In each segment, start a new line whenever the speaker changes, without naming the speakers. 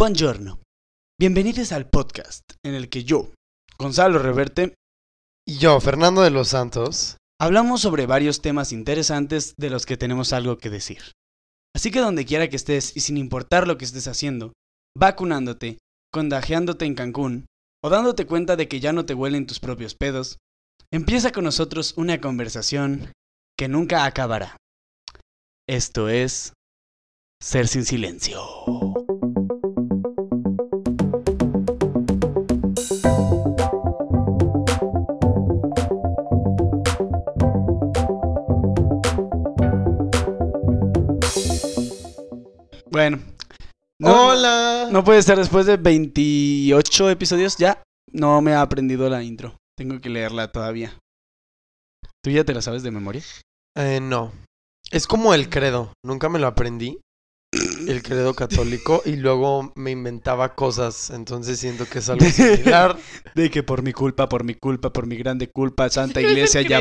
Buongiorno. Bienvenidos al podcast en el que yo, Gonzalo Reverte,
Y yo, Fernando de los Santos.
hablamos sobre varios temas interesantes de los que tenemos algo que decir. Así que donde quiera que estés y sin importar lo que estés haciendo, vacunándote, contagiándote en Cancún o dándote cuenta de que ya no te huelen tus propios pedos, empieza con nosotros una conversación que nunca acabará. Esto es Ser sin Silencio. Bueno. no-
Hola.
No puede ser, después de 28 episodios ya no me ha aprendido la intro. Tengo que leerla todavía. ¿Tú ya te la sabes de memoria?
Eh, no. Es como el credo. Nunca me lo aprendí. El credo católico. Y luego me inventaba cosas. Entonces siento que es algo similar.
De que por mi culpa, por mi culpa, por mi grande culpa, Santa Iglesia ya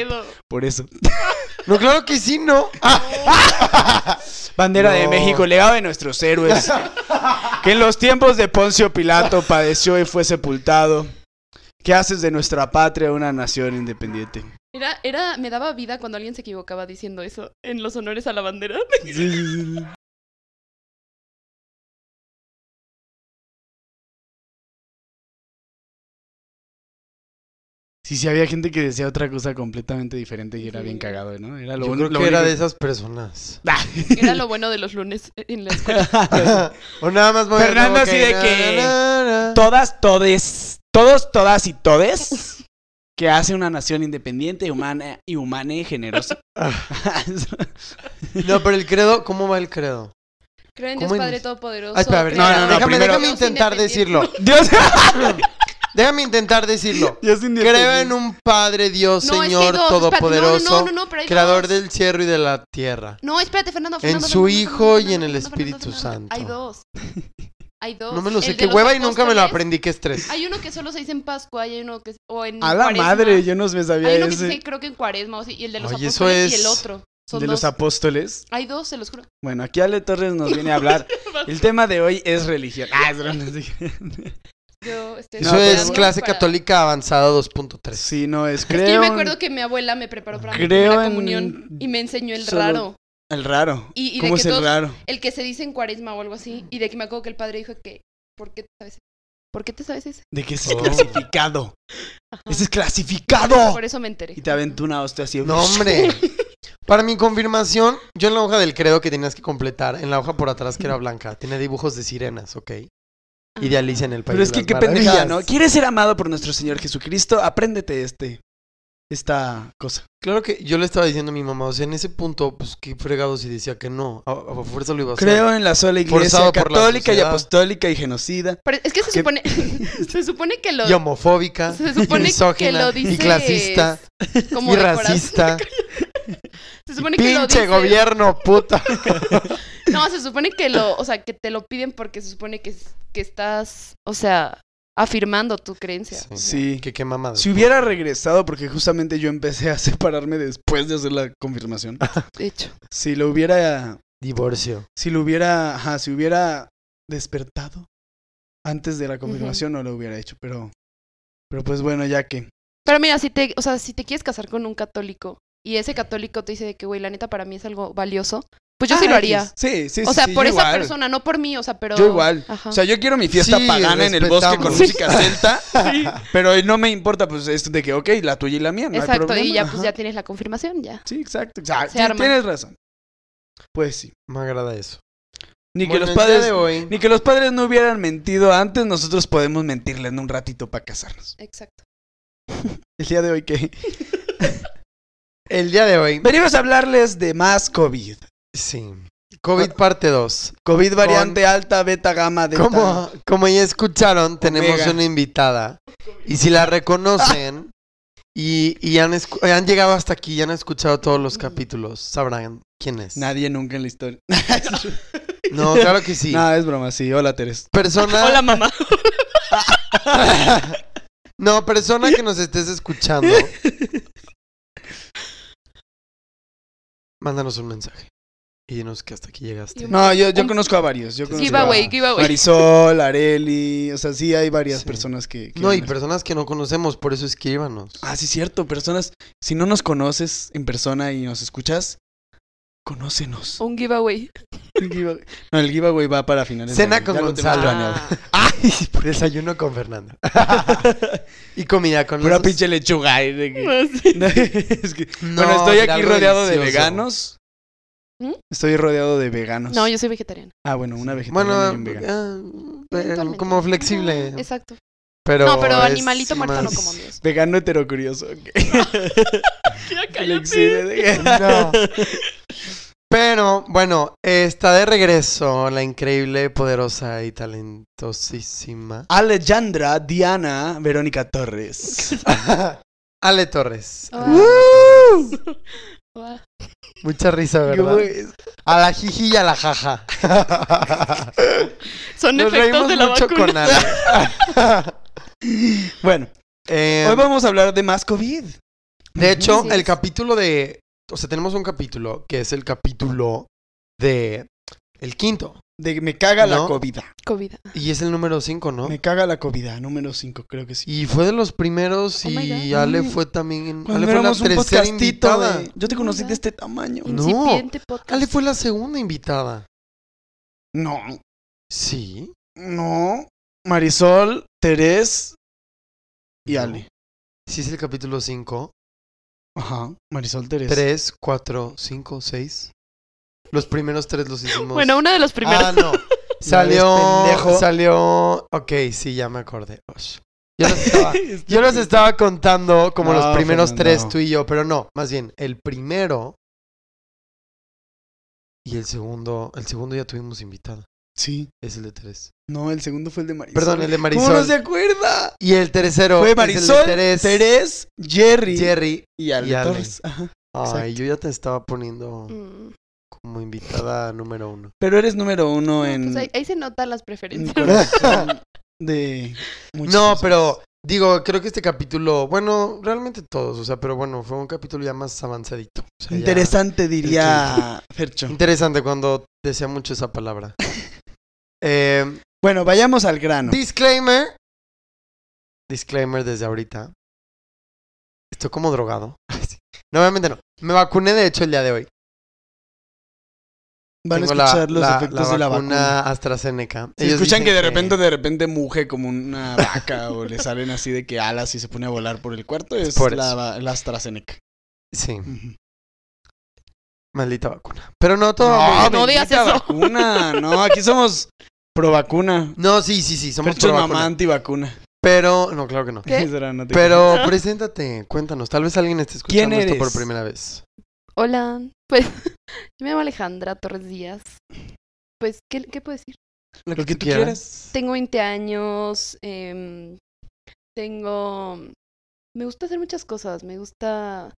por eso.
No, claro que sí, no. Ah.
Bandera de
No.
México, legado de nuestros héroes, que en los tiempos de Poncio Pilato padeció y fue sepultado. ¿Qué haces de nuestra patria una nación independiente?
Era, era, me daba vida cuando alguien se equivocaba diciendo eso en los honores a la bandera.
Sí, sí, sí, sí. Sí, sí, había gente que decía otra cosa completamente diferente y era bien
Sí.
cagado, ¿no? Era lo
Yo
único
creo que era de esas personas.
Era lo bueno de los lunes en la escuela.
o nada más mover
Fernando
la
así
boca y
de
na,
que-
na, na, na.
Todas, todes, todos, todas y todes que hace una nación independiente, humana y humana y generosa.
No, pero el credo, ¿cómo va el credo?
Creo en
¿Cómo
Dios
en-
Padre Todopoderoso.
Ay, pero a ver,
no, no, no,
déjame,
primero-
déjame intentar decirlo.
Dios,
Déjame intentar decirlo.
Dios independiente.
Creo en un Padre Dios, Señor Todopoderoso,
No, no, no, pero hay
Creador
dos.
del cielo y de la tierra.
No, espérate, Fernando.
En
Fernando,
su
Fernando,
Hijo
Fernando,
y en
Fernando,
el
Fernando,
Espíritu
Fernando.
Santo.
Hay dos. Hay dos.
No me lo
El
sé,
de
qué
los
hueva y nunca me lo
apóstoles.
aprendí que es tres.
Hay uno que solo se dice en Pascua, hay uno que. O en
A la
Cuaresma.
madre, yo no me sabía
Hay uno que se
ese.
dice, creo que en Cuaresma, o sí, y el de los
Oye, eso
apóstoles y
es
el otro. Son
De
dos.
los apóstoles.
Hay dos, se los juro.
Bueno, aquí Ale Torres nos viene a hablar. El tema de hoy es religión. Ah, es broma, sí.
Yo, este,
Eso
No,
es
pero-
clase
para-
católica avanzada 2.3.
Sí, no es. Creo
Es que yo me
en-
acuerdo que mi abuela me preparó para mi
Creo
primera
en-
comunión y me enseñó el
solo-
raro,
el raro.
Y- y de
¿Cómo
que
es el
todos-
raro?
el que se dice en cuaresma o algo así. Y de que me acuerdo que el padre dijo que, ¿por qué te sabes ese? ¿Por qué te sabes ese?
De que ese es
Oh.
clasificado. Ese es clasificado.
Por eso me enteré.
Ah, Y te aventó una hostia así.
No, hombre. Para mi confirmación, yo en la hoja del credo que tenías que completar, en la hoja por atrás que era blanca, tenía dibujos de sirenas, ¿ok?
Ah.
Y de Alicia en el país.
Pero es
de
que
las
qué pendejada,
Maravillas.
¿no? ¿Quieres ser amado por nuestro Señor Jesucristo? Apréndete este. Esta cosa.
Claro que yo le estaba diciendo a mi mamá, o sea, en ese punto, pues qué fregado si decía que no. A, a fuerza lo iba a hacer.
Creo en la sola iglesia
Forzado por la
católica y
sociedad.
apostólica y genocida.
Pero es que se
¿Qué?
supone, se supone que lo,
Y homofóbica,
se supone que
misógina,
lo
y
dices
clasista,
como
y
de corazón.
racista.
Se supone que lo
Pinche
dices-
gobierno, puta.
No, se supone que lo, o sea, que te lo piden porque se supone que, que estás, o sea, afirmando tu creencia.
Sí.
Que qué mamada.
Si hubiera regresado, porque justamente yo empecé a separarme después de hacer la confirmación.
Ah.
De hecho.
Si lo hubiera
Divorcio.
si lo hubiera, ajá, si hubiera despertado antes de la confirmación no lo hubiera hecho, pero pero pues bueno, ya que
Pero mira, si te, o sea, si te quieres casar con un católico y ese católico te dice de que, güey, la neta para mí es algo valioso, pues yo sí lo
Ah,
haría.
Sí, sí,
O
sí,
sea,
sí,
por
yo
esa
igual.
persona, no por mí, o sea, pero...
Yo igual.
Ajá.
O sea, yo quiero mi fiesta
Sí,
pagana en el bosque con
respetamos.
música celta,
Sí,
pero no me importa pues esto de que ok, la tuya y la mía, no hay
exacto, y
problema,
ya
ajá.
pues ya tienes la confirmación, ya.
Sí, exacto. exacto.
Se
Sí,
arma.
tienes razón. Pues sí.
Me agrada eso.
Ni que
Bueno,
los
el día
padres
de hoy.
ni que los padres no hubieran mentido antes, nosotros podemos mentirle en un ratito para casarnos.
Exacto.
El día de hoy que
El día de hoy.
venimos a hablarles de más COVID.
Sí. COVID parte 2.
COVID variante alta, beta, gamma, delta.
Como, como ya escucharon, tenemos
Omega.
una invitada. Y si la reconocen y, y han, escu- han llegado hasta aquí y han escuchado todos los capítulos, sabrán quién es.
Nadie nunca en la historia.
No, claro que sí.
No, es broma, sí. Hola, Teres.
Persona.
Hola, mamá.
No, persona que nos estés escuchando. Mándanos un mensaje. y dinos que hasta aquí llegaste.
Y un-
No, yo, yo conozco a varios. Yo
Sí,
conozco a
Giveaway, giveaway.
Marisol, Areli. O sea, sí hay varias
Sí.
personas que. que
No, y
andan.
personas que no conocemos, por eso escríbanos.
Ah, sí, cierto. Personas. Si no nos conoces en persona y nos escuchas,
Oh.
conócenos.
Un giveaway.
El giveaway- no, el giveaway va para finales. de
Cena
año,
con
ya lo tenemos
Gonzalo.
planeado.
Ah,
Ay, por desayuno con Fernando. y comida con
Pura
los dos.
pinche lechuga. eh, de que-
no sé.
Es que-
No,
bueno, estoy
será
aquí
algo
rodeado de
delicioso.
veganos.
¿Mm?
Estoy rodeado de veganos.
No, yo soy vegetariana.
Ah, bueno, una vegetariana y un
Bueno,
vegano.
ah, eh,
Eventualmente.
como flexible.
Ah, Exacto.
Pero
no, pero
es
animalito muerto no
más-
como Dios.
Vegano heterocurioso. ok.
cállate.
Flexible, de-
No. Pero bueno, está de regreso la increíble, poderosa y talentosísima
Alejandra Diana Verónica Torres.
Ale Torres.
Wow.
Ah,
Wow.
Mucha risa,
¿Cómo
¿verdad?
es?
A la jiji y a la jaja.
Son
Nos
efectos
reímos
de la
mucho
vacuna.
con Ale.
Bueno,
Eh,
hoy vamos a hablar de más COVID.
de hecho,
Así
el
es.
capítulo de... O sea, tenemos un capítulo que es el capítulo de... El quinto.
De que me caga la
No.
COVID.
COVID.
Y es el número 5, ¿no?
Me caga la COVID, ah, número 5, creo que sí.
Y fue de los primeros
Oh my
y
God.
Ale
Mm.
fue también... en-
Cuando
Ale fue la
éramos un
tercera
podcastito,
invitada. Mm.
güey. Yo te
Ah.
conocí de este tamaño.
No.
Incipiente podcast.
Ale fue la segunda invitada.
No,
Sí.
no. Marisol, Terés y Ale.
Sí es el capítulo 5.
Ajá, Marisol, Terés.
3, 4, 5, 6. Los primeros tres los hicimos.
Bueno, uno de los primeros.
Ah, no.
Ya ves,
Salió.
pendejo.
Salió. Ok, sí, ya me acordé. Ush. Yo los
Ah,
estaba, yo los estaba contando como
No,
los primeros
Fernando.
tres, tú y yo, pero no, más bien, el primero. Y el segundo. El segundo ya tuvimos invitada.
Sí.
Es el de tres.
No, el segundo fue el de Marisol.
Perdón, el de Marisol.
¿Cómo no se acuerda?
Y el tercero.
Fue
es el de
Marisol,
Terés,
Terés, Jerry,
Jerry.
y Ale,
y Ale.
Torres. Ajá.
Ay,
Exacto.
yo ya te estaba poniendo
Mm.
como invitada número uno.
Pero eres número uno en,
Pues ahí, ahí se notan las
en
preferencias.
corazón de muchas
no,
personas.
pero digo, creo que este capítulo, bueno, realmente todos, o sea, pero bueno, fue un capítulo ya más avanzadito. o sea, ya-
Interesante, diría Fercho.
Interesante cuando desea mucho esa palabra. Eh,
Bueno, vayamos al grano.
Disclaimer. Disclaimer desde ahorita. Estoy como drogado. No, obviamente no. Me vacuné, de hecho, el día de hoy.
Van a
Tengo la-
escuchar los
la-
efectos de la vacuna.
AstraZeneca.
Si
Ellos
escuchan
dicen
que de repente, de repente muge como una vaca o le salen así de que alas y se pone a volar por el cuarto, es
Por
la, va- la AstraZeneca.
Sí,
Ujú.
maldita vacuna. Pero no todo. muy bien.
no digas
bendita
eso.
Vacuna, no, aquí somos pro vacuna.
No, sí, sí, sí, somos
Fercho
pro
es mamá
vacuna.
antivacuna.
Pero, no, claro que no.
¿Qué?
Esa era, no te-
Pero preséntate, cuéntanos. Tal vez alguien esté
"Ah". ¿Quién
escuchando esto por
eres?
primera vez.
Hola. Pues, yo me llamo Alejandra Torres Díaz. Pues, ¿qué, qué puedo decir?
lo que,
que
tú
tú
quieras.
Tengo 20 años. em, tengo. mm, Me gusta hacer muchas cosas. Me gusta.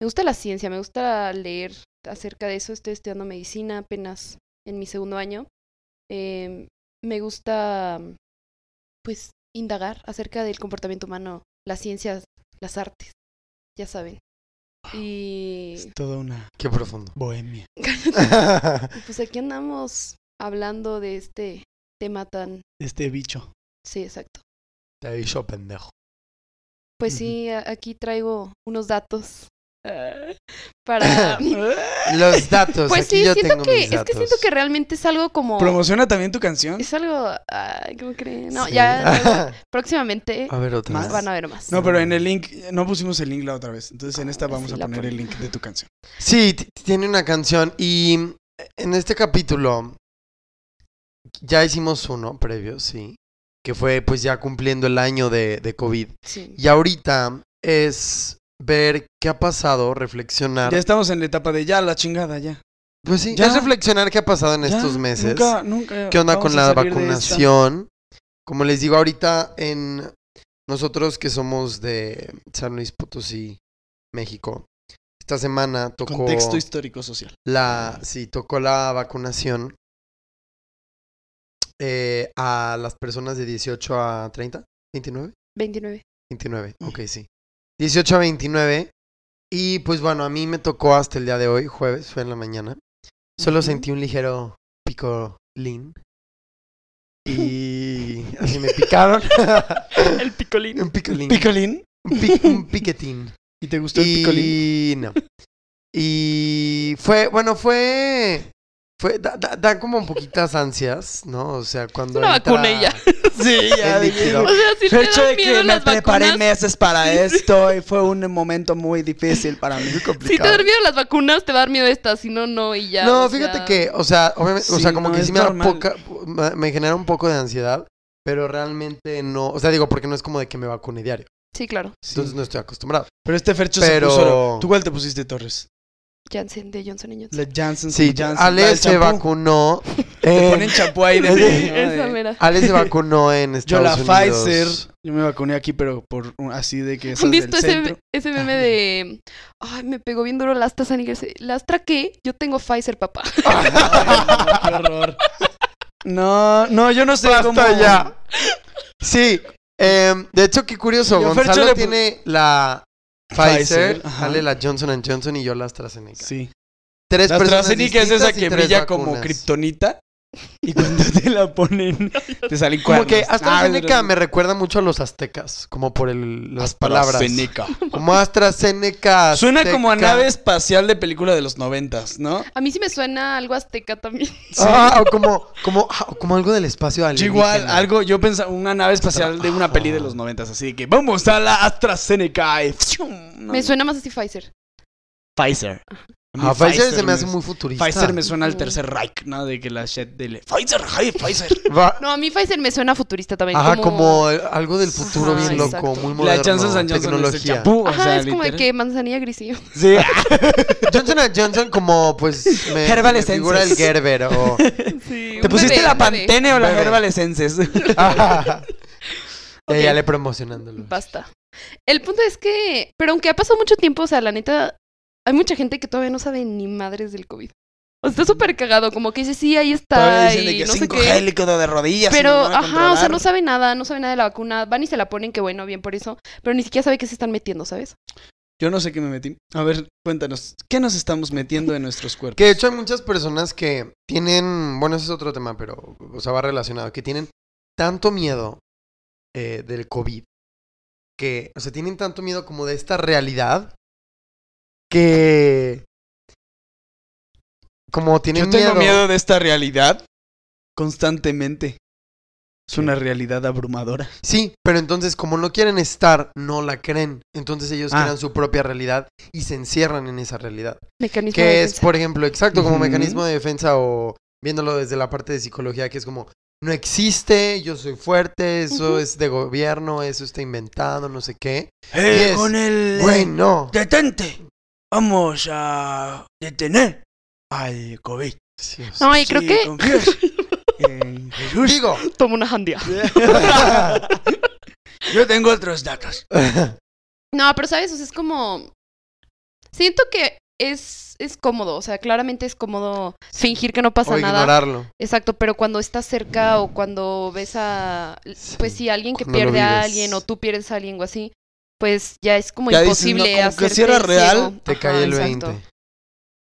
Me gusta la ciencia. Me gusta leer acerca de eso. Estoy estudiando medicina apenas en mi segundo año. Em, me gusta. mm, Pues indagar acerca del comportamiento humano, las ciencias, las artes. Ya saben. Y.
Es toda una
Qué profundo.
bohemia.
Pues aquí andamos hablando de este tema tan.
Este bicho.
Sí, exacto.
Te aviso, pendejo.
Pues
Ujú.
sí, a- aquí traigo unos datos eh, para...
Los datos. Ah. Pues
pues
aquí
sí,
yo
siento
tengo
que,
mis
es que
datos.
siento que realmente es algo como...
Promociona también tu canción.
Es algo... ay, ¿Cómo creen? No,
Sí.
ya luego, próximamente
a ver, otra
Más.
vez.
van a ver más.
Ah, pues. No, pero en el link, no pusimos el link la otra vez. Entonces en esta
Ahora
vamos
Ah, sí
a
la
poner el
ponemos.
link de tu canción.
Sí, t- tiene una canción. Y en este capítulo ya hicimos uno previo, sí. Que fue pues ya cumpliendo el año de, de COVID.
Sí.
Y ahorita es ver qué ha pasado, reflexionar.
Ya estamos en la etapa de ya, la chingada, ya.
pues sí,
ya.
es reflexionar qué ha pasado en
Ya,
estos meses.
Nunca, nunca.
¿Qué onda
vamos
con
a
la
salir de esta.
vacunación? Como les digo ahorita, en nosotros que somos de San Luis Potosí, México, esta semana tocó
Contexto histórico social.
la, sí, tocó la vacunación eh, a las personas de 18 a 30, 29.
29.
29,
Ujú.
ok, sí. 18 a 29. Y pues bueno, a mí me tocó hasta el día de hoy, jueves, fue en la mañana. Solo
Ujú.
sentí un ligero picolín. Y así me picaron.
El picolín.
un picolín.
¿Picolín?
un, pi- un piquetín.
¿Y te gustó el picolín?
Y no. Y fue, bueno, fue. fue da, da- da como un poquitas ansias, ¿no? O sea, cuando.
una
entra-
vacuna y ya.
Sí,
El
de
líquido.
que-
O sea, si
El
te
hecho
dan
de que
miedo
me
las
preparé
vacunas,
meses para esto y fue un momento muy difícil para mí.
si te dan miedo las vacunas, te va a dar miedo esta, si no, no, y ya.
No,
o
fíjate
sea,
que, o sea, obviamente, o
Sí,
sea, como
no,
que
es
sí me da
normal.
poca, me- me genera un poco de ansiedad, pero realmente no, o sea, digo, porque no es como de que me vacune diario,
Sí, claro.
entonces no estoy acostumbrado.
Pero este Fercho
Pero-
se puso... oro. ¿Tú cuál te pusiste, Torres?
Janssen, de Johnson Johnson.
La Janssen.
Sí,
Janssen. la
Ale
del
se
champú.
vacunó,
Te
en-
ponen champú ahí. ¿no?
Sí,
Sí, ¿no?
esa
De-
mera.
Ale se vacunó en
Yo la
Estados Unidos.
Pfizer. Yo me vacuné aquí, pero por un- así de que esas
¿Han
del
visto ese,
centro.
ese meme de. Ay, me pegó bien duro la Astra San Miguel. ¿La Astra qué? Yo tengo Pfizer, papá.
Ay, qué horror. No, no, yo no sé
Basta
cómo...
ya. Sí, em, de hecho, qué curioso,
Yo a Fercho
Gonzalo
le pu-
tiene la Pfizer,
Pfizer, ajá.
Ale la Johnson Johnson y yo la AstraZeneca.
Sí.
Tres
La
personas
AstraZeneca es esa
distintas y
que
tres
brilla como
vacunas.
kriptonita. Y cuando te la ponen, te salen
Como
cuernos.
que AstraZeneca
Ah,
me recuerda mucho a los aztecas, como por el, las palabras.
AstraZeneca.
Como AstraZeneca.
Suena como a
azteca.
nave espacial de película de los noventas, ¿no?
A mí sí me suena algo azteca también.
Ah, o como, como, ah, o como algo del espacio
Yo
alienígena.
igual, algo, yo pensaba, una nave espacial de una peli de los noventas, así de que vamos a la AstraZeneca. y ¡fium!
Me suena más así Pfizer.
Pfizer. A mí
Ah, Pfizer, se me hace
su-
muy futurista.
Pfizer me suena al
Mm.
tercer Reich, ¿no? De que la shit del Pfizer, hey, Pfizer.
Va-
No, a mí Pfizer me suena futurista también.
Ajá, como algo del futuro
Ajá,
bien loco,
exacto.
muy
la
moderno.
Johnson Johnson es el
tecnología.
champú,
Ajá,
o sea,
es como de
literal.
que manzanilla grisillo.
Sí.
Johnson Johnson como, pues, me,
Herbal
me figura el
Essences.
Gerber o...
Sí,
¿Te
un
pusiste
bebé,
la
un bebé.
Pantene o la
Bebé.
Herbal Essences?
Ajá.
Ok.
Ya le promocionándolo.
Basta. El punto es que, pero aunque ha pasado mucho tiempo, o sea, la neta, hay mucha gente que todavía no sabe ni madres del COVID. O sea, está súper cagado, como que dice, sí, ahí
Mm. Todavía
está,
dicen de
y
que
no sé
5
qué.
líquido de rodillas. y
Pero,
lo van a
ajá, o sea, no
controlar.
sabe nada, no sabe nada de la vacuna. Van y se la ponen, que bueno, bien por eso. Pero ni siquiera sabe que se están metiendo, ¿sabes?
Yo no sé qué me metí. A ver, cuéntanos, ¿qué nos estamos metiendo en nuestros cuerpos?
Que de hecho hay muchas personas que tienen, bueno, ese es otro tema, pero o sea, va relacionado, que tienen tanto miedo eh, del COVID, que, o sea, tienen tanto miedo como de esta realidad, que como tienen
Yo tengo miedo.
miedo
de esta realidad constantemente. Es una realidad abrumadora.
Sí, pero entonces como no quieren estar, no la creen. Entonces ellos
Ah.
crean su propia realidad y se encierran en esa realidad.
Mecanismo de
Que es,
defensa.
por ejemplo, exacto, como
Ujú.
mecanismo de defensa o viéndolo desde la parte de psicología, que es como, no existe, yo soy fuerte, eso
Ujú.
es de gobierno, eso está inventado, no sé qué.
Eh,
Yes.
Con el eh,
Bueno.
detente. Vamos a detener al COVID.
Sí, o sea,
No, y creo
Si
que
confías
Eh,
en Jesús,
Digo,
tomo una jandía.
yo tengo otros datos.
No, pero sabes, o sea, es como. Siento que es, es cómodo, o sea, claramente es cómodo fingir que no pasa
o
nada.
ignorarlo.
Exacto, pero cuando estás cerca o cuando ves a. Pues sí, alguien que
cuando lo
pierde a
vives.
alguien o tú pierdes a alguien o así, pues ya es como
Ya dices,
imposible
no, como que
hacerte
si era real,
ciego.
Te
Ajá,
cae el
exacto.
20.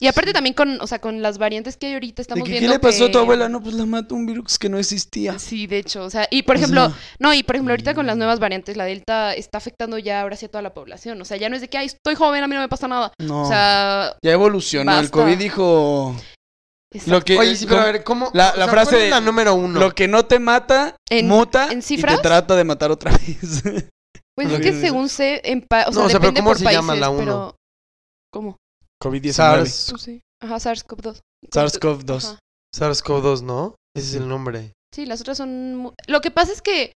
Y aparte también con, o sea, con las variantes que hay ahorita
¿De
estamos
que, ¿Qué
viendo.
le pasó a tu
que-
abuela? No, pues la mató un virus que no existía.
Sí, de hecho, o sea, y por
O
ejemplo,
sea,
no, y por ejemplo, ahorita
Mm.
con las nuevas variantes, la Delta está afectando ya ahora sí a toda la población. O sea, ya no es de que, ay, estoy joven, a mí no me pasa nada.
no.
O sea,
ya evolucionó. El
basta.
COVID dijo.
exacto.
Lo que,
Oye, sí, pero a
como-
ver, ¿cómo?
la-
o
la
sea,
frase
¿cuál es
de-
la número uno.
lo que no te mata,
En-
muta
en
y
cifras?
te trata de matar otra vez.
pues
lo
es
que
que
dice.
según sé, en pa- o sea,
No, o sea, pero
depende
¿cómo
por
se
países,
llama la uno?
pero ¿cómo?
COVID-19.
SARS-
Pues sí. Ajá, SARS-CoV-2.
SARS-CoV-2.
Ajá.
SARS-CoV-2, ¿no? Ese es el nombre.
Sí, las otras son... mu- Lo que pasa es que...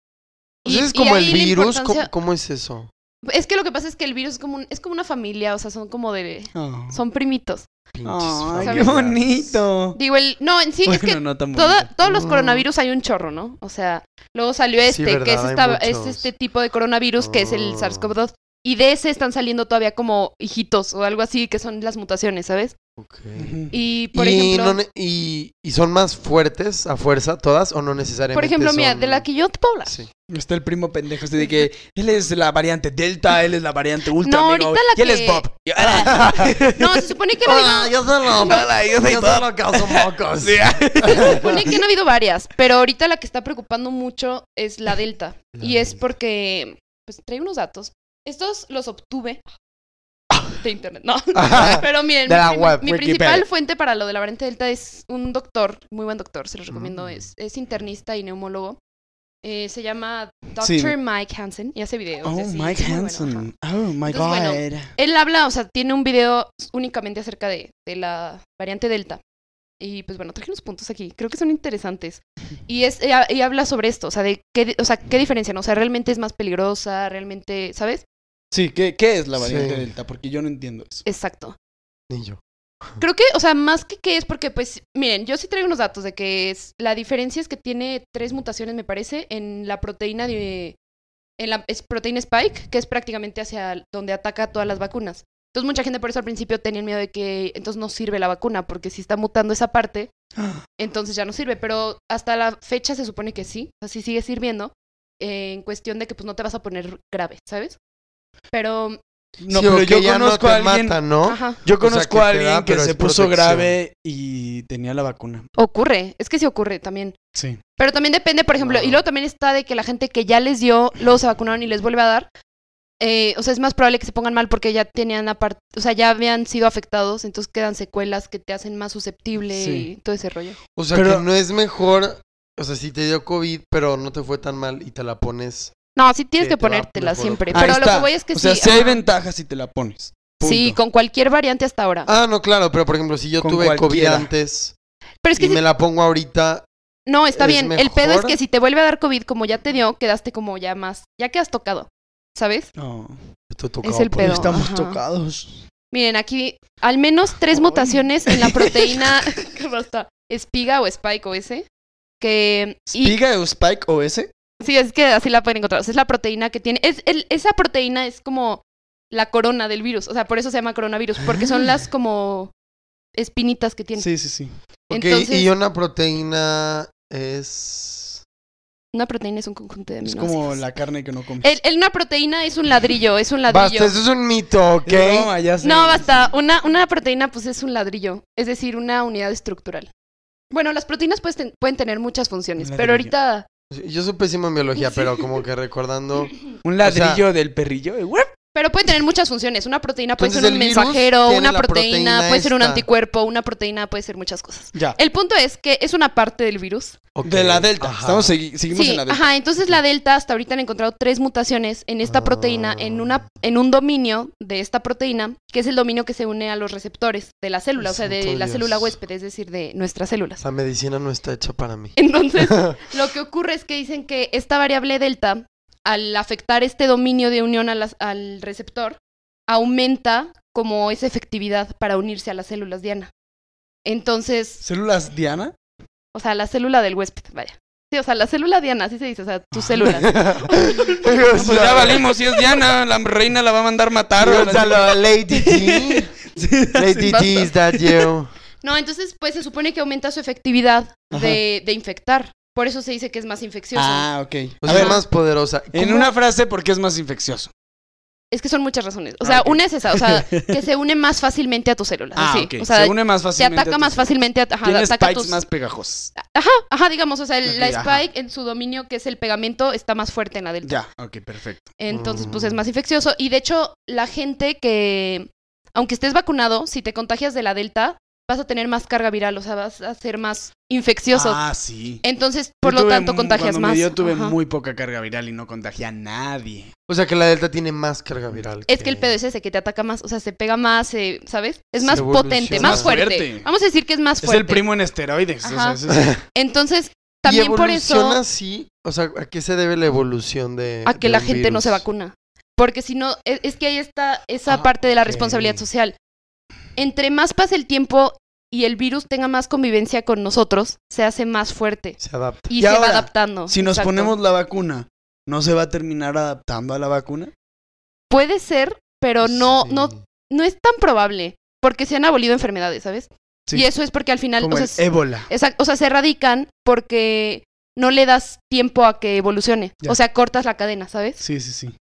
O sea,
y-
Pues es
y
como el
ahí la
virus, ¿cómo,
importancia-
cómo es eso?
Es que lo que pasa es que el virus es como, un- es como una familia, o sea, son como de...
Oh.
Son primitos.
Ay, qué
familiares.
bonito.
Digo, el... No, en sí, es
Bueno,
que
no tan bonito.
Toda- todos los
Mm.
coronavirus hay un chorro, ¿no? O sea, luego salió
Sí,
este, que es,
verdad, hay
esta- es
muchos.
este tipo de coronavirus que es el
Oh.
SARS-CoV-2. Y de ese están saliendo todavía como hijitos o algo así, que son las mutaciones, ¿sabes?
Ujú.
Y, por
y,
ejemplo...
no ne- y, y son más fuertes a fuerza todas o no necesariamente.
Por ejemplo, mira,
son-
de la que yo te puedo hablar.
Sí.
Está el primo pendejo, este de que él es la variante Delta, él es la variante Ultra,
No,
amigo,
ahorita la
y él es
que- Ah.
Bob. Y- "Ah".
No, se supone que no ha habido-
Ah, yo soy
Hola, yo soy Bob. Sí.
se supone que no ha habido varias, pero ahorita la que está preocupando mucho es la Delta.
La
y es
Delta.
porque, pues trae unos datos. Estos los obtuve de internet, no. Pero miren,
De
mi,
la
prim-
web,
mi
Wikipedia.
principal fuente para lo de la variante delta es un doctor, muy buen doctor, se los recomiendo,
Mm.
es, es internista y neumólogo. Eh, se llama Dr.
Sí.
Mike Hansen y hace videos. y
Oh,
así,
Mike
muy bueno,
Hansen.
ajá.
oh, my
Entonces,
God.
bueno, Él habla, o sea, tiene un video únicamente acerca de, de la variante delta. Y pues bueno, traje unos puntos aquí, creo que son interesantes. Y es y ha- y habla sobre esto, o sea, de qué, di- o sea, qué diferencia, ¿no? O sea, realmente es más peligrosa, realmente, ¿sabes?
Sí, ¿qué, qué es la variante
Sí.
Delta? Porque yo no entiendo eso.
Exacto.
Ni yo.
Creo que, o sea, más que qué es porque, pues, miren, yo sí traigo unos datos de que es, la diferencia es que tiene tres mutaciones, me parece, en la proteína de... En la es proteína Spike, que es prácticamente hacia el- donde ataca todas las vacunas. Entonces, mucha gente por eso al principio tenía miedo de que entonces no sirve la vacuna, porque si está mutando esa parte, entonces ya no sirve. Pero hasta la fecha se supone que sí, así sigue sirviendo, eh, en cuestión de que pues no te vas a poner grave, ¿sabes? Pero,
No,
Sí, o
pero yo
que ya no
conozco
te
a alguien.
mata, ¿no?
ajá,
Yo
O sea,
conozco
que
a
te da,
alguien que
pero
se
es
puso
protección.
grave y tenía la vacuna.
ocurre, es que sí ocurre también.
Sí.
Pero también depende, por ejemplo, y
No.
luego también está de que la gente que ya les dio, luego se vacunaron y les vuelve a dar. eh, o sea, es más probable que se pongan mal porque ya tenían aparte, o sea, ya habían sido afectados, entonces quedan secuelas que te hacen más susceptible
Sí.
y todo ese rollo.
O sea,
Pero-
que no es mejor. O sea, si te dio COVID, pero no te fue tan mal y te la pones.
No, sí tienes
Sí,
que
te va
ponértela
mejor.
siempre.
Ahí
Pero a lo
está.
que voy es que
o
sí.
sea, sí hay
ajá.
ventajas si te la pones. Punto.
Sí, con cualquier variante hasta ahora.
Ah, no, claro, pero por ejemplo, si yo
Con
tuve
cualquiera.
COVID antes
pero es que
y
si-
me la pongo ahorita.
no, está
es
bien. El pedo es
mejor.
que si te vuelve a dar COVID, como ya te dio, quedaste como ya más, ya quedas tocado, ¿sabes?
No.
esto tocaba
Es el
por-
Pero,
Estamos
ajá.
tocados.
Miren, aquí al menos tres
Ay.
mutaciones en la proteína ¿qué basta? espiga o spike o ese. Que, y,
¿Piga o Spike o ese?
sí, es que así la pueden encontrar. O sea, es la proteína que tiene. Es, el- esa proteína es como la corona del virus. O sea, por eso se llama coronavirus. Porque son las como espinitas que tiene.
Sí, sí, sí.
Ok,
Entonces,
y una proteína es.
una proteína es un conjunto de
Es
aminoácidos.
como la carne que no comes.
El- el- una proteína es un ladrillo, es un ladrillo.
Basta, eso es un mito, ¿ok?
Es broma, ya sé.
No, basta. Una, una proteína, pues es un ladrillo, es decir, una unidad estructural. Bueno, las proteínas pues, ten- pueden tener muchas funciones,
Un
pero
ladrillo.
ahorita.
Yo soy pésimo en biología,
Sí.
pero como que recordando.
Un
sea-
ladrillo del perrillo. eh, ¡guap!
Pero pueden tener muchas funciones. Una proteína puede
Entonces,
ser un
el virus
mensajero,
tiene
una
la
proteína,
proteína
puede ser un
esta.
anticuerpo, una proteína puede ser muchas cosas.
Ya.
El punto es que es una parte del virus.
ok,
De la Delta.
ajá.
Estamos segui- seguimos
sí,
en la Delta.
ajá. Entonces la delta hasta ahorita han encontrado tres mutaciones en esta proteína,
Ah.
en una, en un dominio de esta proteína, que es el dominio que se une a los receptores de la célula, o sea, de
Santo
la
Dios.
célula huésped, es decir, de nuestras células.
Esa medicina no está hecha para mí.
Entonces, Lo que ocurre es que dicen que esta variable delta, al afectar este dominio de unión a las- al receptor, aumenta como esa efectividad para unirse a las células Diana. Entonces,
¿Células Diana?
o sea, la célula del huésped, vaya. Sí, o sea, la célula Diana, así se dice, o sea, tus células.
Pues ya valimos, si es Diana, la reina la va a mandar matar. o la-
Piénsalo, Lady T. Lady T, is that you?
No, entonces, pues se supone que aumenta su efectividad de, de infectar. Por eso se dice que es más infeccioso.
Ah, ok.
O
A
sea,
ver,
es más poderosa.
en
¿Cómo?
una frase, porque es más infeccioso?
Es que son muchas razones. O
Ah,
sea,
ok.
una es esa, o sea, que se une más fácilmente a tus células.
Ah,
así.
ok.
O sea,
Se une más
se
fácilmente.
ataca
a
más
tus-
fácilmente, a- ajá,
Tiene
ataca
spikes
tus...
más pegajosos.
Ajá, ajá, digamos, o sea, el- la
Ok, ajá.
spike en su dominio, que es el pegamento, está más fuerte en la delta.
Ya, ok, perfecto.
Entonces, pues
Mm.
es más infeccioso. Y de hecho, la gente que, aunque estés vacunado, si te contagias de la delta, vas a tener más carga viral, o sea, vas a ser más infeccioso.
Ah, sí.
Entonces, Eh, por
Yo
lo
tuve
tanto,
mu-
contagias
cuando
más.
Me dio, tuve
Ajá.
muy poca carga viral y no contagié a nadie.
O sea, que la Delta tiene más carga viral.
Es que el pedo es ese, que te ataca más, o sea, se pega más, eh, ¿sabes? Es más
evoluciona.
potente,
Es
más
más
fuerte.
fuerte.
Vamos a decir que es más
Es
fuerte.
el primo en esteroides. o sea,
Ajá.
es- es-
Entonces,
¿Y
también por
evoluciona
eso...
así? O sea, ¿a qué se debe la evolución de
a que
de
la
un
gente no se
eh, virus?
vacuna. Porque si no, e- es, que ahí está esa
Ah,
parte de la
ok.
responsabilidad social. Entre más pasa el tiempo y el virus tenga más convivencia con nosotros, se hace más fuerte
Se adapta.
y,
Y
se
ahora,
va adaptando.
Si nos
Exacto.
ponemos la vacuna, ¿no se va a terminar adaptando a la vacuna?
Puede ser, pero no, no,
Sí.
no es tan probable. porque se han abolido enfermedades, ¿sabes?
Sí.
Y eso es porque al final,
Como
o sea,
el
es-
ébola.
Exacto, o sea, se erradican porque no le das tiempo a que evolucione.
Ya.
O sea, cortas la cadena, ¿sabes?
Sí, sí, sí. no,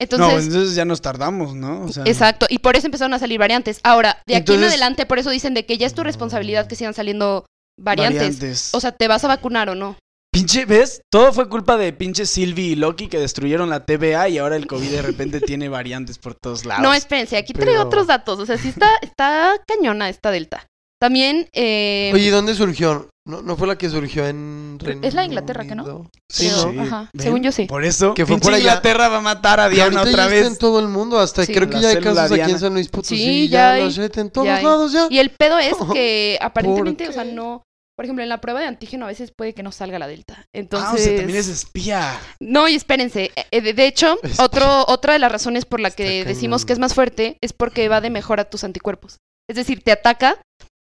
Entonces,
entonces ya nos tardamos, ¿no? O sea,
exacto, y por eso empezaron a salir variantes. Ahora, de aquí en
Entonces-
adelante, por eso dicen de que ya es tu responsabilidad que sigan saliendo variantes. O sea, ¿te vas a vacunar o no?
Pinche, ¿ves? Todo fue culpa de pinche Sylvie y Loki que destruyeron la TVA y ahora el COVID de repente tiene variantes por todos lados.
No, espérense, aquí trae
Pero-
otros datos. O sea, sí está, está cañona esta delta. También, eh,
Oye, ¿y ¿dónde surgió? ¿No, no fue la que surgió en Reino
Es la de Inglaterra, ¿que no?
Unido?
Sí,
creo.
sí.
Ajá.
¿Ven?
según yo sí.
Por eso,
Que
que
fue
fue
por allá.
Inglaterra va a matar a
Y
Diana
ahorita
otra
ya
vez.
está en todo el mundo, hasta
Sí.
creo que
La
ya hay
célula
casos aquí
Diana.
en San Luis Potosí,
Sí,
ya,
ya hay,
los hay en todos
ya hay.
lados ya.
Y el pedo es que aparentemente,
qué?
o sea, no. Por ejemplo, en la prueba de antígeno a veces puede que no salga la delta. Entonces.
Ah, o sea, también es espía.
No, y espérense. eh, de- De hecho,
Espera.
otro, otra de las razones por la que
Está
decimos
cañón.
que es más fuerte es porque va de mejora a tus anticuerpos. Es decir, te ataca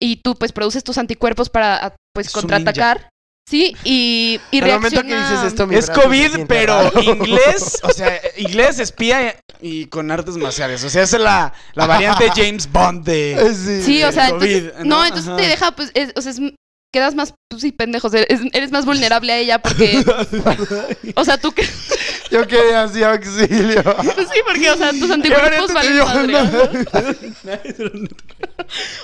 y tú pues produces tus anticuerpos para a- pues
Es un
contraatacar. Sí, y, y
Al momento que
reacciona-
dices esto, mi
Es
brazo se
COVID,
siente
pero
raro.
inglés, o sea, inglés, espía y con artes marciales. O sea, esa es la, la variante James Bond de...
sí.
Sí, o
el
sea,
COVID,
entonces,
¿no?
no, entonces
Ajá.
te deja, pues, es- o sea, es- quedas más, pues sí, pendejos, eres, eres más vulnerable a ella porque, o sea, tú que, sí,
Yo quedé así auxilio.
porque, o sea, tus
Ahorita
anticuerpos
te
valen
digo,
madre,
no.
ajá.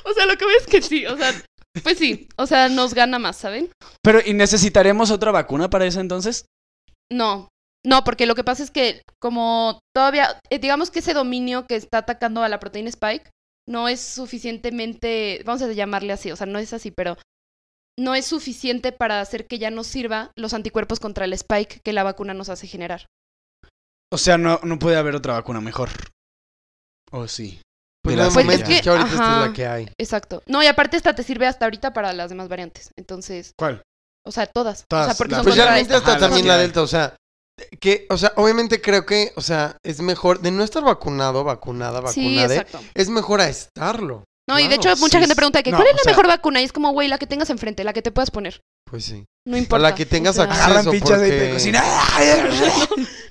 O sea, lo que ves es que sí, o sea, pues sí, o sea, nos gana más, ¿saben?
Pero, ¿y necesitaremos otra vacuna para eso entonces?
No, no, porque lo que pasa es que como todavía, eh, digamos que ese dominio que está atacando a la proteína Spike no es suficientemente, vamos a llamarle así, o sea, no es así, pero no es suficiente para hacer que ya nos sirva los anticuerpos contra el Spike que la vacuna nos hace generar.
O sea, no, no puede haber otra vacuna mejor. ¿O sí?
Pues
De
no,
las
pues
que ya-
es que, ahorita esta es la
ajá.
que hay.
Exacto. No, y aparte esta te sirve hasta ahorita para las demás variantes. Entonces,
¿Cuál?
o sea, todas. o
Todas,
sea, porque
la-
son
Pues
ya
contra
realmente
esta.
hasta
Ajá, la
también
que
la
hay.
Delta, o sea, que, o sea, obviamente creo que, o sea, es mejor de no estar vacunado, vacunada,
esta. Sí,
vacunada,
exacto.
es mejor a estarlo.
No, y de
Claro,
hecho mucha
sí,
gente
sí.
pregunta que
No,
¿cuál es
o
la
sea-
mejor vacuna? Y es como, güey, la que tengas enfrente, la que te puedas poner.
Pues sí.
No importa.
que tengas
sea,
acceso.
Agarran
Eso,
pinche aceite de
porque-
cocina.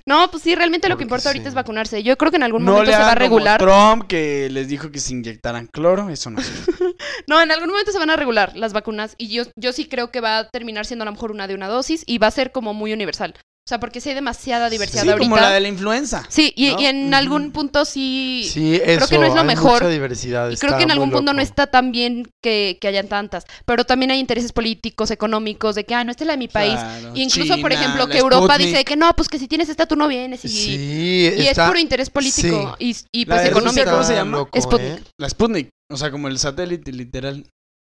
No, pues sí, realmente lo
Porque
que importa ahorita
sí.
es vacunarse. Yo creo que en algún
No
momento
le
se va a
hagan como
regular.
Trump que les dijo que se inyectaran cloro, eso no. sirve.
No, en algún momento se van a regular las vacunas y yo, yo sí creo que va a terminar siendo a lo mejor una de una dosis y va a ser como muy universal. O sea, porque sí hay demasiada diversidad
Sí,
ahorita.
como la de la influenza.
Sí, y,
¿no?
y en
Ujú.
algún punto sí...
Sí, eso.
que no es lo
hay
mejor.
mucha diversidad,
Y creo
está
que en
muy
algún punto no
loco.
está tan bien que, que hayan tantas. Pero también hay intereses políticos, económicos, de que, ah, no, esta es la de mi país.
Claro,
y incluso, por
China,
ejemplo,
la
que Europa
Sputnik.
dice que no, pues que si tienes esta, tú no vienes. Y,
Sí,
y es
está-
puro interés político y, y
La
pues
de Rusia,
económico.
¿cómo se llama?
Loco,
Sputnik.
¿eh?
La Sputnik, o sea, como el satélite literal.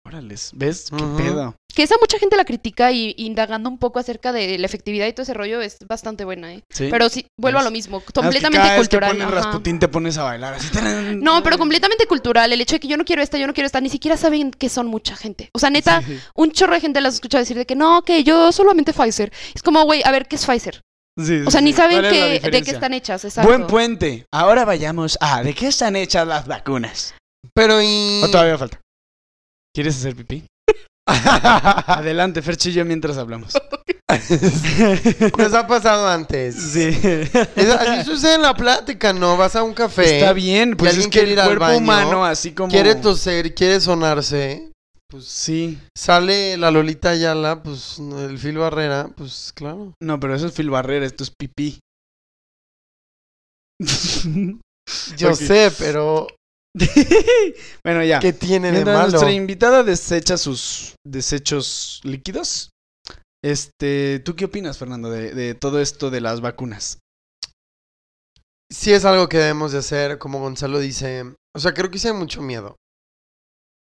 Órales, ¿ves? Qué
Ujú.
pedo.
Que esa mucha gente la critica y y indagando un poco acerca de la efectividad y todo ese rollo es bastante buena, ¿eh?
Sí.
Pero sí, vuelvo a
Es-
lo mismo,
Nada más que
completamente
cada vez que
cultural.
ponen
ajá.
Rasputín te pones a bailar así. tarán.
No, pero completamente cultural. El hecho de que yo no quiero esta, yo no quiero esta, ni siquiera saben que son mucha gente. O sea, neta,
Sí,
un chorro de gente las escucha decir de que no, que yo solamente Pfizer. Es como, güey, a ver, ¿qué es Pfizer?
sí,
O sea, ni
sí.
saben
¿Cuál es la
que- de qué
diferencia?
están hechas, exacto.
Buen puente. Ahora vayamos a ¿de qué están hechas las vacunas?
Pero y...
¿O Ah, todavía falta? ¿Quieres hacer pipí? Adelante, Ferchillo, mientras hablamos.
Nos ha pasado antes.
sí.
Es- así sucede en la plática, ¿no? Vas a un café,
Está bien, pues es
alguien
que
quiere
el
ir al
cuerpo
baño,
humano, así como.
quiere toser, quiere sonarse, pues
Sí.
sale la Lolita Ayala, pues el Phil Barrera, pues claro.
No, pero eso es Phil Barrera, esto es pipí.
Yo
Ok.
sé, pero
bueno, ya.
¿qué tiene de
Mientras
malo?
nuestra invitada desecha sus desechos líquidos. Este, ¿tú qué opinas, Fernando, de, de todo esto de las vacunas?
sí es algo que debemos de hacer, como Gonzalo dice. O sea, creo que sí hay mucho miedo.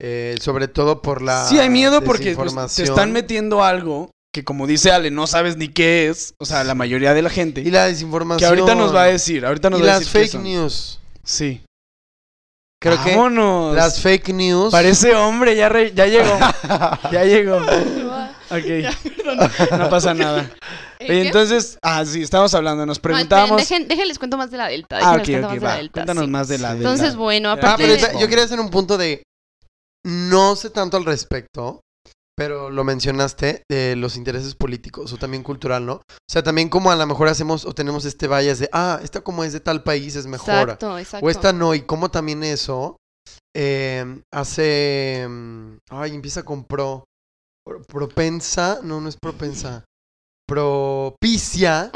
Eh, sobre todo por la.
sí, hay miedo porque pues, te
desinformación
están metiendo algo que, como dice Ale, no sabes ni qué es. O sea, la mayoría de la gente.
Y la desinformación.
que ahorita nos va a decir, ahorita nos
Y
va a
las
decir qué
fake
son.
news.
Sí.
Creo que.
Vámonos.
Las fake news.
Parece hombre, ya, re- ya llegó. ya llegó. Ok, no pasa nada. Oye,
¿Eh, qué?
entonces, ah, sí, estamos hablando, nos
No, esperen,
preguntábamos.
dejen- déjenles cuento más de la delta.
ah,
déjenles
ok,
cuento
ok,
más de la
va.
delta,
Cuéntanos
sí.
más de la
Sí.
de
Entonces,
la-
bueno,
Ah,
aparte...
Ah, pero
de-
esa- yo quería hacer un punto de. No sé tanto al respecto, pero lo mencionaste de los intereses políticos o también cultural, ¿no? O sea, también como a lo mejor hacemos o tenemos este vallas de, ah, esta como es de tal país es mejor.
Exacto, exacto.
O esta no, y como también eso eh, hace... mm, Ay, empieza con pro. pro- Propensa. No, no es propensa. Propicia.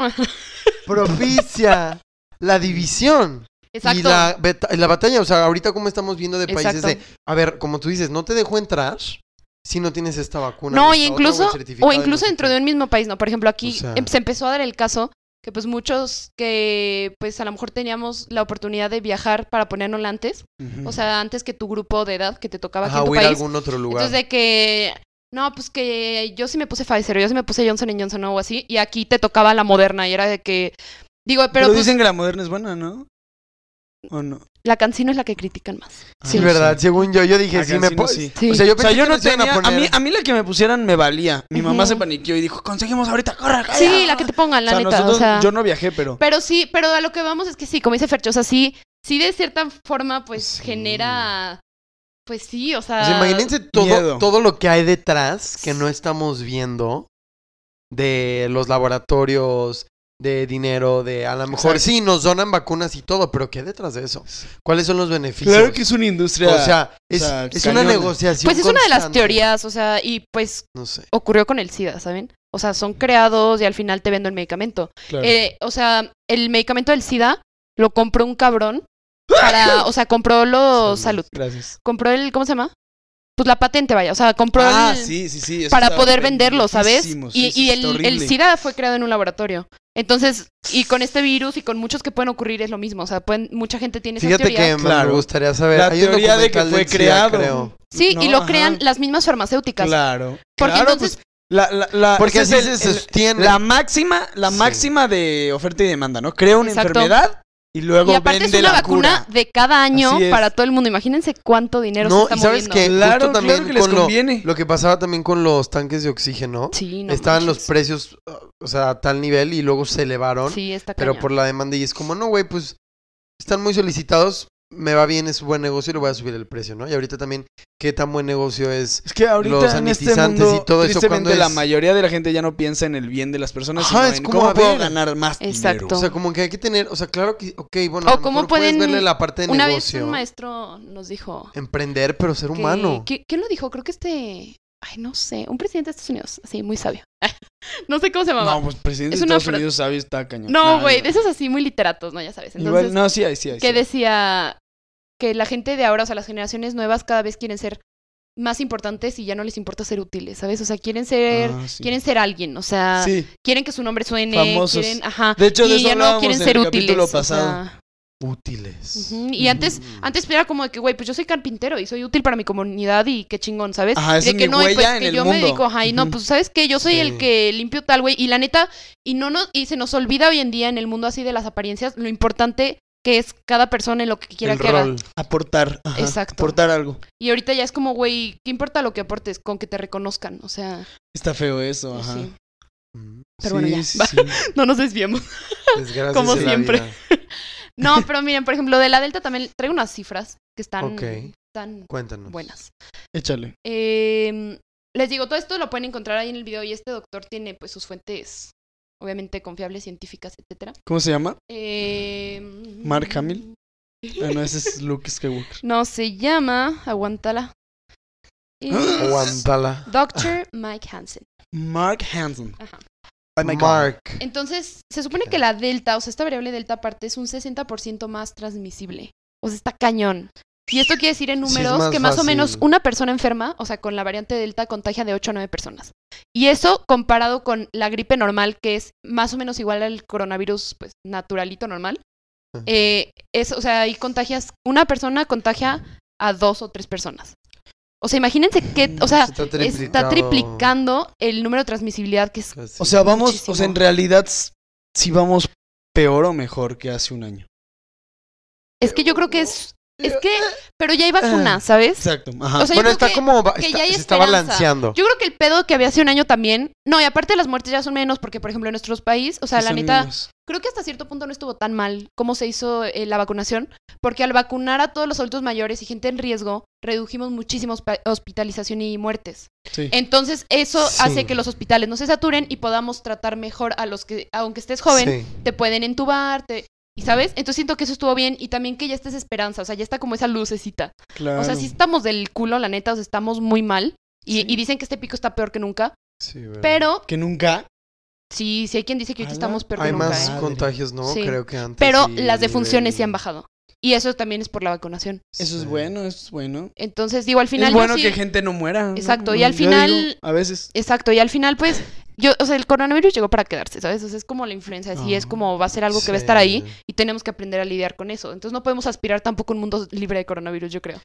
Propicia la división.
Exacto.
Y la, beta- y la batalla. O sea, ahorita como estamos viendo de países
Exacto.
de... A ver, como tú dices, no te dejo entrar si no tienes esta vacuna.
no,
esta
y
otra,
incluso,
el
o
certificado no
incluso
sé
dentro
qué.
de un mismo país, ¿no? Por ejemplo, aquí
O sea-
em- se empezó a dar el caso que pues muchos que pues a lo mejor teníamos la oportunidad de viajar para ponernos antes, o sea, antes que tu grupo de edad que te tocaba aquí
Ajá,
en tu
o ir a
país.
algún otro lugar.
Entonces de que no, pues que yo sí me puse Pfizer, yo sí me puse Johnson Johnson o así, y aquí te tocaba la Moderna y era de que digo, pero,
Pero,
pues,
dicen que la moderna es buena, ¿no? ¿O no?
la cancino es la que critican más.
Sí,
Ah,
verdad.
sí.
Según yo, yo dije,
La
sí me
Cancino
puedo.
sí.
Sí.
O sea, yo
O sea,
pensé
yo
que
no
nos iban a
tenía... A
poner-
mí, a mí la que me pusieran me valía. Mi mamá
Ujú.
se paniqueó y dijo, conseguimos ahorita, corre, calla".
Sí, la que te pongan,
O
la
sea,
neta,
nosotros,
o sea,
yo no viajé, pero...
pero sí, pero a lo que vamos es que sí, como dice Fercho, o sea, sí, sí de cierta forma pues
Sí.
genera pues sí, o sea,
O sea, imagínense todo,
Ah, miedo.
todo lo que hay detrás que no estamos viendo de los laboratorios, de dinero, de a lo mejor
Exacto.
sí nos donan vacunas y todo, pero ¿qué hay detrás de eso? ¿Cuáles son los beneficios?
Claro que es una industria...
o sea, es,
sea,
es una
cañona.
negociación.
pues es una de las
constante.
teorías, o sea, y pues
No sé.
ocurrió con el SIDA, ¿saben? O sea, son creados y al final te vendo el medicamento. Eh, o sea, el medicamento del SIDA lo compró un cabrón para, o sea, compró los salud.
Gracias.
Compró el, ¿cómo se llama? Pues la patente, vaya, o sea, compró
Ah,
el-
sí, sí, sí. eso
para
está
poder venderlo, ¿sabes?
pendejísimo, sí,
Y,
sí,
y
está
el, el
horrible.
SIDA fue creado en un laboratorio. Entonces, y con este virus y con muchos que pueden ocurrir es lo mismo, o sea, pueden, mucha gente tiene esas
Fíjate que
teorías.
me-
Claro.
me gustaría saber.
La
hay un
teoría de que
documental
fue
del SIDA,
creado.
creo.
Sí, y
No,
lo
ajá.
crean las mismas farmacéuticas.
Claro.
Porque
claro,
entonces-
pues, la, la, la-
Porque
ese
así
es el-
se
el-
sostiene.
la máxima, la
Sí.
máxima de oferta y demanda, ¿no? Crea una
Exacto.
enfermedad y luego
Y aparte es
vende
una
la
vacuna
cura.
de cada año
Así es.
para todo el mundo. Imagínense cuánto dinero
No,
se
y
está
sabes
moviendo.
que
Claro,
justo también
claro que les
con lo-
conviene.
Lo que pasaba también con los tanques de oxígeno.
Sí, no
Estaban los
manches.
precios, uh, o sea, a tal nivel y luego se elevaron,
Sí, está
pero
cañón.
por la demanda y es como, no, güey, pues están muy solicitados, me va bien, es buen negocio y le voy a subir el precio, ¿no? Y ahorita también, ¿qué tan buen negocio es?
Es que ahorita
los
en este
sanitizantes
mundo,
y todo eso,
tristemente,
¿cuándo
la
es?
mayoría de la gente ya no piensa en el bien de las personas,
Ajá,
sino
es
en
como, a
cómo "Ah, puedo
ver.
ganar más
Exacto.
dinero.
O sea, como que hay que tener, o sea, claro que, ok, bueno,
O
a lo
cómo
mejor puedes
pueden-
verle la parte de
Una vez
negocio,
un maestro nos dijo
emprender, pero ser
que-
humano.
que- ¿Quién lo dijo? Creo que este... Ay, no sé. Un presidente de Estados Unidos. Así, muy sabio. no sé cómo se
No,
llamaba.
pues presidente
Es
de
una
Estados
fra-
Unidos sabe está cañón.
No,
Nah,
güey.
nah.
de esos así muy literatos, ¿no? Ya sabes. Entonces,
Igual, no, sí, ahí sí, ahí sí.
que decía que la gente de ahora, o sea, las generaciones nuevas cada vez quieren ser más importantes y ya no les importa ser útiles, ¿sabes? O sea, quieren ser...
Ah, sí.
Quieren ser alguien, o sea,
Sí.
quieren que su nombre suene,
Famosos.
quieren, ajá,
De hecho, de
y
eso
ya no
hablábamos
quieren
en
ser
el
útiles.
capítulo
o sea,
pasado.
Útiles.
Ujú, Y antes,
Mm.
antes era como de que, güey, pues yo soy carpintero y soy útil para mi comunidad y qué chingón, ¿sabes?
Ajá,
Y
esa
de
es
que
mi
no, y pues
huella en
que
el
yo me
mundo.
dedico, ajá, y no,
Ujú.
pues sabes que yo soy
Sí.
el que limpio tal, güey. Y la neta, y no nos, y se nos olvida hoy en día en el mundo así de las apariencias, lo importante que es cada persona en lo que quiera
El
que haga.
rol.
Aportar. ajá,
Exacto.
Aportar algo.
Y ahorita ya es como, güey, ¿qué importa lo que aportes? Con que te reconozcan, o sea,
Está feo eso,
pues
ajá.
sí.
Mm.
Pero bueno, ya. Va. no nos desviemos.
Desgracias
Como
de la
siempre.
vida.
No, pero miren, por ejemplo, de la Delta también traigo unas cifras que están
Ok.
tan
Cuéntanos.
buenas.
Échale.
Em, les digo, todo esto lo pueden encontrar ahí en el video y este doctor tiene pues sus fuentes, obviamente confiables, científicas, etcétera.
¿Cómo se llama?
Em,
Mark Hamill. Ah, no, ese es Luke Skywalker.
No, se llama, aguántala. es
Aguántala.
Dr. Mike Hansen.
Mark Hansen.
Ajá.
Oh my God.
Mark.
Entonces, se supone que la delta, o sea, esta variable delta aparte es un 60% más transmisible. O sea, está cañón. Y esto quiere decir en
Sí, es
números
más
que más o menos
fácil.
una persona enferma, o sea, con la variante delta, contagia de 8 a 9 personas. Y eso comparado con la gripe normal, que es más o menos igual al coronavirus, pues, naturalito normal.
Ajá.
eh, es, o sea, ahí contagias, una persona contagia a dos o tres personas. O sea, imagínense que, o sea,
Está
está
triplicado.
triplicando el número de transmisibilidad que es
Casi.
O sea, vamos, o sea,
Muchísimo.
en realidad s- sí vamos peor o mejor que hace un año.
Es que yo creo que es. Es que. Pero ya hay vacunas, ¿sabes?
Exacto. Ajá.
O sea,
bueno,
yo creo
está
que-
como va-
que
está-
ya hay
se está
esperanza.
balanceando.
Yo creo que el pedo que había hace un año también. No, y aparte las muertes ya son menos, porque por ejemplo en nuestros países, o sea,
Sí
la
son
neta,
menos.
creo que hasta cierto punto no estuvo tan mal cómo se hizo eh, la vacunación, porque al vacunar a todos los adultos mayores y gente en riesgo, redujimos muchísimos pa- hospitalización y muertes.
Sí.
Entonces eso
Sí.
hace que los hospitales no se saturen y podamos tratar mejor a los que, aunque estés joven,
Sí.
te pueden entubar, te- Y sabes, entonces siento que eso estuvo bien y también que ya estés esperanza, o sea, ya está como esa lucecita.
Claro.
O sea, sí estamos del culo, la neta, o sea, estamos muy mal. Y, y dicen que este pico está peor que nunca,
Sí, güey.
pero
Que nunca.
sí, sí hay quien dice que ahorita
Ala,
estamos peor que
Hay
nunca.
más
¿eh?
Madre.
contagios, ¿no?
Sí.
Creo que antes.
Pero
sí,
las
el
defunciones
nivel-
sí han bajado. Y eso también es por la vacunación.
Eso es
Sí.
bueno, eso es bueno.
Entonces, digo, al final...
es
yo
bueno
sí-
que gente no muera. ¿no?
Exacto, y al
Yo
final-
a veces.
Exacto, y al final, pues, yo, o sea, el coronavirus llegó para quedarse, ¿sabes? O sea, es como la influenza, así es
Ajá.
como va a ser algo que va a estar ahí y tenemos que aprender a lidiar con eso. Entonces no podemos aspirar tampoco a un mundo libre de coronavirus, yo creo.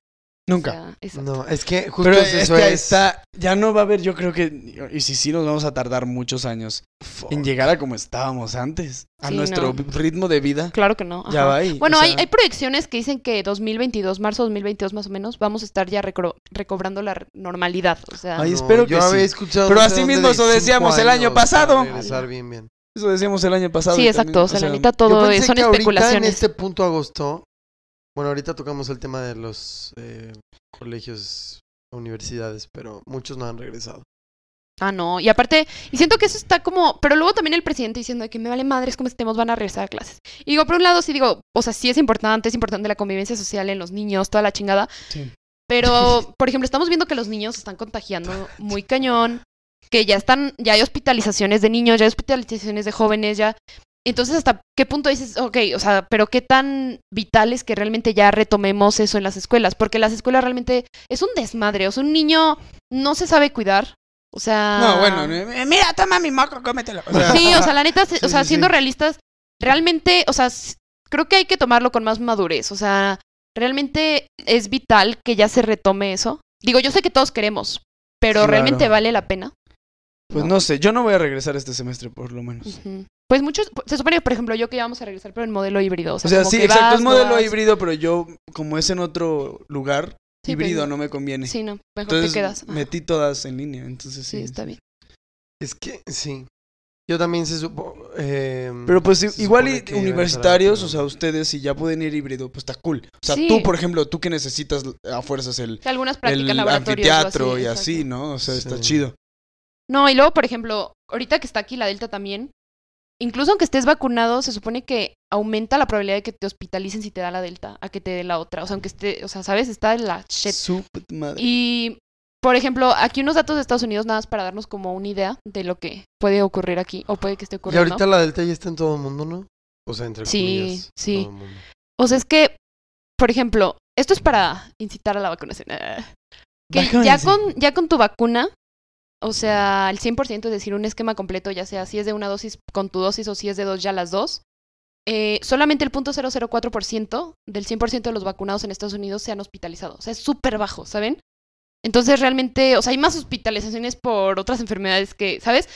O
Nunca.
sea, exacto.
No, es que justo
Pero
eso
este,
es.
está- ya no va a haber, yo creo que, y si sí, nos vamos a tardar muchos años
Fuck.
en llegar a como estábamos antes, a
Sí,
nuestro
no.
ritmo de vida.
Claro que no.
Ya
ajá.
va ahí.
Bueno,
o
hay,
sea,
hay proyecciones que dicen que 2022, marzo 2022 más o menos, vamos a estar ya recro- recobrando la r- normalidad. O sea,
Ay,
No,
espero
yo
que sí.
había escuchado.
Pero
no sé
así
dónde
mismo
de
eso
cinco
decíamos el año
años para
pasado.
Regresar bien, bien.
Eso decíamos el año pasado.
sí,
y también,
exacto. o sea, la
sea,
neta
Yo
todo
pensé
es- son
que ahorita,
especulaciones.
En este punto agosto, bueno, ahorita tocamos el tema de los eh, colegios, universidades, pero muchos no han regresado.
Ah, no. Y aparte, y siento que eso está como. Pero luego también el presidente diciendo de que me vale madres como estemos, van a regresar a clases. Y digo, por un lado, sí digo, o sea, sí es importante, es importante la convivencia social en los niños, toda la chingada.
Sí.
Pero, por ejemplo, estamos viendo que los niños se están contagiando muy cañón, que ya están, ya hay hospitalizaciones de niños, ya hay hospitalizaciones de jóvenes, ya. Entonces, ¿hasta qué punto dices, ok, o sea, pero qué tan vital es que realmente ya retomemos eso en las escuelas? Porque las escuelas realmente es un desmadre, o sea, un niño no se sabe cuidar, o sea...
No, bueno, eh, mira, toma mi moco, cómetelo. O sea,
Sí, o sea, la neta, se-
Sí,
o sea,
sí,
siendo
sí.
realistas, realmente, o sea, s- creo que hay que tomarlo con más madurez. O sea, realmente es vital que ya se retome eso. Digo, yo sé que todos queremos, pero
Claro.
realmente vale la pena.
pues no sé, yo no voy a regresar este semestre, por lo menos.
Ujú. Pues muchos, se supone, por ejemplo, yo que íbamos a regresar, pero en modelo híbrido. O sea,
O sea,
como
sí,
que
exacto,
vas,
es
no
modelo
vas.
híbrido, pero yo, como es en otro lugar,
Sí,
híbrido
pues,
no me conviene.
Sí, no, mejor
entonces
te quedas. Ajá.
metí todas en línea, entonces sí.
Sí, está bien.
Es que, sí. Yo también se supo. eh,
Pero pues i-
se
igual
supone
y
que iban a
universitarios,
entrar,
o sea, ustedes si ya pueden ir híbrido, pues está cool. O sea,
Sí.
tú, por ejemplo, tú que necesitas a fuerzas el,
Que algunas practican
el
laboratorios. o
anfiteatro y
exacto.
así, ¿no? O sea, está
Sí.
chido.
No, y luego, por ejemplo, ahorita que está aquí la Delta también, incluso aunque estés vacunado, se supone que aumenta la probabilidad de que te hospitalicen si te da la Delta a que te dé la otra. O sea, aunque esté, o sea, sabes, está de la shit.
Su puta madre.
Y, por ejemplo, aquí unos datos de Estados Unidos, nada más para darnos como una idea de lo que puede ocurrir aquí, o puede que esté
Y
ocurriendo.
ahorita la Delta ya está en todo el mundo, ¿no? O sea, entre
Sí,
comillas,
sí.
todo el mundo.
O sea, es que, por ejemplo, esto es para incitar a la vacunación. Ah. Que ya
Vacúnense.
con, ya con tu vacuna, o sea, el 100%, es decir, un esquema completo, ya sea si es de una dosis con tu dosis o si es de dos, ya las dos, eh, solamente el 0.004% del 100% de los vacunados en Estados Unidos se han hospitalizado. O sea, es súper bajo, ¿saben? Entonces realmente, o sea, hay más hospitalizaciones por otras enfermedades que, ¿sabes?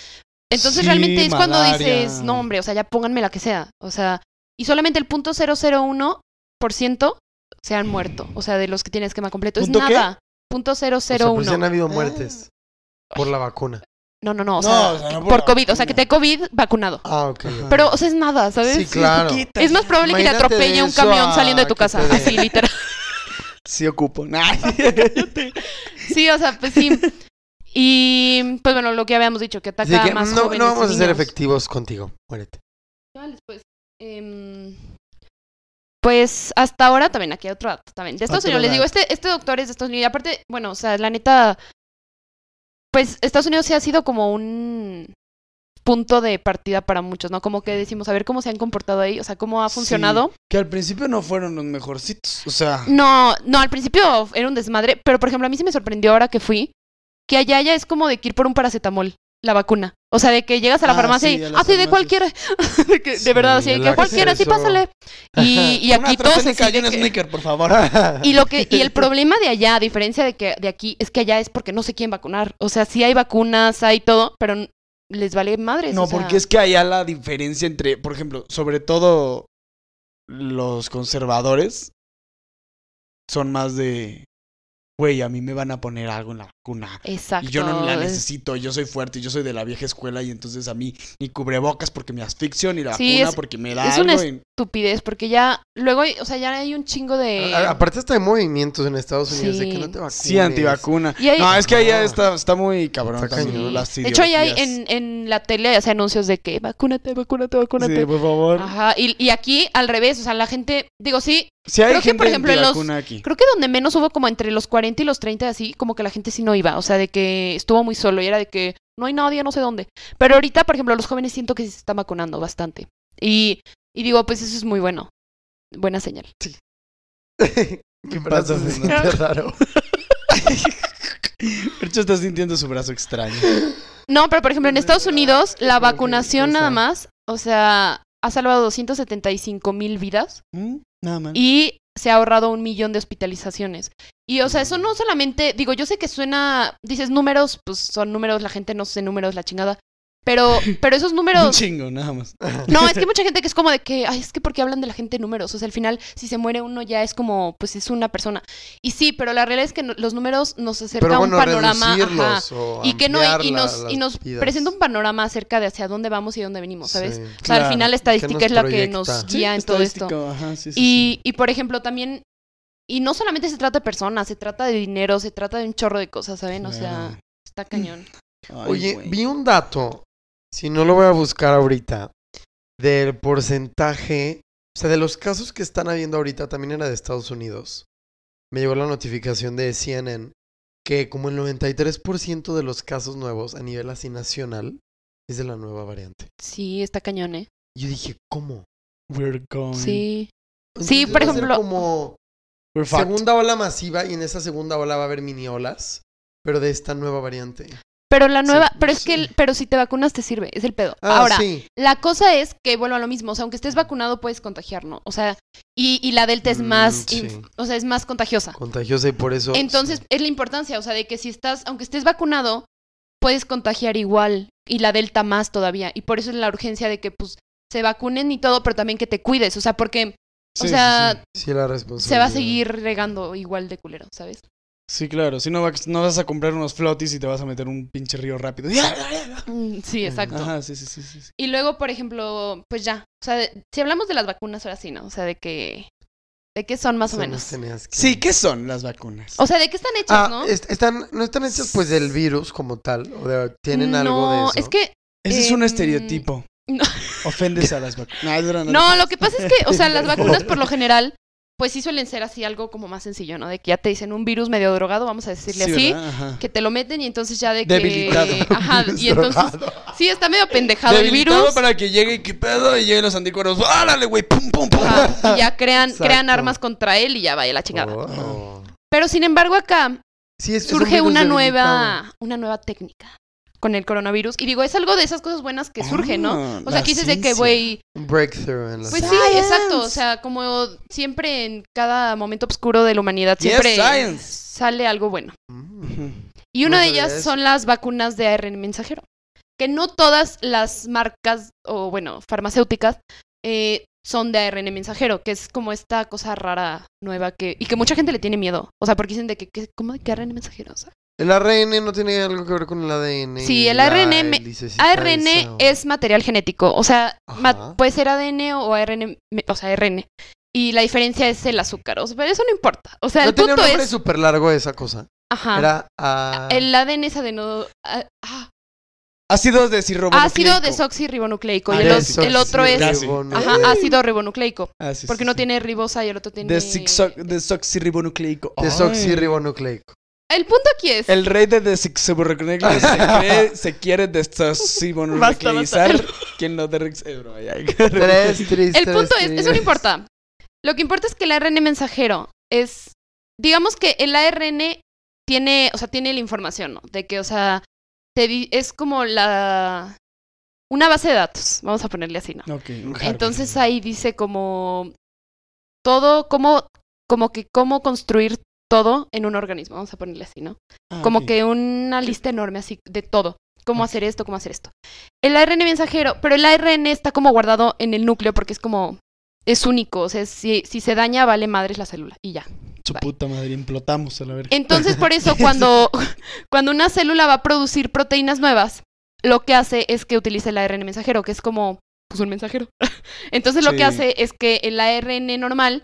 Entonces
Sí,
realmente es cuando
malaria.
dices, no hombre, o sea, ya pónganme la que sea. O sea, y solamente el 0.001% se han muerto, o sea, de los que tienen esquema completo. Es
¿Punto qué?
nada. Punto
O sea, pues ya han
001.
habido muertes por la vacuna.
No, no, no. O
No,
sea,
o sea, no por
por
la
COVID. O sea,
vacuna.
que te dé COVID vacunado.
Ah, ok. ok.
Ajá.
Pero, o sea, es nada, ¿sabes?
sí, claro.
Poquita.
Es más probable que te
Imagínate
atropelle
de
un
eso
camión
a
saliendo de tu
que
casa.
te dé.
Así, literal.
Sí ocupo. Nah.
Sí, o sea, pues sí. Y, pues bueno, lo que habíamos dicho, que
Así
ataca
que
a más
no,
jóvenes.
no vamos
y
a ser
niños.
efectivos contigo. Muérete.
Vale, Pues, em, pues, hasta ahora también, aquí hay otro dato también. De Estados
Otro
Unidos, les digo,
Ah, dato.
este, este doctor es de Estados Unidos. Y aparte, bueno, o sea, la neta, pues Estados Unidos sí ha sido como un punto de partida para muchos, ¿no? Como que decimos, a ver cómo se han comportado ahí, o sea, cómo ha
Sí.
funcionado.
que al principio no fueron los mejorcitos. O sea,
No, no, al principio era un desmadre, pero por ejemplo, a mí sí me sorprendió ahora que fui, que allá ya es como de que ir por un paracetamol, la vacuna. O sea, de que llegas a la
Ah,
farmacia
sí,
y,
a las
ah, sí, de
farmacias.
cualquiera. de, que- de
Sí,
verdad, así, de
el
que cualquiera, sí,
acceso.
pásale. Y, y aquí todos así
AstraZeneca y
de
un
que-
sneaker, por favor.
y lo que y el problema de allá, a diferencia de que de aquí, es que allá es porque no se quieren vacunar. O sea, sí hay vacunas, hay todo, pero n- les vale madres.
No,
o sea.
porque es que allá la diferencia entre, por ejemplo, sobre todo los conservadores son más de, güey, a mí me van a poner algo en la vacuna.
Exacto.
Y yo no la
es-
necesito, yo soy fuerte, yo soy de la vieja escuela y entonces a mí ni cubrebocas porque me asfixio ni la
Sí,
vacuna
es-
porque me da
es una
algo.
es-
y-
Estupidez, porque ya luego, hay- o sea, ya hay un chingo de...
A- Aparte hasta hay movimientos en Estados Unidos de que
Sí.
no te vacunes.
Sí, antivacuna.
Y hay-
No, es que allá
No.
está, está muy cabrón
Está
también,
cañón.
las
ah. de hecho, ahí hay
ideologías.
en, en la tele hace anuncios de que vacúnate, vacúnate, vacúnate.
Sí, por favor.
Ajá, y, y aquí al revés, o sea, la gente, digo, sí,
Si hay
creo que,
gente
por ejemplo, en los-
antivacuna aquí.
creo que donde menos hubo como entre los 40 y los 30 así, como que la gente sí no iba, o sea, de que estuvo muy solo y era de que no hay nadie, no sé dónde. Pero ahorita, por ejemplo, los jóvenes siento que sí se están vacunando bastante. Y, y digo, pues eso es muy bueno. Buena señal.
Mi brazo se
pasa,
siente raro.
Percho está sintiendo su brazo extraño.
No, pero por ejemplo, en
Pues,
Estados
ah,
Unidos,
es
la
como que,
vacunación
o
nada
sea-
más, o sea, ha salvado 275 mil vidas
¿Mm? Nada más.
y se ha ahorrado un millón de hospitalizaciones. Y, o sea, eso no solamente, digo, yo sé que suena, dices números, pues son números, la gente no sé números, la chingada. Pero, pero esos
Un
números.
chingo, nada más.
No, es que hay mucha gente que es como de que, ay, es que porque hablan de la gente en números. O sea, al final, si se muere uno ya es como, pues es una persona. Y sí, pero la realidad es que no- los números nos acerca
Pero
a
bueno,
un panorama. ajá,
reducirlos o
y que no
ampliar
y
la-
nos
las
y nos
vidas.
presenta un panorama acerca de hacia dónde vamos y dónde venimos sabes
Sí.
o sea
Claro.
al final la estadística
nos
es la que nos
proyecta.
Sí,
guía en todo esto
estadístico, ajá, sí, sí, sí.
y y por ejemplo también y no solamente se trata de personas se trata de dinero se trata de un chorro de cosas saben o
Claro.
sea está cañón
Ay,
Oye,
güey.
vi un dato, si no lo voy a buscar ahorita, del porcentaje, o sea, de los casos que están habiendo ahorita, también era de Estados Unidos. Me llegó la notificación de CNN que como el 93% de los casos nuevos a nivel así nacional es de la nueva variante.
sí está cañón eh
Yo dije, ¿cómo?
We're going.
sí Sí,
Entonces
por
va a ser
ejemplo-
Como
We're fucked.
segunda ola masiva y en esa segunda ola va a haber mini olas, pero de esta nueva variante.
pero la nueva pero es
sí.
que el- pero si te vacunas te sirve es el pedo
Ah,
ahora
sí.
La cosa es que vuelvo a lo mismo, o sea, aunque estés vacunado puedes contagiarnos, o sea, y, y la delta es
Mm,
más,
sí.
inf- o sea, es más contagiosa.
Contagiosa y por eso.
Entonces, es la importancia, o sea, de que si estás, aunque estés vacunado, puedes contagiar igual y la delta más todavía. Y por eso es la urgencia de que, pues, se vacunen y todo, pero también que te cuides, o sea, porque, o
Sí, sí,
sea,
Sí, la responsabilidad.
se va a seguir regando igual de culero, ¿sabes?
Sí, claro. Si no, va- no vas a comprar unos flotis y te vas a meter un pinche río rápido.
Mm, Sí, exacto.
Ajá, sí, sí, sí. sí, sí.
Y luego, por ejemplo, pues ya, o sea, de- si hablamos de las vacunas ahora sí, ¿no? O sea, de que, de qué son más o
Eso
menos.
nos tenías que-
Sí, ¿qué son las vacunas?
O sea, ¿de qué están hechas,
este Ah,
no?
est- están, no están hechas pues del virus como tal, o de- tienen algo de
No,
eso.
es que
Ese es un
em,
estereotipo.
no.
Ofendes a las vacunas. No, es verdad, no.
no, lo que pasa es que, o sea, las vacunas por lo general pues sí suelen ser así algo como más sencillo, ¿no? De que ya te dicen un virus medio drogado, vamos a decirle
Sí,
así,
¿verdad? Ajá.
que te lo meten y entonces ya de que
Debilitado.
ajá, y entonces
Drogado.
sí está medio pendejado el
Debilitado
virus.
para que llegue y que pedo y lleguen los anticuerpos. ¡Árale, güey! ¡Pum, pum, pum!
ajá, y ya crean
Exacto.
crean armas contra él y ya vaya la chingada.
Oh.
Pero sin embargo acá
Sí, es- es un
surge
virus
una
debilitado.
nueva, una nueva técnica con el coronavirus. Y digo, es algo de esas cosas buenas que surge, ¿no?
Ah,
O sea,
la
aquí dices de que,
ciencia.
güey,
Un breakthrough en la
pues sí,
Science.
exacto. O sea, como siempre en cada momento oscuro de la humanidad,
Yes,
siempre
science.
sale algo bueno.
Mm.
Ujú.
Y una
No
de
sabía
ellas
eso.
son las vacunas de ARN mensajero. Que no todas las marcas, o bueno, farmacéuticas, eh, son de ARN mensajero, que es como esta cosa rara, nueva, que y que mucha gente le tiene miedo. O sea, porque dicen de que, que- ¿cómo de qué ARN mensajero? O sea,
El ARN no tiene algo que ver con el ADN.
Sí,
y
el
la
ARN me-
helicecita
ARN
esa, o-
es material genético, o sea, ma-
Ajá.
puede ser ADN o ARN, me- o sea, RN. Y la diferencia es el azúcar, o sea, pero eso no importa. O sea,
No
el
tenía un
punto
nombre
es,
súper largo esa cosa.
ajá,
Era ah,
el ADN es adeno, ah, ah,
Ácido de cirrobonucleico.
ácido desoxirribonucleico y
Ah,
el,
ya,
os- el otro es
desoxirribonucleico.
ajá, ácido ribonucleico,
Ah, sí, sí,
porque no
sí.
tiene ribosa y el otro tiene
De zigzag- desoxirribonucleico. Ay.
Desoxirribonucleico.
El punto aquí es
El rey de desoxirribonucleico se, cree- se quiere desoxirribonucleizar. ¿Quién no de Eh,
Tres, tris,
El
tres,
punto es, eso no
tris.
importa. Lo que importa es que el ARN mensajero es, digamos que el ARN tiene, o sea, tiene la información, ¿no? De que, o sea, te di- es como la una base de datos, vamos a ponerle así, ¿no? Entonces ahí dice como todo, como, como que cómo construir todo en un organismo, vamos a ponerle así, ¿no?
Ah,
como que una lista enorme así de todo. Cómo hacer esto, cómo hacer esto. El ARN mensajero, pero el ARN está como guardado en el núcleo porque es como, es único, o sea, si, si se daña vale madres la célula y ya.
Su
Bye.
puta madre, implotamos a la verga.
Entonces, por eso, cuando, cuando una célula va a producir proteínas nuevas, lo que hace es que utiliza el ARN mensajero, que es como pues, un mensajero. Entonces, lo
Sí.
que hace es que el ARN normal,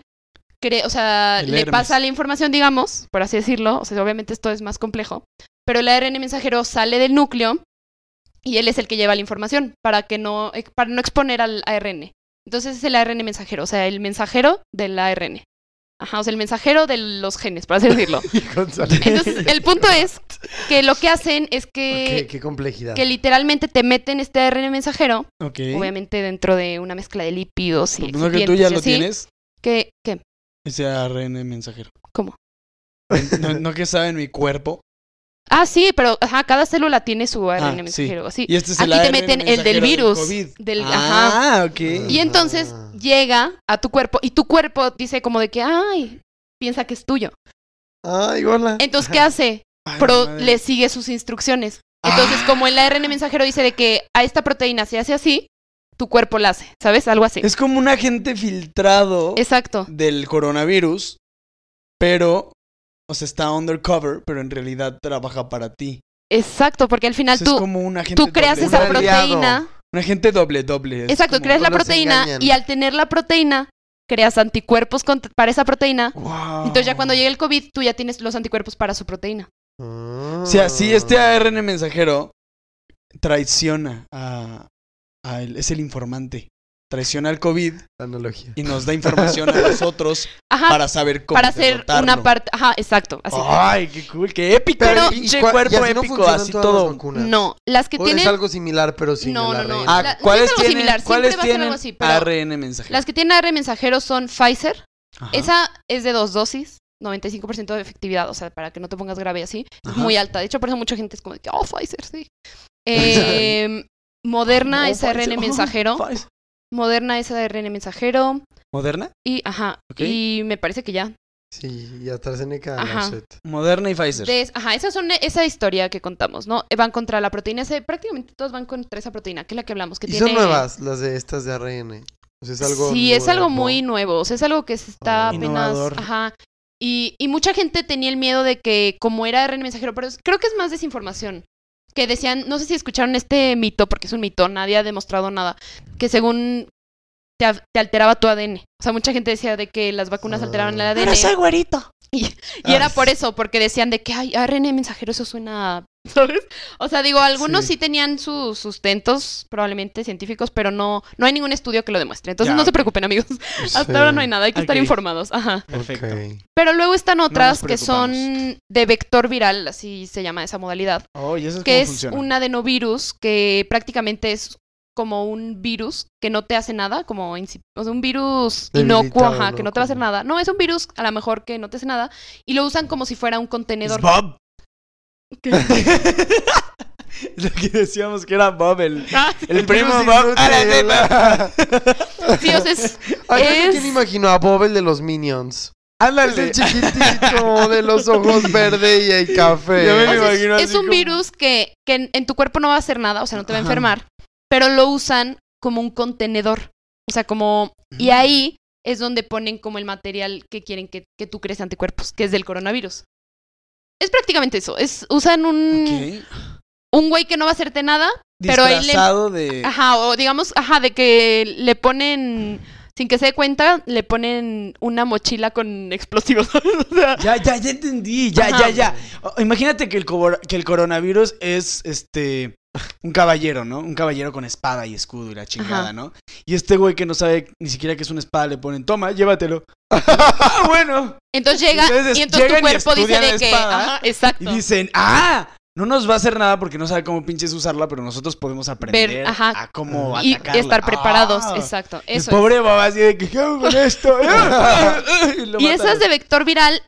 cre- o sea,
El
le
Hermes.
pasa la información, digamos, por así decirlo. O sea, obviamente esto es más complejo. Pero el ARN mensajero sale del núcleo y él es el que lleva la información para, que no, para no exponer al ARN. Entonces es el ARN mensajero, o sea, el mensajero del ARN. Ajá, o sea, el mensajero de los genes, por así decirlo.
Gonzalo.
Entonces, el punto es que lo que hacen es
Qué,
que,
qué complejidad.
que literalmente te meten este ARN mensajero,
Ok.
obviamente dentro de una mezcla de lípidos y
Suponiendo que tú
excipientes
ya
y
lo
así,
tienes,
Que, que,
ese ARN mensajero.
¿Cómo?
No, no que sabe en mi cuerpo.
Ah, sí, pero ajá, cada célula tiene su ARN
sí.
mensajero, sí.
Y este es el
Aquí te
ARN
meten el
mensajero
del virus.
COVID.
del- ajá.
ah, ok.
Y entonces
Ah.
llega a tu cuerpo y tu cuerpo dice como de que, ay, piensa que es tuyo.
Ay, hola.
Entonces, ¿qué hace?
Ay,
Pro-
madre. Ah.
le sigue sus instrucciones. Entonces, como el ARN mensajero dice de que a esta proteína se hace así, tu cuerpo la hace, ¿sabes? Algo así.
Es como un agente filtrado
Exacto.
del coronavirus, pero, o sea, está undercover, pero en realidad trabaja para ti.
Exacto, porque al final
O sea, es
tú,
como un agente
tú creas
doble.
un
esa
Un-
aliado.
proteína.
Un agente doble, doble. es
Exacto,
como-
creas la
nos
proteína
engañan.
y al tener la proteína, creas anticuerpos cont- para esa proteína.
Wow.
Entonces ya cuando llegue el COVID, tú ya tienes los anticuerpos para su proteína.
Ah.
O sea, si este ARN mensajero traiciona a, a el- es el informante. Traiciona al COVID
Analogía.
y nos da información a nosotros
Ajá, Ah, para,
para Ah, saber cómo
hacer una
derrotarlo.
parte... Ajá, exacto, así.
Ay, qué cool, qué épico, el
Pero-
pinche cuerpo épico, así todo.
no, las que
Es
tienen...
algo similar, pero sin
No,
el
no, no.
ARN.
Ah,
La- sí es
¿cuáles
algo
tienen,
similar,
¿cuáles
siempre va a ser
tienen
algo así, pero-
ARN mensajero?
Las que tienen ARN mensajero son Pfizer.
Ajá.
Esa es de dos dosis, 95% de efectividad, o sea, para que no te pongas grave y así. Es
Ajá.
muy alta. De hecho, por eso mucha gente es como, de que, oh, Pfizer, sí. Eh, Moderna
Oh,
es ARN
Pfizer, oh,
mensajero.
Pfizer.
Moderna es ARN mensajero.
¿Moderna?
Y, ajá,
Ok.
y me parece que ya.
Sí, y AstraZeneca,
Ajá.
no sé.
Moderna y Pfizer.
De- ajá, esas son esa historia que contamos, ¿no? Eh, Van contra la proteína C, prácticamente todos van contra esa proteína, que es la que hablamos, que
Y
tiene...
son nuevas las de estas de ARN. O sea, es algo
sí, es algo
nuevo.
muy nuevo, o sea, es algo que se está
Ah.
apenas...
Innovador.
Ajá. Y, y mucha gente tenía el miedo de que como era ARN mensajero, pero es- creo que es más desinformación. Que decían, no sé si escucharon este mito, porque es un mito, nadie ha demostrado nada, que según te, a- te alteraba tu ADN. O sea, mucha gente decía de que las vacunas alteraban el
Ah.
ADN.
güerito.
Y era por eso, porque decían de que, ay, ARN mensajero, eso suena, ¿sabes? O sea, digo, algunos
Sí.
sí, tenían sus sustentos, probablemente científicos, pero no, no hay ningún estudio que lo demuestre. Entonces
Ya,
no se
ok.
preocupen, amigos. Hasta
Sí.
ahora no hay nada, hay que estar
Ok.
informados. Ajá.
Perfecto.
Ok.
Pero luego están otras que
preocupamos.
son de vector viral, así se llama esa modalidad,
Oh, ¿y eso es
que
cómo
es
funciona?
un adenovirus que prácticamente es como un virus que no te hace nada, como insi- o sea, un virus inocuo,
Debilitado,
ajá,
¿no?
que no te va a hacer
Como-
nada. No, es un virus a lo mejor que no te hace nada y lo usan como si fuera un contenedor.
Es Bob. Lo que decíamos que era Bob, el,
Ah,
el primo
virus
Bob.
inútil.
¡A la neta!
sí, o sea, es-
Ay, no sé
Es-
quién imaginó a Bob el de los Minions. Es
¡Ándale!
el chiquitito de los ojos verde y el
Ya me
café.
lo
o sea, es-
imagino
es
así
un
como-
virus que, que en, en tu cuerpo no va a hacer nada, o sea, no te va a
Ajá.
enfermar, pero lo usan como un contenedor. O sea, como...
Mm.
Y ahí es donde ponen como el material que quieren que, que tú crees anticuerpos, que es del coronavirus. Es prácticamente eso. Es, usan un,
Ok.
un güey que no va a hacerte nada, Pero ahí le-
Disfrazado de...
ajá, o digamos, ajá, de que le ponen, sin que se dé cuenta, le ponen una mochila con explosivos. o sea,
Ya, ya, ya entendí. Ya,
Ajá.
ya, ya. O- Oh, Imagínate que el, cobor- que el coronavirus es este. Un caballero, ¿no? Un caballero con espada y escudo y la chingada,
Ajá.
¿no? Y este güey que no sabe ni siquiera que es una espada le ponen, toma, llévatelo. ah, bueno.
entonces llega
Entonces,
y entonces
llegan y
tu cuerpo dice
estudian la
de que,
espada,
ajá,
Y
exacto.
dicen, ah, no nos va a hacer nada porque no sabe cómo pinches usarla, pero nosotros podemos aprender
ajá.
a cómo
y
atacarla.
estar preparados,
Ah.
exacto.
El
Eso es.
pobre Bob así de que, ¿qué hago con esto? y lo
Y
matan.
esas de vector viral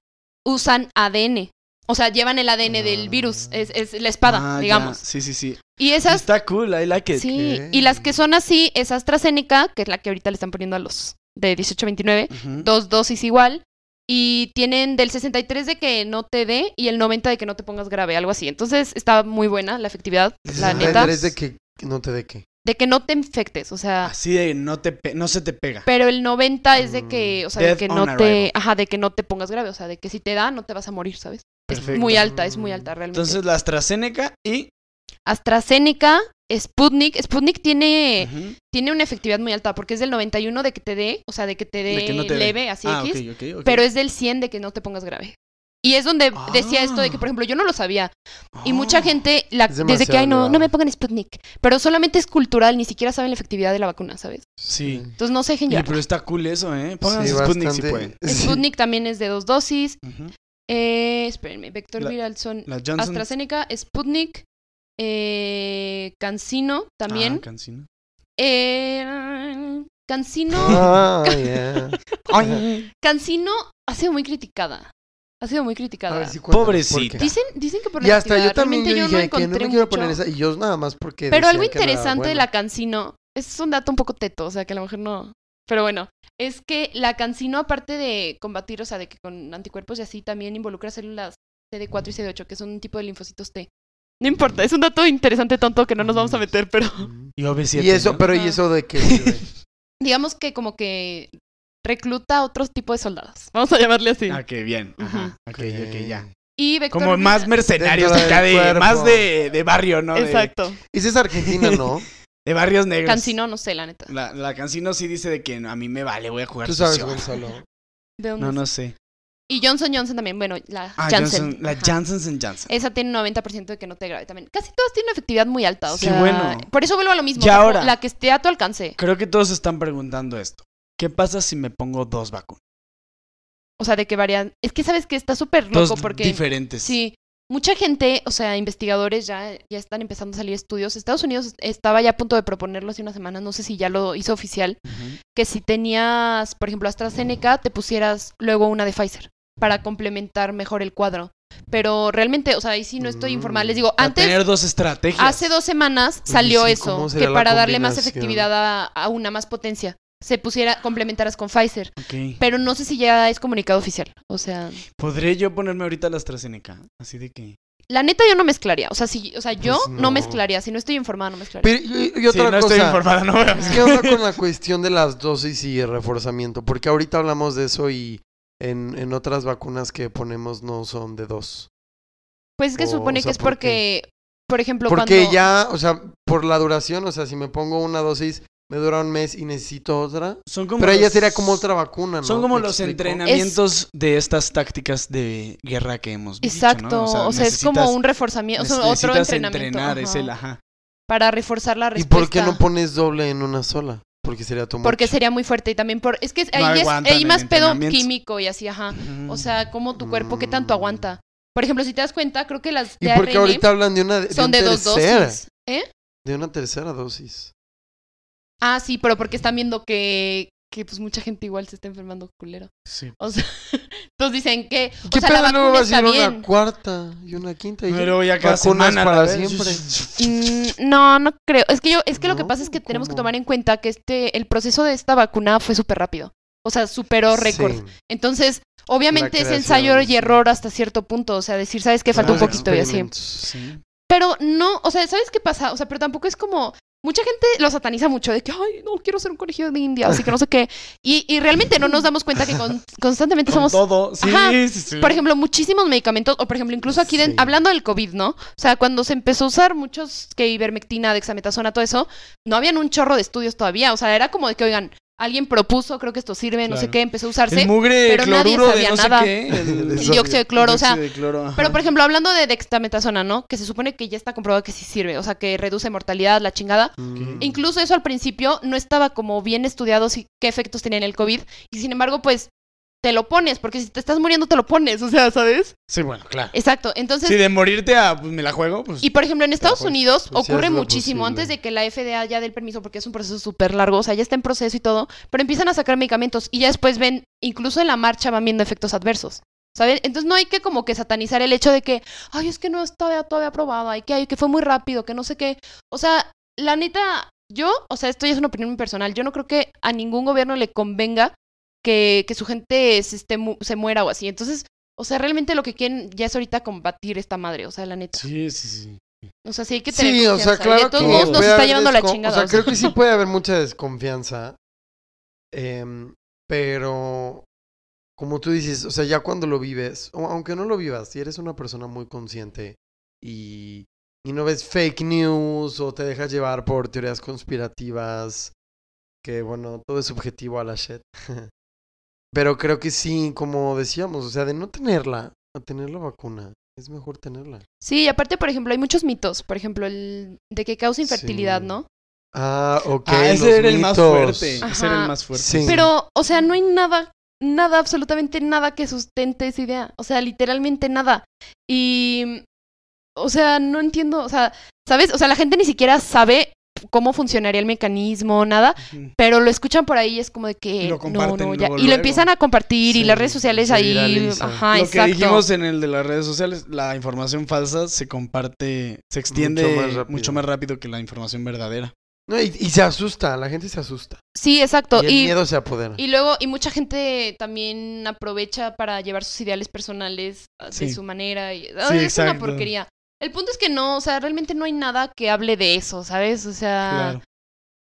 usan ADN. O sea, llevan el ADN del virus, es, es la espada,
Ah, ya.
digamos.
Sí, sí, sí.
Y esas,
Está cool, I like it.
sí,
ok.
y las que son así es AstraZeneca, que es la que ahorita le están poniendo a los de 18-29,
Ujú.
dos dosis igual, y tienen del 63 de que no te dé y el 90 de que no te pongas grave, algo así. Entonces está muy buena la efectividad, la
Ah,
neta.
Eres de que no te de qué.
de que no te infectes, o sea,
Así de no, te pe- no se te pega.
pero el 90 es de que, o sea, de
Mm, Death
que
on
no
arrival.
te, ajá, de que no te pongas grave, o sea, de que si te da no te vas a morir, ¿sabes? Es
Perfecto.
muy alta, es muy alta realmente.
Entonces la AstraZeneca y...
AstraZeneca, Sputnik, Sputnik tiene
Ujú.
tiene una efectividad muy alta porque es del 91 de que te dé, o sea, de que te dé
De que no te dé.
leve, así
Ah,
X,
ok, ok, ok.
pero es del 100 de que no te pongas grave. Y es donde decía esto de que, por ejemplo, yo no lo sabía. Y mucha
Ah.
gente, la-
Es
desde que, ay,
demasiado
no, no me
elevado".
pongan Sputnik. Pero solamente es cultural, ni siquiera saben la efectividad de la vacuna, ¿sabes?
Sí.
Entonces no se dejen
Oye,
llevar.
pero está cool eso, ¿eh? Pónganse
Sí,
Sputnik si
bastante-
pueden.
sí.
Sputnik también es de dos dosis.
Ujú.
Eh, espérenme, vector
La-
viral son
La Johnson...
AstraZeneca, Sputnik, eh, Cancino
Ah,
también.
Cancino.
Eh, Cancino...
Ah, yeah.
Cancino ha sido muy criticada. Ha sido muy
A
criticada.
ver si cuentas,
Pobrecita.
porque-
Dicen, dicen que por
Y hasta yo
necesidad,
también yo
realmente
dije
no
que no
encontré
me quiero
mucho.
poner esa. Y yo nada más porque.
Pero algo
decían que no era
interesante de
bueno.
la Cancino, es un dato un poco teto, o sea que a lo mejor no. Pero bueno, es que la Cancino, aparte de combatir, o sea, de que con anticuerpos y así, también involucra células CD4 y CD8, que son un tipo de linfocitos T. No importa, es un dato interesante, tonto, que no nos vamos a meter, pero
Mm.
Y OV7.
Y eso,
¿no?
pero ¿y
Ajá.
eso de qué sirve?
digamos que como que recluta a otro tipo de soldados. Vamos a llamarle así.
Ah, qué bien. Ajá. Ok, ok, ya.
Y Vector
Como más
Vila-
mercenarios
Dentro
acá
del
de...
cuerpo.
Más de, de barrio, ¿no? De-
Exacto.
Esa es Argentina, ¿no?
De, barrios negros.
Cancino, no sé, la neta.
La, la Cancino sí dice de que no, a mí me vale, voy a jugar
Tú sabes,
sucio.
Gonzalo.
¿De dónde
No,
es?
no sé.
Y Johnson Johnson también, bueno, la
Ah,
Janssen.
Johnson, la
ajá.
Johnson Johnson.
Esa tiene un 90% de que no te grave también. Casi todas tienen una efectividad muy alta, o
Sí,
sea,
bueno.
por eso vuelvo a lo mismo.
Y
como
ahora-
La que esté a tu alcance.
Creo que todos están preguntando esto. ¿Qué pasa si me pongo dos vacunas?
O sea, de que varían. Es que sabes que está súper loco
dos
porque...
diferentes.
Sí, mucha gente, o sea, investigadores ya, ya están empezando a salir estudios. Estados Unidos estaba ya a punto de proponerlo hace unas semanas, no sé si ya lo hizo oficial,
Ujú.
que si tenías, por ejemplo, AstraZeneca, te pusieras luego una de Pfizer para complementar mejor el cuadro. Pero realmente, o sea, ahí sí no estoy informal. Les digo,
Para
antes
tener dos estrategias.
Hace dos semanas
Oye,
salió
sí, ¿cómo
eso,
será
que
la
para darle más
combinación?
efectividad a, a una más potencia, se pusiera, complementaras con Pfizer.
Ok.
Pero no sé si ya es comunicado oficial. O sea,
¿Podré yo ponerme ahorita la AstraZeneca? Así de que...
la neta yo no mezclaría. O sea, si, o sea yo
Pues
no.
no.
mezclaría. Si no estoy informada, no mezclaría.
Pero, y, y otra
Sí, no
cosa.
estoy informada, no voy a-
¿Qué onda con la cuestión de las dosis y el reforzamiento? Porque ahorita hablamos de eso y en, en otras vacunas que ponemos no son de dos.
Pues es que
o- o
supone
sea,
que es
¿por
porque, por ejemplo,
Porque
cuando...
ya, o sea, por la duración, o sea, si me pongo una dosis, me dura un mes y necesito otra.
Son como
Pero ella
los-
sería como otra vacuna, ¿no?
Son como
¿Me
los
explico?
entrenamientos de estas tácticas de guerra que hemos visto.
Exacto, o sea, es como un reforzamiento, o sea, otro
necesitas
entrenamiento
entrenar, es
ajá,
el ajá.
para reforzar la
¿Y
respuesta.
por qué no pones doble en una sola? Porque sería tu
porque
mucho.
sería muy fuerte y también por es que ahí, es-
aguantan
ahí
el
más pedo
entrenamiento.
químico y así, ajá. O sea, cómo tu cuerpo, qué tanto
Mm.
aguanta. Por ejemplo, si te das cuenta, creo que las de
¿Y por qué
ARN
ahorita hablan de una, de
son
un
de dos
tercera,
dosis. ¿Eh?
De una tercera dosis.
Ah, sí, pero porque están viendo que, que pues mucha gente igual se está enfermando culero.
Sí.
O sea, entonces dicen que, o
¿Qué
sea, la
pedo luego
vacuna
va a ser
está
una
bien.
cuarta y una quinta? Y
Pero ya cada
vacunas
semana
para
la ves.
Mm, no, no creo. Es que yo, es que lo que
No,
pasa es que tenemos que
¿cómo?
tomar en cuenta que este, el proceso de esta vacuna fue súper rápido. O sea, superó récord.
Sí.
Entonces, obviamente es
creación,
ensayo y
sí.
error hasta cierto punto. O sea, decir, sabes que falta un
Claro,
poquito y así.
experimentos.
Sí.
Pero no, o sea, ¿sabes qué pasa? O sea, pero tampoco es como. Mucha gente lo sataniza mucho de que, ay, no quiero ser un conejillo de India, así que no sé qué. Y, y realmente no nos damos cuenta que con- constantemente
Con
somos.
todo, sí,
Ajá.
sí, sí.
Por ejemplo, muchísimos medicamentos, o por ejemplo, incluso aquí, de-
Sí.
hablando del COVID, ¿no? O sea, cuando se empezó a usar muchos que ivermectina, dexametasona, todo eso, no habían un chorro de estudios todavía. O sea, era como de que, oigan, alguien propuso, creo que esto sirve, no sé
Claro.
qué, empezó a usarse.
el mugre
pero nadie
cloruro de
sabía
no
nada.
sé qué. El,
El
el dióxido de cloro, o sea,
dióxido de cloro, ajá.
pero, por ejemplo, hablando de dextametasona, ¿no? Que se supone que ya está comprobado que sí sirve, o sea, que reduce mortalidad, la chingada.
Mm.
Incluso eso al principio no estaba como bien estudiado si, qué efectos tenía en el COVID. Y sin embargo, pues te lo pones, porque si te estás muriendo te lo pones, o sea, ¿sabes?
Sí, bueno, claro.
Exacto. Entonces,
Sí, de morirte a pues, me la juego, pues.
y por ejemplo, en Estados
pues,
Unidos
pues, sí,
ocurre
haz lo
muchísimo
posible.
antes de que la FDA ya dé el permiso, porque es un proceso súper largo, o sea, ya está en proceso y todo, pero empiezan a sacar medicamentos y ya después ven, incluso en la marcha van viendo efectos adversos. ¿Sabes? Entonces no hay que como que satanizar el hecho de que, ay, es que no está todavía, todavía aprobada, y que, ay, que fue muy rápido, que no sé qué. O sea, la neta, yo, o sea, esto ya es una opinión muy personal, yo no creo que a ningún gobierno le convenga que, que su gente se, esté mu- se muera o así. Entonces, o sea, realmente lo que quieren ya es ahorita combatir esta madre, o sea, la neta.
Sí, sí, sí.
O sea, sí hay que tener
Sí, o sea,
confianza, y
claro
de todos
que
modos nos
puede
está
haber
llevando la
descon-
chingada.
O sea,
o sea.
creo que sí puede haber mucha desconfianza. em, pero, como tú dices, o sea, ya cuando lo vives, o aunque no lo vivas, si eres una persona muy consciente y, y no ves fake news o te dejas llevar por teorías conspirativas, que bueno, todo es subjetivo a la shit. pero creo que sí, como decíamos, o sea, de no tenerla a tener la vacuna, es mejor tenerla.
Sí, y aparte, por ejemplo, hay muchos mitos. Por ejemplo, el de que causa infertilidad,
Sí.
¿no?
Ah, ok.
Ah, ese
los
era el más
mitos.
fuerte. Ese era el
Ajá.
más fuerte.
Sí.
Pero, o sea, no hay nada, nada, absolutamente nada que sustente esa idea. O sea, literalmente nada. Y, o sea, no entiendo, o sea, ¿sabes? O sea, la gente ni siquiera sabe cómo funcionaría el mecanismo, nada,
Ujú.
pero lo escuchan por ahí y es como de
Y
que
lo
no,
comparten
no, ya.
luego,
y lo
luego.
empiezan a compartir y
Sí,
las redes sociales
se
ahí,
viraliza.
ajá,
Lo que
Ah, exacto.
dijimos en el de las redes sociales, la información falsa se comparte, se extiende mucho
Mucho
más
más
rápido,
rápido.
que la información verdadera.
No, y, y se asusta, la gente se asusta.
Sí, exacto.
y el
Y,
miedo se apodera.
y luego, y mucha gente también aprovecha para llevar sus ideales personales ah, de
Sí.
su manera. Y, ah,
Sí,
es
exacto.
una porquería. El punto es que no, o sea, realmente no hay nada que hable de eso, ¿sabes? O sea,
Claro.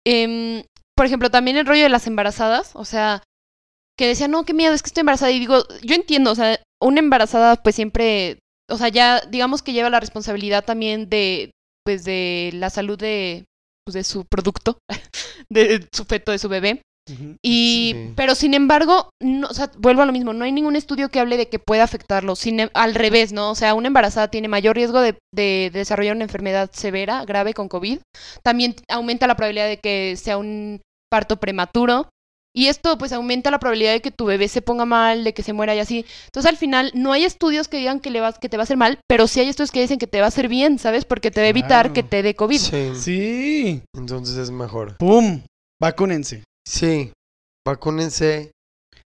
em, por ejemplo, también el rollo de las embarazadas, o sea, que decían, no, qué miedo, es que estoy embarazada. Y digo, yo entiendo, o sea, una embarazada pues siempre, o sea, ya digamos que lleva la responsabilidad también de, pues, de la salud de, pues, de su producto, de su feto, de su bebé.
Ujú.
Y,
Sí.
pero sin embargo, no, o sea, vuelvo a lo mismo, no hay ningún estudio que hable de que pueda afectarlo, sin, em- al revés, ¿no? O sea, una embarazada tiene mayor riesgo de, de desarrollar una enfermedad severa, grave con COVID, también aumenta la probabilidad de que sea un parto prematuro, y esto pues aumenta la probabilidad de que tu bebé se ponga mal, de que se muera y así. Entonces al final no hay estudios que digan que, le vas, que te va a hacer mal, pero sí hay estudios que dicen que te va a hacer bien, ¿sabes? Porque te va a evitar
Claro.
que te dé COVID.
Sí,
Sí.
entonces es mejor.
¡Pum! Vacúnense.
Sí, vacúnense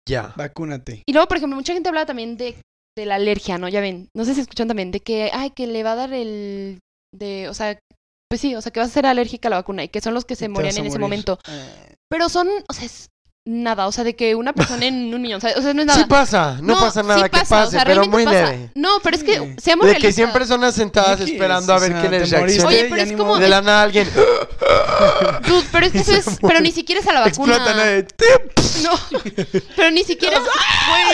ya.
Vacúnate.
Y luego, por ejemplo, mucha gente hablaba también de, de la alergia, ¿no? Ya ven, no sé si escuchan también, de que, ay, que le va a dar el, de, o sea, pues sí, o sea, que vas a ser alérgica a la vacuna y que son los que se
Te
morían
vas a
en ese
morir.
momento.
Eh,
Pero son, o sea, es nada, o sea, de que una persona en un millón, o sea, o sea, no es nada.
Sí pasa, no, pasa nada
sí
que
pasa, o
pase,
sea,
pero
realmente
muy
pasa.
leve.
No, pero es
Sí.
que seamos
De que
realistas.
siempre personas sentadas
¿qué
esperando a
es?
ver
O sea,
quién les
te moriste,
reacciona.
Oye, pero
ya
es
ni
como-
modo.
de la nada alguien
Dude, pero es que eso
se
es, pero ni siquiera es a la vacuna.
explota ¿no? y
No, pero ni siquiera,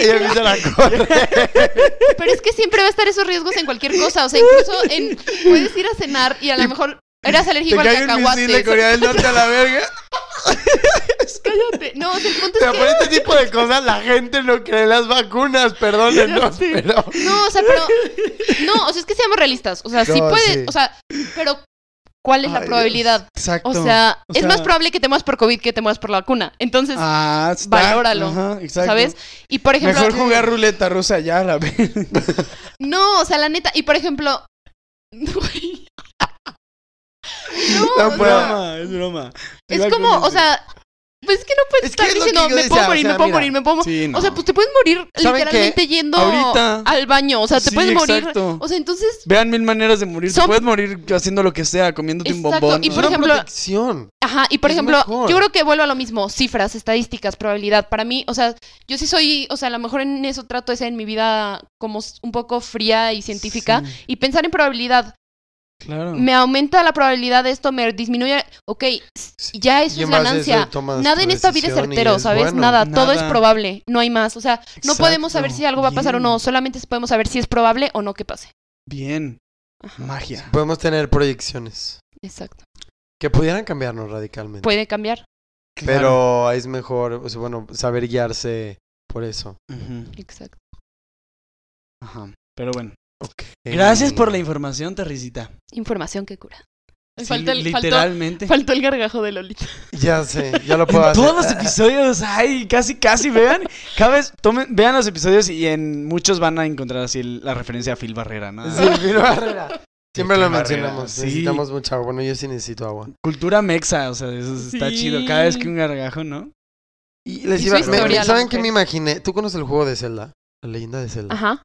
empieza la correr.
pero es que siempre va a estar esos riesgos en cualquier cosa, o sea, incluso en, puedes ir a cenar y a lo mejor eras
Te
alérgico al
cae un misil de
cacahuate.
Corea del Norte a la verga.
Cállate. No, o sea, el punto es
Pero
que
por este tipo de cosas la gente no cree en las vacunas, perdónenos, pero...
No, o sea, pero. No, o sea, es que seamos realistas. O sea, sí
No,
puede.
sí.
O sea, pero ¿cuál es
Ay,
la
Dios.
probabilidad?
Exacto.
O sea,
O
es
sea-
más probable que te mueras por COVID que te mueras por la vacuna. Entonces,
Ah, está.
valóralo,
Ajá, exacto.
¿sabes? Y por ejemplo.
Mejor jugar ruleta rusa ya, la vez.
No, o sea, la neta. Y por ejemplo. güey. No,
No
Es
pues, puedo.
o sea,
broma, es broma.
es como, o sea. Pues es que no puedes
Es que
estar
es lo que
diciendo,
yo
me
decía,
puedo
o
morir,
sea,
me puedo
mira.
morir, me puedo morir.
Sí, no.
O sea, pues te puedes morir
¿Saben qué?
literalmente yendo
Ahorita.
al baño. O sea, te
Sí,
puedes morir.
exacto.
O sea, entonces
Vean mil maneras de morir. Te
Son-
Puedes morir haciendo lo que sea, comiéndote un
Exacto,
bombón.
y
¿no?
por
Una
ejemplo-
protección.
Ajá, y por
Es
ejemplo,
mejor.
yo creo que vuelvo a lo mismo, cifras, estadísticas, probabilidad. Para mí, o sea, yo sí soy, o sea, a lo mejor en eso trato de ser en mi vida como s- un poco fría y científica.
Sí,
Y pensar en probabilidad,
claro.
me aumenta la probabilidad de esto, me disminuye, ok, s-
Sí,
ya eso
Y
es
en base a eso
ganancia.
tomas
Nada
tu
en esta vida es
decisión y
certero,
es
¿sabes?
bueno.
nada, todo es
Nada.
probable, no hay más. O sea, no podemos saber
Exacto,
si algo va a pasar o no, solamente podemos saber si es probable o no que pase.
Bien. Magia.
Podemos tener proyecciones
Exacto.
que pudieran cambiarnos radicalmente.
Puede cambiar.
Claro.
Pero es mejor, o sea, bueno, saber guiarse por eso.
Ujú,
Exacto.
Ajá. Eh, Pero bueno. Gracias por
Mm,
la información, Terricita.
Información que cura.
Sí,
Falta el- faltó-
literalmente.
Faltó el gargajo de Lolita.
Ya sé, ya lo
En
puedo hacer.
todos los episodios, ay, casi, casi, vean, cada vez, tomen, vean los episodios y en muchos van a encontrar así el- la referencia a Phil Barrera, ¿no?
Sí, Phil Barrera. Siempre
Qué
lo
barrera,
mencionamos.
sí.
Necesitamos mucha agua. Bueno, yo sí necesito agua.
Cultura mexa, o sea, eso está
Sí.
chido, cada vez que un gargajo, ¿no?
Y les
Y su
iba, me-
historia,
me-
la
¿Saben qué
mujer.
me imaginé? ¿Tú conoces el juego de Zelda? La leyenda de Zelda.
Ajá.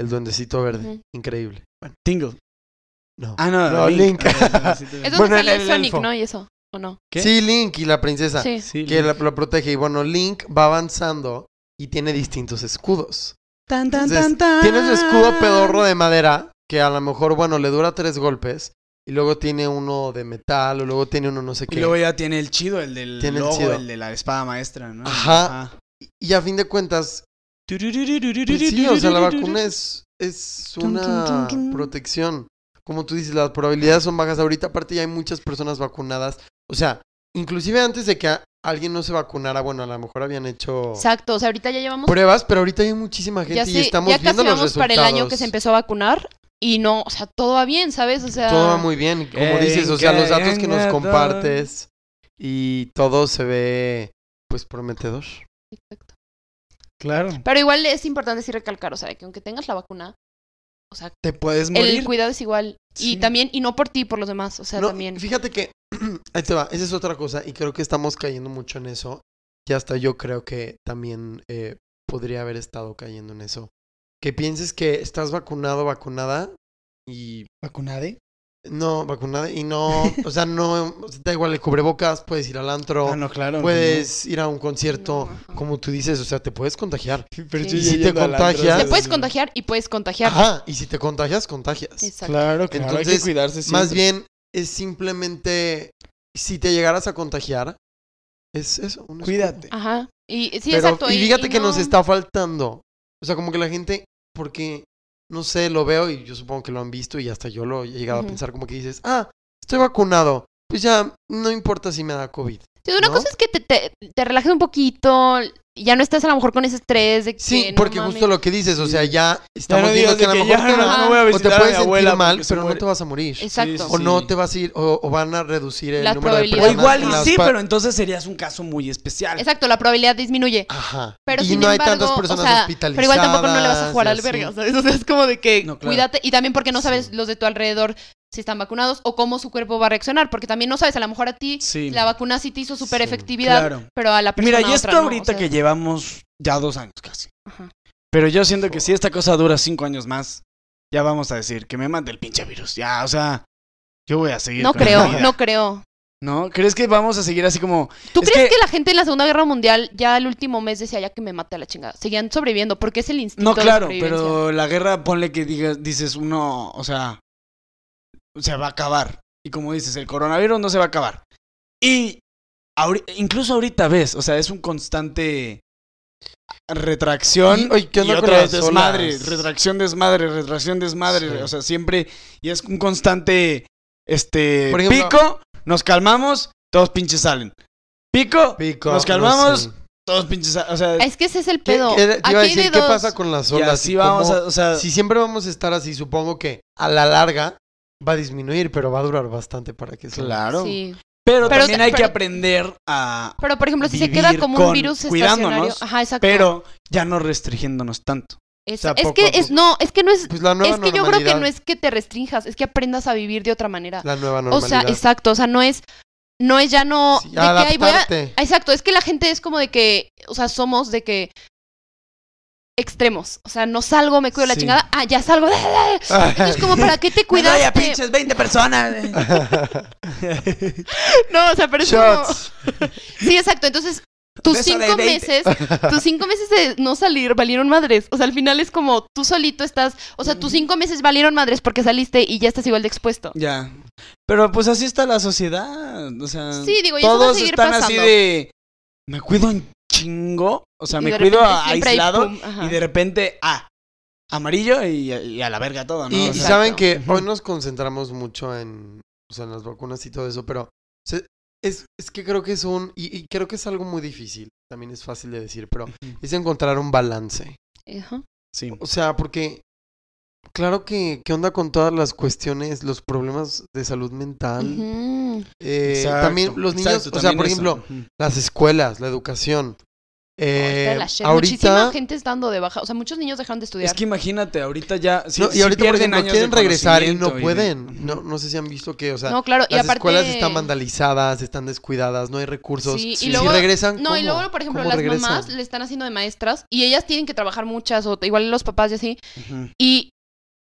El duendecito verde.
Ujú.
Increíble. Bueno,
Tingle.
no.
Ah, no,
No, Link.
Ah, sí,
Es donde
Bueno,
sale
el- el
Sonic,
elfo.
¿no? Y eso, ¿o no?
¿Qué?
Sí, Link y la princesa.
Sí.
Sí,
Que
Link.
la, lo protege. Y bueno, Link va avanzando y tiene distintos escudos.
Tan, tan,
Entonces,
tan, tan.
Ah.
Tienes escudo pedorro de madera, que a lo mejor, bueno, le dura tres golpes y luego tiene uno de metal o luego tiene uno no sé
Y
qué.
luego ya tiene el chido, el del
Tiene el
lobo,
chido.
el, de la espada maestra, ¿no?
Ajá. Y a fin de cuentas, pues sí, o sea, la vacuna es, es
Tun, tun, tun,
una
tun.
protección. Como tú dices, las probabilidades son bajas. Ahorita aparte ya hay muchas personas vacunadas. O sea, inclusive antes de que a- alguien no se vacunara, bueno, a lo mejor habían hecho
Exacto, o sea, ahorita ya llevamos
pruebas, pero ahorita hay muchísima gente
ya,
y
sí,
estamos
ya
viendo
casi
los
vamos
resultados.
para el año que se empezó a vacunar y no, o sea, todo va bien, ¿sabes? O sea,
Todo va muy bien, como
Eh,
dices, o sea, los datos que nos
engañado.
compartes y todo se ve pues prometedor.
Exacto.
Claro.
Pero igual es importante sí recalcar, o sea, que aunque tengas la vacuna, o sea,
Te puedes
el
morir.
cuidado es igual
Sí.
y también y no por ti, por los demás, o sea,
No,
también.
Fíjate que ahí te va, esa es otra cosa y creo que estamos cayendo mucho en eso y hasta yo creo que también eh, podría haber estado cayendo en eso. Que pienses que estás vacunado, vacunada y
¿Vacunade?
no, vacunada y no, o sea, no, o sea, da igual el cubrebocas, puedes ir al antro,
ah, no, claro.
puedes ir a un concierto,
No, ajá.
como tú dices, o sea, te puedes contagiar.
no. Pero
Sí.
yo
Y
ya
si te
yendo al antro,
contagias-
Te
Te
puedes contagiar y puedes contagiar.
Ajá, y si te contagias, contagias.
Exacto.
Claro, claro. hay que
Entonces,
cuidarse siempre.
Más bien, es simplemente, si te llegaras a contagiar, es eso. un escudo.
Cuídate.
Ajá. Y sí,
Pero-
exacto.
Y fíjate que nos
no-
está faltando. O sea, como que la gente, porque, no sé, lo veo y yo supongo que lo han visto y hasta yo lo he llegado
Ujú.
a pensar como que dices, ah, estoy vacunado. Pues ya, no importa si me da COVID.
Sí, una
¿no?
cosa es que te, te, te relajes un poquito, ya no estás a lo mejor con ese estrés de que
Sí,
no
porque
mames.
justo lo que dices, o sea,
Sí.
ya
Ya no
estamos
digas
viendo que
de
a
que,
lo mejor
ya
te,
no,
Ajá.
no voy a
o te
visitar
puedes
a mi
sentir
abuela
mal,
porque se
pero no
muere.
te vas a morir.
Sí, sí,
Exacto.
O no
sí.
te vas a ir, o, o van a reducir el
Las
número de
O
personas.
probabilidades.
igual
en
y
las
sí,
pa-
pero entonces serías un caso muy especial.
Exacto, la probabilidad disminuye.
Ajá.
Pero
y
sin
no hay
embargo,
tantas personas
o sea,
hospitalizadas.
Pero igual tampoco no le vas a jugar
y
al
así.
verga, ¿sabes? O sea, es como de que
No, claro.
cuídate. Y también porque no sabes
Sí.
los de tu alrededor si están vacunados o cómo su cuerpo va a reaccionar. Porque también no sabes, a lo mejor a ti
Sí.
la vacuna sí te hizo súper
Sí,
efectividad,
Claro.
pero a la persona
Mira, y esto
otra no, o
ahorita
sea,
que llevamos ya dos años casi.
ajá.
Pero yo siento que si esta cosa dura cinco años más, ya vamos a decir que me mande el pinche virus. Ya, o sea, yo voy a seguir.
No
con mi
creo,
vida.
no creo.
¿No? ¿Crees que vamos a seguir así como
¿Tú
Es
crees
que-
que... la gente en la Segunda Guerra Mundial ya el último mes decía ya que me mate a la chingada? Seguían sobreviviendo porque es el instinto.
No, claro,
de sobrevivencia.
pero la guerra, ponle que digas, dices uno, o sea, se va a acabar. Y como dices, el coronavirus no se va a acabar. Y ahori- incluso ahorita ves, o sea, es un constante retracción
Y- oye, ¿qué onda
y
con
otra vez
las
desmadre,
olas?
retracción, desmadre, retracción, desmadre,
Sí.
o sea, siempre y es un constante este
Por ejemplo-
pico, nos calmamos, todos pinches salen. Pico,
Pico,
Nos
no
calmamos,
sé.
todos pinches salen, o sea,
Es que ese es el
¿Qué,
pedo.
qué- te iba a
Aquí hay
decir, ¿qué
de dos.
pasa con las
y
olas?
así vamos,
cómo-
a, o sea,
Si siempre vamos a estar así, supongo que a la larga va a disminuir, pero va a durar bastante para que se...
claro.
Sí.
Pero,
Pero
también
ta-
hay que
pero-
aprender a...
Pero por ejemplo, si se
Vivir
queda como
con-
un virus
cuidándonos,
estacionario, ajá, exacto.
Pero ya no restringiéndonos tanto.
Es,
sea,
es
poco
que
a
es
poco.
no, es que no es
Pues la nueva
es que yo creo que
normalidad,
no es que te restrinjas, es que aprendas a vivir de otra manera.
La nueva
O sea,
normalidad.
exacto, o sea, no es no es ya no
Sí,
de que ay, voy a-
adaptarte.
Exacto, es que la gente es como de que, o sea, somos de que extremos, o sea, no salgo, me cuido la
Sí.
chingada, ah, ya salgo. Es como para qué te cuidas.
Vaya,
Te-
pinches 20 personas.
eh.
Eh, No, o sea, pero es como...
Shots.
Sí, exacto. Entonces, tus
Beso de
cinco
20.
meses, tus cinco meses de no salir valieron madres. O sea, al final es como tú solito estás, o sea, tus cinco meses valieron madres porque saliste y ya estás igual de expuesto.
Ya. Pero pues así está la sociedad. O sea,
Sí, digo, y eso va a
Ah, todos
seguir
están
pasando.
así de... Me cuido en chingo. O sea,
Y
me
de
cuido
repente
a-
siempre hay
aislado.
pum, ajá.
y de repente, ah, amarillo y, y a la verga todo, ¿no?
Y
O sea,
saben
Exacto.
que
Ujú.
hoy nos concentramos mucho en, o sea, en las vacunas y todo eso, pero se- es, es que creo que es un, y, y creo que es algo muy difícil, también es fácil de decir, pero es encontrar un balance.
Ajá.
sí.
O sea, porque claro que, ¿qué onda con todas las cuestiones, los problemas de salud mental?
Ujú.
Eh,
Exacto,
también los niños,
exacto,
o sea,
también
por
eso.
ejemplo,
Ujú.
las escuelas, la educación.
Está de
Eh,
la shit. Muchísima
ahorita,
gente está dando de baja. O sea, muchos niños dejaron de estudiar.
Es que imagínate, ahorita ya... sí-
no,
sí
y ahorita por
pierden
ejemplo,
años de
quieren regresar y no
conocimiento de-
pueden.
Ujú.
No, no sé si han visto que, o sea,
no, claro. y
Las
aparte...
escuelas están vandalizadas, están descuidadas, no hay recursos.
Sí, y
Si
luego-
regresan,
No, y
¿cómo?
luego, por ejemplo,
¿Cómo
las
regresan?
mamás le están haciendo de maestras y ellas tienen que trabajar muchas, o igual los papás y así.
Ujú.
Y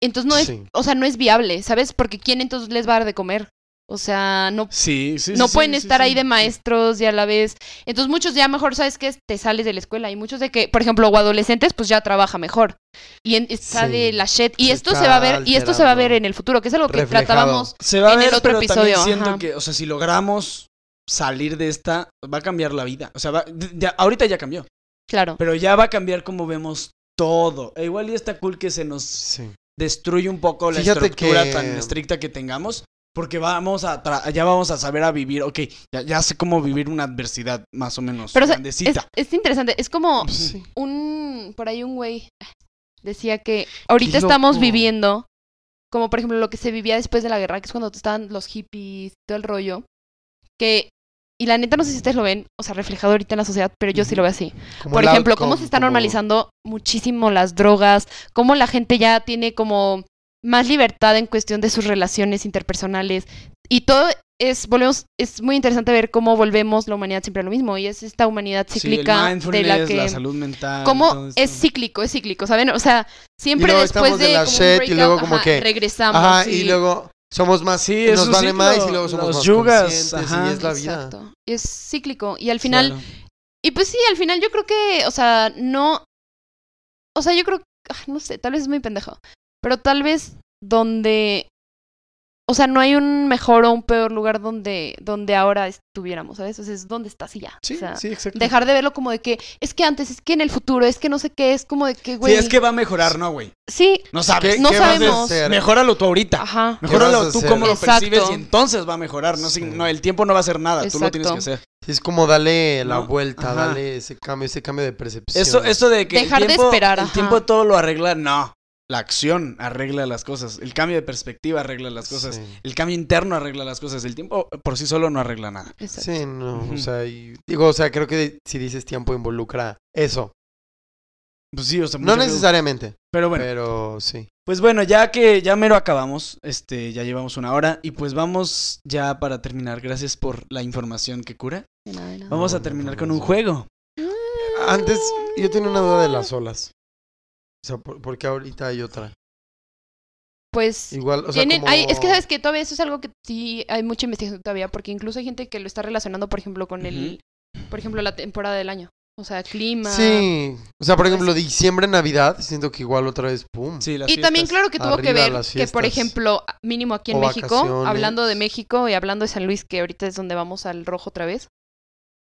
entonces no es,
Sí.
o sea, no es viable, ¿sabes? Porque ¿quién entonces les va a dar de comer? O sea, no,
Sí, sí,
no
sí,
pueden
sí,
estar
sí.
ahí de maestros y a la vez. Entonces muchos ya mejor, ¿sabes qué? Te sales de la escuela. Y muchos de que, por ejemplo, o adolescentes, pues ya trabaja mejor. Y en- está
Sí.
de la shit. Y
Se
esto
está
se va a ver, y esto se va a ver
alterando.
en el futuro, que es algo que
Reflejado.
tratábamos.
Se va a
en el
ver,
otro
pero también
episodio,
siento
ajá.
que, o sea, si logramos salir de esta, va a cambiar la vida. O sea, va- d- ya- ahorita ya cambió,
Claro.
pero ya va a cambiar cómo vemos todo. E igual y está cool que se nos
Sí.
destruye un poco la
Fíjate
estructura
que-
tan estricta que tengamos, porque vamos a tra- ya vamos a saber a vivir, ok, ya, ya sé cómo vivir una adversidad más o menos
Pero, o sea,
grandecita.
Es, es interesante. Es como
Sí.
un. Por ahí un güey decía que ahorita
Qué
estamos
loco.
viviendo. Como por ejemplo lo que se vivía después de la guerra, que es cuando estaban los hippies, todo el rollo. Que. Y la neta, no sé si ustedes lo ven, o sea, reflejado ahorita en la sociedad, pero yo sí
Ujú.
lo veo así.
Como
Por
el
ejemplo, cómo
outcome,
se está
como-
normalizando muchísimo las drogas, cómo la gente ya tiene como más libertad en cuestión de sus relaciones interpersonales y todo es volvemos es muy interesante ver cómo volvemos la humanidad siempre a lo mismo y es esta humanidad
Sí, el
cíclica de la
mindfulness,
que
salud mental, todo
cómo
esto.
es cíclico, es cíclico, ¿saben? O sea, siempre
luego
después
estamos
de,
de la
como un
shit y luego
breakout,
como
ajá,
que-
regresamos
Ajá,
y,
y luego somos más,
Sí,
sí,
es
nos
un
vale
ciclo,
más y luego somos
los
más
yugas,
conscientes
ajá.
y es la vida.
Exacto. Y es cíclico y al final
Claro.
y pues sí, al final yo creo que, o sea, no. O sea, yo creo. ah, No sé, tal vez es muy pendejo. Pero tal vez donde. O sea, no hay un mejor o un peor lugar donde, donde ahora estuviéramos, ¿sabes? O sea, es donde estás y ya.
Sí,
o sea,
sí, exacto.
dejar de verlo como de que es que antes, es que en el futuro, es que no sé qué, es como de que,
Sí,
güey.
es que va a mejorar, ¿no, güey?
sí,
No sabes.
No
vas a
sabemos.
hacer?
Mejóralo tú ahorita.
ajá.
vas
Mejóralo
a
tú
hacer?
cómo lo
Exacto.
percibes y entonces va a mejorar. No,
Sí.
Sin- no, el tiempo no va a hacer nada, tú lo tienes que
Exacto.
hacer.
Sí, Es como darle la
¿No?
vuelta,
Ajá.
darle ese cambio, ese cambio de percepción.
Eso, eso de que el
Dejar de
tiempo-
esperar,
el
ajá.
tiempo todo lo arregla, no. La acción arregla las cosas, el cambio de perspectiva arregla las cosas,
Sí.
el cambio interno arregla las cosas, el tiempo oh, por sí solo no arregla nada.
Exacto.
Sí, no,
Ujú.
o sea, y- digo, o sea, creo que si dices tiempo involucra eso.
Pues sí, o sea,
No
mucho-
necesariamente,
Pero bueno,
pero sí.
Pues bueno, ya que ya mero acabamos, este, ya llevamos una hora y pues vamos ya para terminar. Gracias por la información que cura.
De nada, de nada.
Vamos a
no,
terminar
no,
con
no,
un
no.
juego.
Antes, yo tenía una duda de las olas. O sea, por, porque ahorita hay otra.
Pues.
Igual, o sea,
Tienen- hay- es que
como-
sabes que todavía eso es algo que sí hay mucha investigación todavía, porque incluso hay gente que lo está relacionando, por ejemplo, con el, por ejemplo, la temporada del año. O sea, clima.
Sí, o sea, por
Pues
ejemplo, diciembre, Navidad, siento que igual otra vez, pum.
Sí, las
Y también
fiestas.
claro que tuvo que
Arriba
ver
las
que, por
fiestas.
ejemplo, mínimo aquí en
O
México,
vacaciones.
hablando de México y hablando de San Luis, que ahorita es donde vamos al rojo otra vez,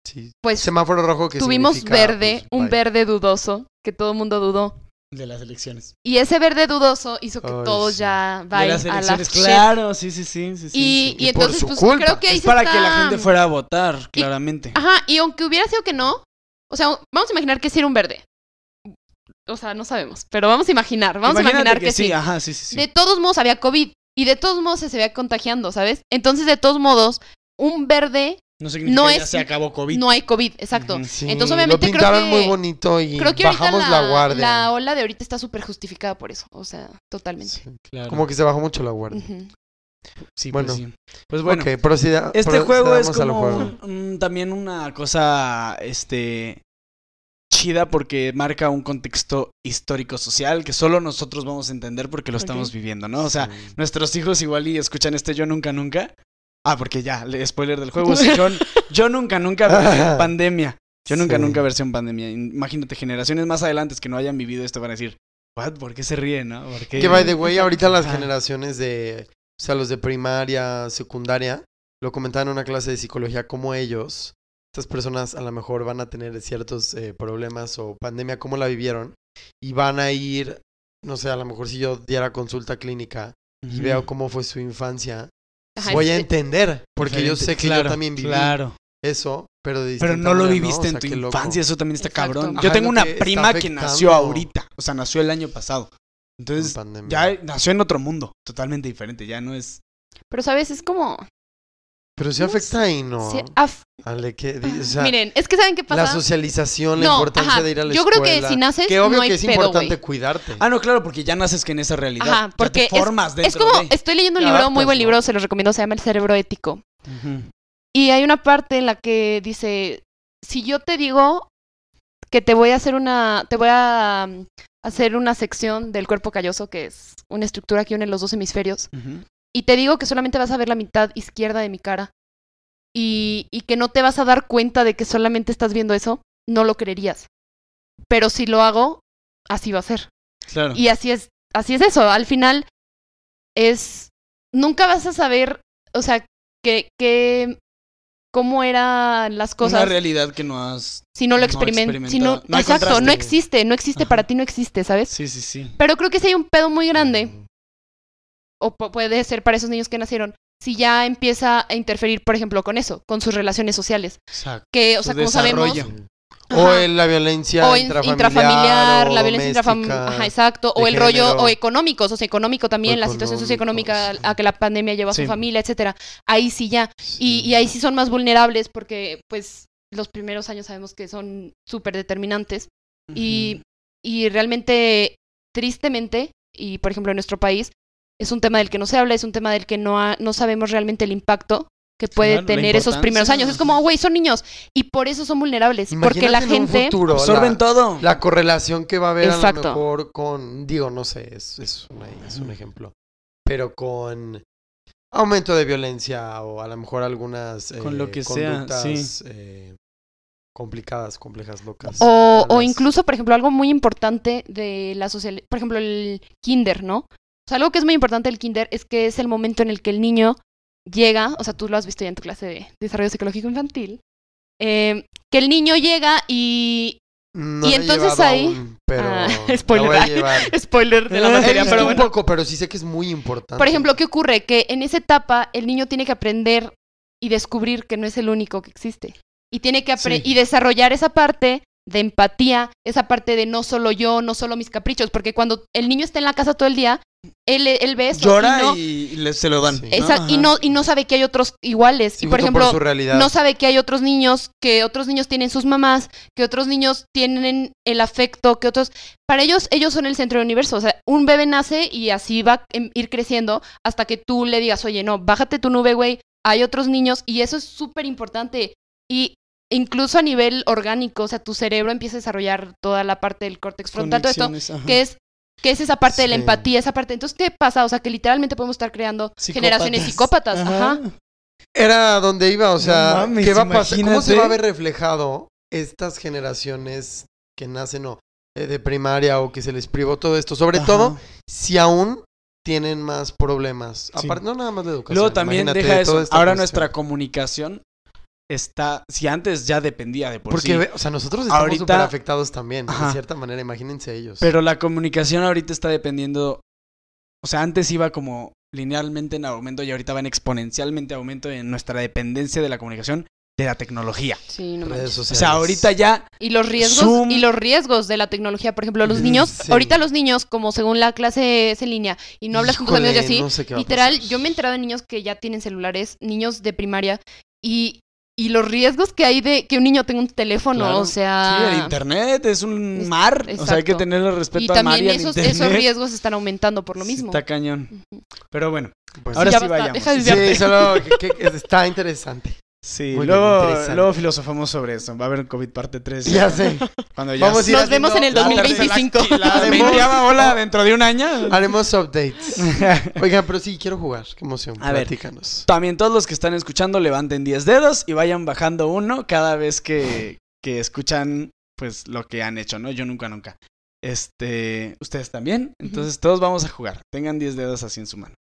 Sí.
pues
Semáforo rojo que
tuvimos
significa,
verde,
pues,
un
bye.
verde dudoso, que todo el mundo dudó.
de las elecciones.
Y ese verde dudoso hizo que
Ay,
todos
sí.
ya
De
vayan
las
a la
elecciones,
shit.
claro, sí, sí, sí, sí,
Y,
sí.
y
Y por
entonces,
su
pues
culpa.
creo que ahí
es
se
para
está-
que la gente fuera a votar, claramente.
Ajá, y aunque hubiera sido que no, o sea, vamos a imaginar que sí era un verde. O sea, no sabemos, pero vamos a imaginar, vamos
Imagínate
a imaginar que, sí.
ah,
ajá, sí, sí, sí.
De todos modos había COVID y de todos modos se se veía contagiando, ¿sabes? Entonces, de todos modos, un verde
No significa
no
que ya
es-
se acabó COVID.
no hay COVID, exacto.
Ujú.
Sí,
Entonces, obviamente,
lo
creo
pintaron
que-
muy bonito y
Creo que ahorita
bajamos
la,
la, guardia.
la ola de ahorita está súper justificada por eso, o sea, totalmente.
Sí,
Claro.
Como que se bajó mucho la guardia.
Ujú.
Sí,
bueno.
pues sí. Pues bueno,
Ok, proceda-
Este
procedamos
juego es
al
como
juego.
un- un- también una cosa este chida porque marca un contexto histórico social que solo nosotros vamos a entender porque lo
Ok.
estamos viviendo, ¿no? O sea,
Sí.
nuestros hijos igual y escuchan este yo nunca nunca. Ah, porque ya, le- spoiler del juego, es yo, yo nunca nunca versión pandemia. Yo nunca
Sí.
nunca versión pandemia. Imagínate generaciones más adelantes que no hayan vivido esto van a decir, "What? ¿Por qué se ríen, no? ¿Por qué?"
Que by the way, ahorita las
Ajá.
generaciones de, o sea, los de primaria, secundaria, lo comentaba en una clase de psicología, como ellos, estas personas a lo mejor van a tener ciertos eh, problemas o pandemia, cómo la vivieron, y van a ir, no sé, a lo mejor si yo diera consulta clínica y
Ujú.
veo cómo fue su infancia,
Ajá,
voy a
este-
entender, porque yo
Diferente.
sé que
Claro,
yo también viví
Claro.
eso, pero de
Pero
distinta
no lo
manera,
viviste
O sea,
en tu
qué loco.
infancia, eso también está
Exacto.
cabrón.
Ajá,
Yo
es
tengo
lo
una
que está
prima que nació
afectando.
ahorita, o sea, nació el año pasado.
En
Entonces,
pandemia.
ya nació en otro mundo, totalmente diferente, ya no es...
Pero, ¿sabes? Es como...
Pero sí
no ah,
afecta ahí, ¿no?
se af-
Ale, que, di- o sea,
Miren, es que ¿saben qué pasa?
La socialización, la
No,
importancia
ajá,
de ir a la
yo creo
escuela.
que si naces,
Que obvio
no hay
que es
pedo,
importante
güey.
cuidarte.
Ah, no, claro, porque ya naces que en esa realidad.
Ajá,
ya te
porque es-
formas
Es
dentro
como...
de...
Estoy leyendo un
Te
libro, muy
adaptas,
buen
pues, ¿no?
libro, se los recomiendo, se llama El Cerebro Ético.
Ujú.
Y hay una parte en la que dice, si yo te digo que te voy a hacer una, te voy a mm, hacer una sección del cuerpo calloso, que es una estructura que une los dos hemisferios,
Ujú.
Y te digo que solamente vas a ver la mitad izquierda de mi cara. Y, y que no te vas a dar cuenta de que solamente estás viendo eso, no lo creerías. Pero si lo hago, así va a ser.
Claro.
Y así es, así es eso. Al final es. Nunca vas a saber, o sea, que, que cómo eran las
Una
cosas
realidad que no has.
si no lo
no
experimentas. Si no,
experimentada. No hay
exacto, no
contraste.
existe, no existe
Ajá.
para ti, no existe, ¿sabes?
Sí, sí, sí.
Pero creo que si hay un pedo muy
Mm.
grande, o pu- puede ser para esos niños que nacieron, si ya empieza a interferir, por ejemplo, con eso, con sus relaciones sociales.
Exacto.
Que, o
Su
sea, como sabemos,
desarrollo.
O
Ajá.
en la violencia
o en-
intrafamiliar, o
la violencia intrafamiliar,
doméstica.
ajá, exacto,
de
o el rollo
género.
o económicos, o sea, económico también, la situación
Económicos.
socioeconómica a que la pandemia lleva a su
Sí.
familia, etcétera. Ahí sí ya. Y, y ahí sí son más vulnerables porque, pues, los primeros años sabemos que son súper determinantes. Y, y realmente, tristemente, y por ejemplo en nuestro país, es un tema del que no se habla, es un tema del que no, ha- no sabemos realmente el impacto que puede
Claro, la
tener esos primeros
importancia.
años. Es como, güey, son niños y por eso son vulnerables, porque la
Imagínate en un
gente...
futuro,
Absorben
la,
todo.
la correlación que va a haber
Exacto.
a lo mejor con, digo, no sé, es, es, una- es un ejemplo, pero con aumento de violencia o a lo mejor algunas eh,
Con lo que sea,
conductas
sí.
eh, complicadas, complejas, locas.
O, o
malas.
incluso, por ejemplo, algo muy importante de la social, por ejemplo, el kinder, ¿no? O sea, algo que es muy importante del kinder es que es el momento en el que el niño llega, o sea, tú lo has visto ya en tu clase de desarrollo psicológico infantil, eh, que el niño llega y...
No
y
la he
entonces
llevado
ahí-
aún, pero
Ah,
la
spoiler.
voy a llevar.
Spoiler de la
Eh,
He
materia,
visto
pero
un
bueno.
poco, pero sí sé que es muy importante.
Por ejemplo, ¿qué ocurre? Que en esa etapa el niño tiene que aprender y descubrir que no es el único que existe. Y tiene que apre-
Sí.
y desarrollar esa parte de empatía, esa parte de no solo yo, no solo mis caprichos, porque cuando el niño está en la casa todo el día, él, él ve eso.
Llora
y no,
y, le- se lo dan.
Sí.
esa-
Ajá.
y no- y no sabe que hay otros iguales.
Sí,
y por
justo
ejemplo,
su realidad.
no sabe que hay otros niños, que otros niños tienen sus mamás, que otros niños tienen el afecto, que otros... Para ellos, ellos son el centro del universo. O sea, un bebé nace y así va a em- ir creciendo hasta que tú le digas, oye, no, bájate tu nube, güey, hay otros niños y eso es súper importante. Y incluso a nivel orgánico, o sea, tu cerebro empieza a desarrollar toda la parte del córtex frontal, todo esto,
Conexiones, ajá.
que es... Que es esa parte de la
Sí.
empatía, esa parte. Entonces, ¿qué pasa? O sea, que literalmente podemos estar creando generaciones psicópatas. Ajá.
Era donde iba, o sea,
No mames,
¿qué va a pasar? ¿Cómo se
imagínate.
va a ver reflejado estas generaciones que nacen o eh, de primaria o que se les privó todo esto? Sobre
Ajá.
todo si aún tienen más problemas.
Sí.
Aparte, no nada más de educación.
Luego también
imagínate
deja eso.
toda
Ahora
esta cuestión.
nuestra comunicación está. Si antes ya dependía de por
Porque,
sí.
ve- o sea, nosotros estamos
Ahorita-
súper afectados también,
Ajá.
de cierta manera, imagínense ellos.
Pero la comunicación ahorita está dependiendo. O sea, antes iba como linealmente en aumento y ahorita va en exponencialmente aumento en nuestra dependencia de la comunicación de la tecnología.
Sí, no manches.
Redes
O
sociales.
sea, ahorita ya
Y los riesgos
Zoom.
y los riesgos de la tecnología, por ejemplo, los
Mm,
niños,
sí.
ahorita los niños, como según la clase es en línea y no hablas con tus
Híjole,
amigos y así,
no sé qué va a
literal,
pasar.
yo me he enterado de niños que ya tienen celulares, niños de primaria y, y los riesgos que hay de que un niño tenga un teléfono,
Claro.
o sea,
Sí, el internet es un
Ah. Es-
mar. O sea, hay que
exacto.
tenerle
y
respeto al mar
también
y al
esos,
internet.
esos riesgos están aumentando por lo
Sí,
mismo.
Está cañón.
Ujú.
Pero bueno,
Pues
ahora
sí.
Ya
sí
basta,
vayamos.
deja de
Sí,
desviarte.
Sí, solo que- que está interesante.
sí,
Muy bien,
luego,
interesante.
luego filosofamos sobre eso. Va a haber COVID parte 3.
Ya sé.
Cuando ya
Vamos a ir
Nos vemos en el
la- la-
2025.
La, la- la veinteava ola dentro de un año.
Haremos updates. Oigan, pero sí, quiero jugar. Qué emoción.
A ver.
Platícanos.
También todos los que están escuchando levanten 10 dedos y vayan bajando uno cada vez que, que escuchan pues lo que han hecho, ¿no? Yo nunca, nunca. Este, ustedes también. Entonces todos vamos a jugar. Tengan 10 dedos así en su mano.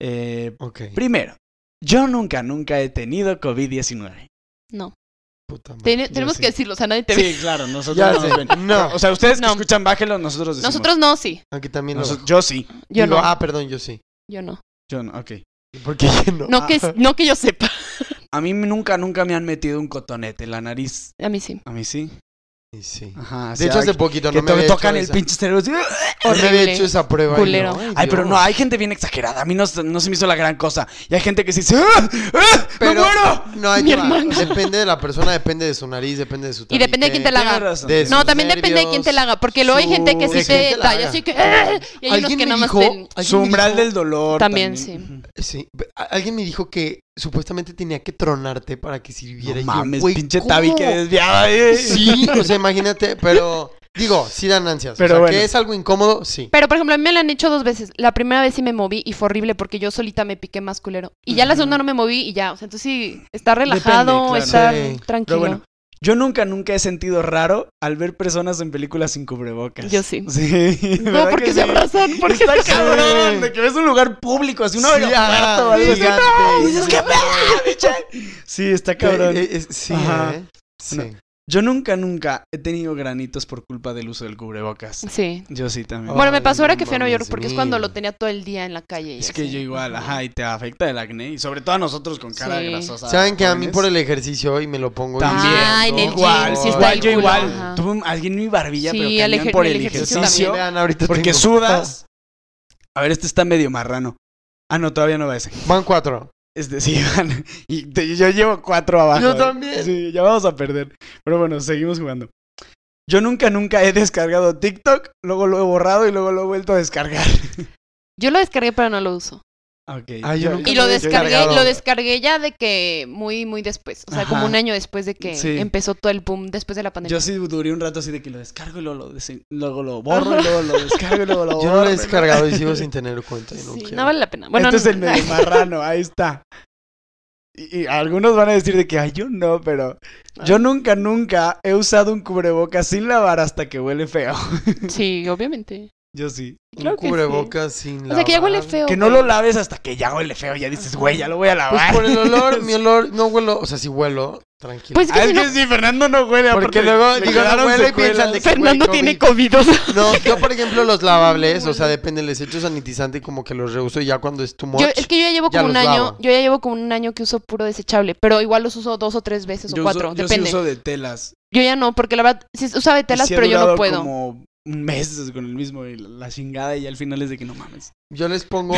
Eh,
Ok.
Primero, yo nunca, nunca he tenido COVID-19.
No,
Puta madre.
Ten- tenemos
sí.
que decirlo, o sea, nadie te ve.
Sí, claro, nosotros
Ya
no nos
sé.
ven.
No.
O sea, ustedes que
No.
escuchan, bájelo, nosotros decimos.
Nosotros no, sí,
Aquí también
Noso-
lo...
yo sí.
yo
Digo,
no,
Ah, perdón, yo sí.
yo no.
Yo no, ok.
¿Por qué yo no?
No que,
Ah.
no que yo sepa,
A mí nunca, nunca me han metido un cotonete en la nariz.
a mí sí.
A mí sí.
Y sí.
Ajá. o
De
sea,
hecho, hace poquito
Ah, que
no me
to-
había
tocan
hecho
el
esa.
pinche cerebro. "Ah,
No me había
Horrible.
hecho esa prueba. y
Culero.
no,
Ay, pero
Dios.
no, hay gente bien exagerada. A mí no, se- no se me hizo la gran cosa. Y hay gente que se dice, ¡Ah! ¡Ah! ¡Me
Pero-
muero!
No, hay
Mi
que va.
hermana.
Depende de la persona, depende de su nariz, depende de su
Y depende de quién te la
Tienes
haga.
razón.
de
No,
sus
también depende de quién te la haga, porque luego hay gente que
su-
sí
de
quién
se
te la
talla,
haga.
así que... ¡ah! Y hay unos que nada más te...
Su umbral del dolor.
También,
Ujú.
Sí, pe- a- alguien me dijo que supuestamente tenía que tronarte para que sirviera.
No
Y yo,
mames,
güey,
pinche
¿cómo?
tabi que desviaba. eh.
Sí, o sea, imagínate, pero Digo, sí dan ansias.
Pero
o sea,
bueno.
que es algo incómodo, sí.
Pero, por ejemplo, a mí me la han hecho dos veces. La primera vez sí me moví y fue horrible porque yo solita me piqué más culero. Y ya la segunda no me moví y ya. O sea, entonces sí, está relajado,
claro.
está
Sí.
tranquilo.
Pero bueno, yo nunca, nunca he sentido raro al ver personas en películas sin cubrebocas.
Yo sí.
Sí.
no,
¿verdad
porque
que
se
sí?
abrazan, porque
Está
se-
cabrón, de que ves un lugar público, así un
Sí,
aeropuerto
ajá,
o algo así.
gigante,
Y dices,
sí.
"¿Qué pedo, biche?" Sí, está cabrón.
Eh, eh, sí,
Ajá.
¿eh? Sí.
No. Yo nunca, nunca he tenido granitos por culpa del uso del cubrebocas.
Sí.
Yo sí también.
Bueno, me
Ay,
pasó ahora que
no
fui a Nueva York
mames,
porque es
sí.
cuando lo tenía todo el día en la calle. y
es que
así.
yo igual, ajá, y te afecta el acné. Y sobre todo a nosotros con cara
Sí.
grasosa.
Saben que a mí
jóvenes.
por el ejercicio y me lo pongo y-
También.
Ah, en el
igual,
gym sí
igual,
está el
yo
culo,
igual.
ajá.
Tuve un- alguien mi barbilla,
Sí,
pero
el
cambian
ejer-
por
el
el
ejercicio
ejercicio.
también.
Vean, ahorita
Porque
tengo-
sudas. A ver, este está medio marrano. Ah, no, todavía no va ese.
Van cuatro.
Este, sí, van. Y te- yo llevo cuatro abajo.
Yo
eh.
también.
Sí, ya vamos a perder. Pero bueno, seguimos jugando. Yo nunca, nunca he descargado TikTok, luego lo he borrado y luego lo he vuelto a descargar.
Yo lo descargué, pero no lo uso.
Ok.
Ah, yo nunca
Y lo
lo he
descargué,
descargado.
lo descargué ya de que muy, muy después. O sea, como
Ajá.
un año después de que
Sí.
empezó todo el boom después de la pandemia.
Yo sí duré un rato así de que lo descargo y luego lo, desen- luego lo borro y luego lo descargo y luego lo borro.
Yo no lo he
y luego-
descargado y sigo sin tener cuenta. Y no
Sí,
quiero.
no vale la pena. Bueno,
este es el
no-
medio marrano, ahí está. Y, y algunos van a decir de que, ay, yo no, pero
Ah.
yo nunca, nunca he usado un cubrebocas sin lavar hasta que huele feo.
Sí, obviamente.
Yo sí.
Claro
Un
que sí.
cubrebocas sin
O sea, que ya huele
lavar.
feo.
Que no lo
güey.
laves hasta que ya huele feo, ya dices, güey, ya lo voy a
Pues
lavar.
por el olor, mi olor, no huelo. O sea, si huelo, tranquilo.
Pues es que
Ah,
si
es
no,
que sí, Fernando no huele.
Porque
aparte,
luego
le
digo, no
quedaron
huele y
secuelas.
piensan de que
Fernando
güey,
tiene
COVID.
COVID. o sea,
No, yo por ejemplo los lavables, o sea, depende, les echo sanitizante y como que los reuso y ya cuando es too much.
yo- es que yo ya llevo
Ya
como un
los
año,
lavo.
yo ya llevo como un año que uso puro desechable, pero igual los uso dos o tres veces o
Yo
cuatro,
uso-
depende.
Yo sí uso de telas.
Yo ya no, porque la verdad, sí usaba de telas,
Sí he
pero yo no
durado
puedo.
como meses con el mismo y la- la chingada y al final es de que no mames.
Yo les pongo,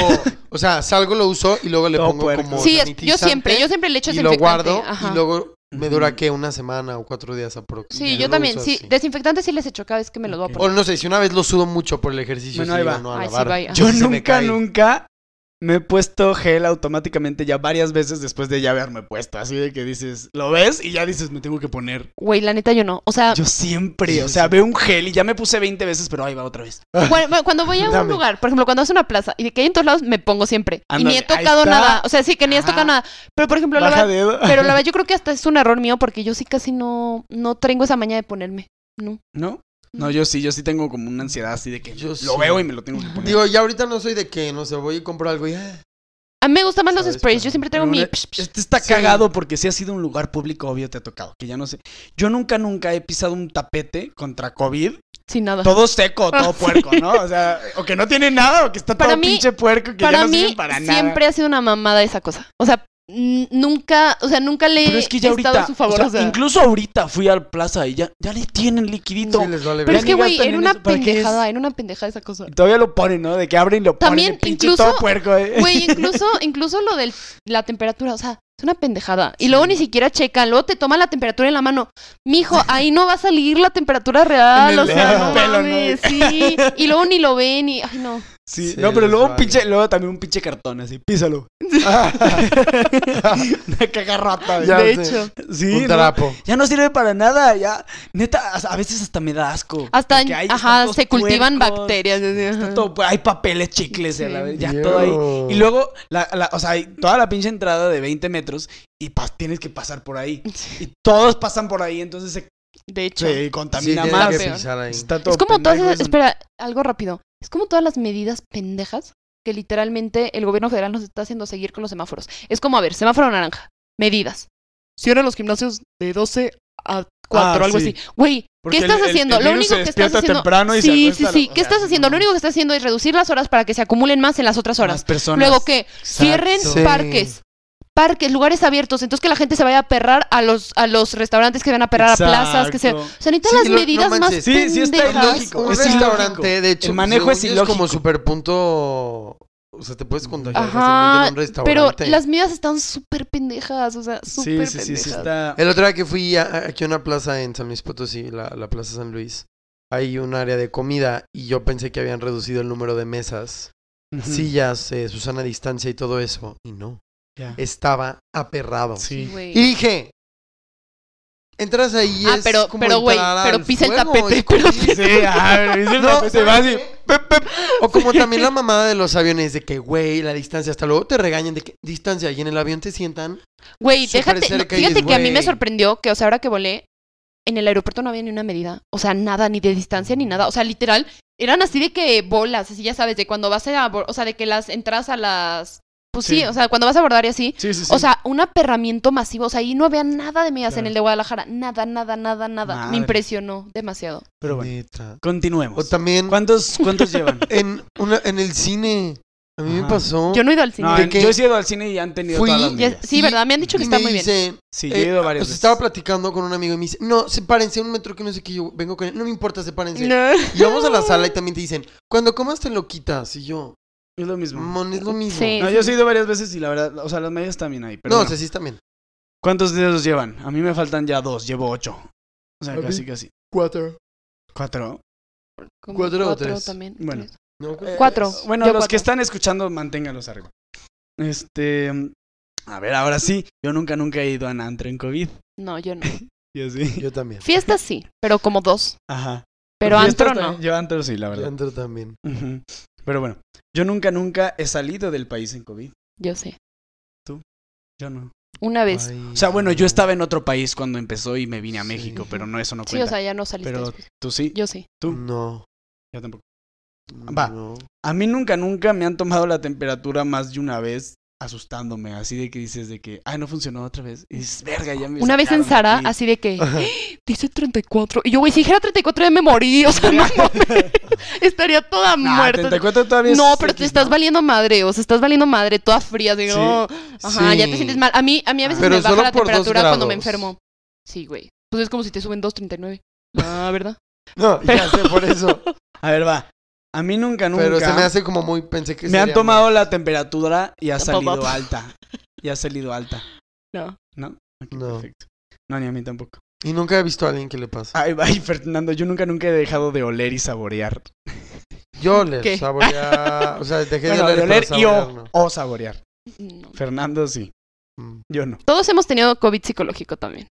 o sea, salgo, lo uso y luego le
Todo
pongo
puerco.
como
Sí, es- yo
sanitizante
siempre, yo siempre le echo
y lo
desinfectante.
guardo
Ajá.
y luego me dura
Ujú.
que una semana o cuatro días aproximadamente.
Sí, yo también, sí, desinfectante sí les echo cada vez que me los voy a
Ok.
O
poner.
no sé, si una vez lo sudo mucho por el ejercicio,
Bueno,
sí
ahí
digo,
va.
no a
Ay, Ah, sí,
lavar.
vaya.
Yo
Sí, se me
nunca,
cae.
nunca me he puesto gel automáticamente ya varias veces después de ya haberme puesto. Así de que dices, lo ves y ya dices, me tengo que poner.
Güey, la neta yo no. O sea,
Yo siempre,
Sí,
o
sí,
sea,
sí.
veo un gel y ya me puse 20 veces, pero ahí va otra vez.
Bueno, bueno, cuando voy a un
Dame.
lugar, por ejemplo, cuando vas a una plaza y de que hay en todos lados, me pongo siempre. y ni
Ándale,
he
ahí
tocado
está.
nada. O sea, sí que ni has
Ajá.
tocado nada. Pero, por ejemplo, la
Baja
verdad,
dedo.
pero la verdad, yo creo que hasta es un error mío porque yo sí casi no, no tengo esa maña de ponerme. No.
¿No?
Mm.
No, yo sí, yo sí tengo como una ansiedad así de que
Yo
lo
sí.
veo y me lo tengo que poner.
Digo, ya ahorita no soy de que, no sé, voy y compro algo y... ah,
A mí me gustan más los
Sabes,
sprays.
pero-
Yo siempre traigo
Pero
mi.
una-
psh, psh.
Este está
Sí.
cagado porque si ha sido un lugar público, obvio te ha tocado, que ya no sé. Yo nunca, nunca he pisado un tapete contra COVID
sin nada.
todo seco,
Ah,
todo
sí.
puerco, ¿no? O sea, o que no tiene nada, o que está
Para
todo
mí-
pinche puerco, que ya
Para
no
mí,
sirve para nada.
siempre ha sido una mamada esa cosa. O sea, n- nunca, o sea, nunca le
Pero es que ya
he estado
ahorita,
a su favor.
o sea,
o sea.
incluso ahorita fui al plaza y ya, ya le tienen liquidito.
sí, les vale
Pero
Ya
es
ni
que, güey,
gastan
era
en
una
eso. ¿Para qué es?
pendejada, era una pendejada esa cosa.
Y todavía lo ponen, ¿no? De que abren y lo ponen,
También,
de pinche
incluso-
todo puerco. ¿eh?
Güey, incluso, incluso lo de la temperatura, o sea, es una pendejada. Y luego ni siquiera checan, luego te toman la temperatura en la mano. Mijo, ahí no va a salir la temperatura real,
En el-
o sea,
en el
no
pelo, ¿no?
mames, sí. Y luego ni lo ven y, ay, no.
Sí,
Sí,
no, pero
les
luego un
vale.
pinche, luego también un pinche cartón así, písalo. Ah. Una cagarrata.
Ya
de
sé.
hecho. Sí,
Un
¿no?
trapo.
Ya no sirve para nada, ya. Neta, a a veces hasta me da asco.
Hasta,
porque ahí están
ajá,
todos
se cultivan
puercos,
bacterias. así,
está
ajá.
todo pu- hay papeles, chicles, a la
Sí.
vez, ya todo ahí. Y
Yo.
luego, la, la- o sea, hay toda la pinche entrada de 20 metros y pas- tienes que pasar por ahí. Y todos pasan por ahí, entonces se,
De hecho.
se contamina
Sí,
más.
tienes que
peor.
pisar ahí.
Está todo
Es como todas
pendejo
esas,
eso.
espera, algo rápido. Es como todas las medidas pendejas que literalmente el gobierno federal nos está haciendo seguir con los semáforos. Es como, a ver, semáforo naranja, medidas. Cierran los gimnasios de 12 a 4,
Ah,
algo
sí.
así. Güey,
Porque
¿qué
el-
estás
el-
haciendo?
el
Lo
virus
único
se
que estás
despierta
haciendo...
temprano y se
sí, sí,
acuesta a
sí.
la- o
¿Qué
sea,
estás haciendo? Lo único que estás haciendo es reducir las horas para que se acumulen más en las otras
Más
horas.
personas.
Luego que cierren
Sí.
parques. Parques, lugares abiertos, entonces que la gente se vaya a perrar a los, a los restaurantes que van a perrar a plazas, que se... O
Exacto.
sea, necesitan
Sí,
las
lo- no
medidas más
manches.
Sí, sí está
pendejas.
ilógico.
Un
Es
restaurante,
ilógico.
de hecho, pues,
El manejo es
según yo como
ilógico.
superpunto. O sea, te puedes contagiar
Ajá,
fácilmente en un
pero
restaurante.
las medidas están súper pendejas, o sea, súper
Sí, sí, sí,
pendejas.
sí está.
El otro día que fui a- a- aquí a una plaza en San Luis Potosí, la, la Plaza San Luis, hay un área de comida y yo pensé que habían reducido el número de mesas,
Ujú.
sillas, eh, Susana distancia y todo eso. Y no,
Ya.
estaba aperrado.
Sí.
güey.
Y dije, entras ahí y
Ah,
es
pero-
como
pero, güey,
entrar
pero
al
pisa el
fuego,
tapete,
es como-
pero
Sí, ah, es el
No,
se va así.
O como también la mamada de los aviones, de que, güey, la distancia, hasta luego te regañan de que distancia y en el avión te sientan.
Güey,
Súper
déjate. no,
cerca y
fíjate
dices,
que a mí me
"Güey".
sorprendió que, o sea, ahora que volé, en el aeropuerto no había ni una medida. O sea, nada, ni de distancia, ni nada. O sea, literal, eran así de que bolas, así ya sabes, de cuando vas a. abor- O sea, de que las entras a las. Pues sí,
Sí.
o sea, cuando vas a abordar y así.
Sí, sí, sí.
O sea, un aperramiento masivo. O sea, ahí no había nada de medidas en
Claro.
el de Guadalajara. Nada, nada, nada, nada.
Madre.
Me impresionó demasiado.
pero bueno,
Neta. O
continuemos.
también
¿Cuántos, cuántos llevan?
en, una, en el cine. A mí me
Ajá.
pasó.
Yo no he ido al cine.
No,
¿De
en-
qué?
yo he ido al cine y han tenido
Fui-
todas las
no-
Ya-
medidas.
sí, ¿verdad? Me han dicho
y
que está
me
muy bien.
dicen,
Sí, yo
eh,
he ido varias
o sea,
veces.
estaba platicando con un amigo y me dice, no, sepárense, un metro que no sé qué, yo vengo con él. No me importa, sepárense.
No.
Y vamos a la sala y también te dicen, cuando comas te lo quitas. Y yo,
Es lo mismo.
mon, es lo mismo.
Sí.
No, yo he ido varias veces y la verdad, o sea, las medidas también ahí. Pero
no,
bueno.
o sea, sí, también.
¿Cuántos dedos llevan? A mí me faltan ya dos, llevo ocho. O sea,
Ok.
casi, casi.
Cuatro.
¿Cuatro?
Como
Cuatro o tres.
también.
Bueno.
tres.
No,
Eh,
Cuatro,
bueno,
yo
los que
cuatro.
están escuchando, manténgalos arriba. Este. A ver, ahora sí. Yo nunca, nunca he ido a Nantro en COVID.
No, yo no.
Yo sí.
Yo también.
Fiestas sí, pero como dos.
Ajá.
Pero
Fiestas
antro no.
también- Yo antro sí, la
Yo
verdad.
entro también.
Ujú. Pero bueno, yo nunca, nunca he salido del país en COVID.
Yo sé.
Yo no.
Una vez.
Ay,
O sea, bueno, yo
no.
estaba en otro país cuando empezó y me vine a
Sí.
México, pero no, eso no
Sí,
cuenta.
o sea, ya no saliste
pero
después.
tú sí,
Yo sí.
tú.
No.
yo tampoco. Va.
Va.
A mí nunca, nunca me han tomado la temperatura más de una vez asustándome, así de que dices de que, ay, no funcionó otra vez. Y dices, verga, ya me
Una vez en
sacaron
Sara,
de aquí".
así de que "¡Ah! dice 34. Y yo, güey, si dijera 34 ya me morí. O sea, no mames. Estaría toda
Nah,
muerta.
34 todavía es
No, pero
X,
te estás
¿no?
valiendo madre. O sea, estás valiendo madre, toda fría. Digo,
Sí,
"Oh". ajá, ya te
sí.
sientes mal. A mí, a mí a veces
Pero
me baja
solo
la
por dos
temperatura cuando me
grados.
enfermo. Sí, güey. Pues es como si te suben 2.39. Ah, ¿verdad?
No, ya sé por eso.
A ver, va. A mí nunca, nunca.
Pero se me hace como muy. Pensé que.
me han
sería
tomado
más.
la temperatura y ha
Tampoco.
salido alta. Y ha salido alta.
No.
¿No? Ok,
No.
Perfecto. No, ni a mí tampoco.
Y nunca he visto a alguien que le pasa.
Ay, ay, Fernando, yo nunca, nunca he dejado de oler y saborear.
Yo le
¿Qué?
saboreaba. O sea, dejé
Bueno,
de oler,
de oler
pero
y
saborear
o,
no.
o saborear.
No.
Fernando sí,
Mm.
yo no.
Todos hemos tenido COVID psicológico también.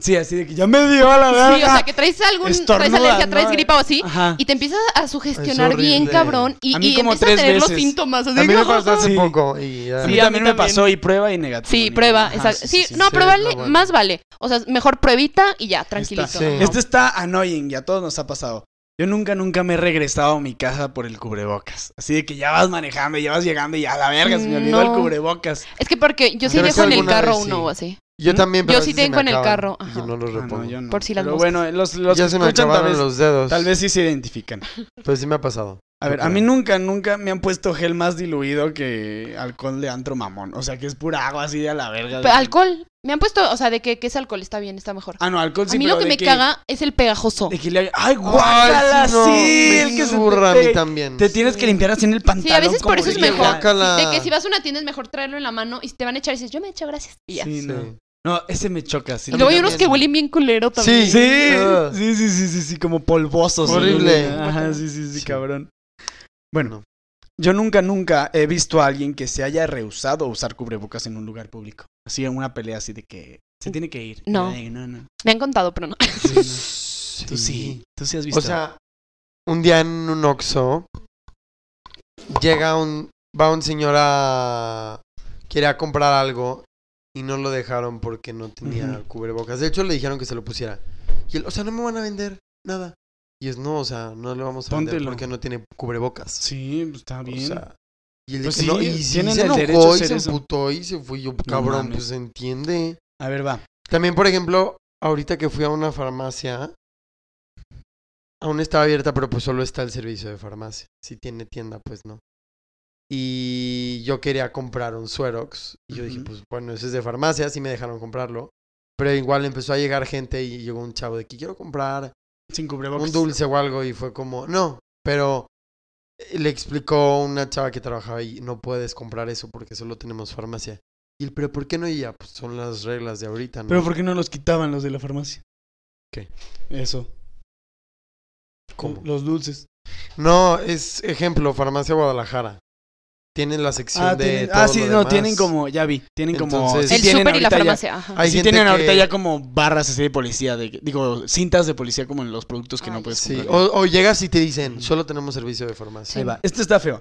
Sí, así de que ya me dio la verga.
Sí, o sea, que traes algún. traes
Estornuda,
alergia,
¿no? Ah.
traes gripa o así.
Ajá.
Y te empiezas a sugestionar bien
horrible.
cabrón y,
A mí
y
como
empiezas a
tres
tener los
veces.
síntomas. así "Oh".
A mí
como-
me pasó hace
Sí.
poco. Y ya.
a mí
Sí, a mí
también me
también.
pasó y prueba y negativo.
Sí,
ni-
prueba,
Ajá,
exacto. Sí, no,
sí,
pero vale,
no, bueno.
más vale. O sea, mejor pruebita y ya, tranquilito.
Está. Este
Sí.
Ajá.
Esto está annoying y a todos nos ha pasado. Yo nunca, nunca me he regresado a mi casa por el cubrebocas. Así de que ya vas manejando, ya vas llegando y a la verga, se me olvidó
No.
el cubrebocas.
Es que porque yo sí
Pero
dejo
sí
en el
alguna
carro
vez
uno
sí.
o así.
Yo
¿Mm?
también.
Yo
pero a
sí
veces se
tengo
me
en el
acaban
carro,
y
ajá.
no los
Ah, no,
repongo.
yo no.
Por si las
Pero
moscas.
bueno, los, los
ya
que
se me
escuchan tal
acabaron
vez,
los dedos.
tal vez sí se identifican.
Pero sí me ha pasado.
A ver, a mí nunca, nunca me han puesto gel más diluido que alcohol de antro mamón. O sea, que es pura agua así de a la verga.
Pero alcohol. Me han puesto, o sea, de que, que es alcohol, está bien, está mejor.
Ah, no, alcohol sí,
a mí lo
pero
que
de
me caga es el pegajoso.
de que le- ¡Ay, guácala!
¡Guácala,
sí! el que se
burra a
te
mí
pe-
también.
Te tienes que limpiar así en el pantalón.
Sí, a veces por
como
eso es
de que-
mejor.
Guácala.
De que si vas a una tienda es mejor traerlo en la mano y te van a echar y dices, yo me echo, gracias. Y ya.
Sí,
Sí.
no. No, ese me choca. Sí,
Y luego hay
también.
unos que huelen bien culero también.
Sí, sí,
Ah.
sí, sí, sí, sí, como polvosos.
Horrible.
Ajá, sí, sí, sí,
Sí.
cabrón. Bueno,
No.
yo nunca, nunca he visto a alguien que se haya rehusado a usar cubrebocas en un lugar público. Así en una pelea así de que se tiene que ir.
No.
Ay, no, no.
Me han contado, pero no.
Sí, no. Tú sí,
Sí.
tú sí has visto.
O sea, un día en un Oxxo llega un va un señor a quería comprar algo y no lo dejaron porque no tenía
Ujú.
cubrebocas. De hecho le dijeron que se lo pusiera. Y él, o sea, no me van a vender nada. Y es no, o sea, no le vamos a
Póntelo.
vender porque no tiene cubrebocas.
sí, pues, está
O
bien.
sea, y él
Pues
dice, no,
sí,
y sí,
tienen
se
el
enojó
derecho a
y
hacer
se
eso.
emputó y se fui yo, cabrón,
mames.
pues se entiende.
a ver, va.
También, por ejemplo, ahorita que fui a una farmacia, aún estaba abierta, pero pues solo está el servicio de farmacia. Si tiene tienda, pues no. Y yo quería comprar un Suerox. Y yo dije,
Ujú.
pues bueno, ese es de farmacia, sí me dejaron comprarlo. Pero igual empezó a llegar gente y llegó un chavo de que quiero comprar
Sin cubrebocas.
un dulce o algo y fue como, no, pero eh, le explicó una chava que trabajaba ahí, no puedes comprar eso porque solo tenemos farmacia. Y él, pero ¿por qué no? Y ya, pues son las reglas de ahorita, ¿no?
Pero ¿por qué no los quitaban los de la farmacia?
¿Qué?
Eso.
¿Cómo?
Los dulces.
No, es ejemplo, Farmacia Guadalajara. tienen la sección
Ah,
de
tienen-
todo
ah, sí,
lo
no,
demás.
tienen como, ya vi, tienen como...
Entonces-
sí
El
tienen
súper y la
ahorita ya-
farmacia, ajá.
Hay
sí
gente
tienen ahorita
que-
ya como barras así de policía, de, que- digo, cintas de policía como en los productos que no
Ay,
puedes
Sí,
comprar.
o, o llegas y te dicen, solo tenemos servicio de
Ahí
farmacia.
va. Esto está feo.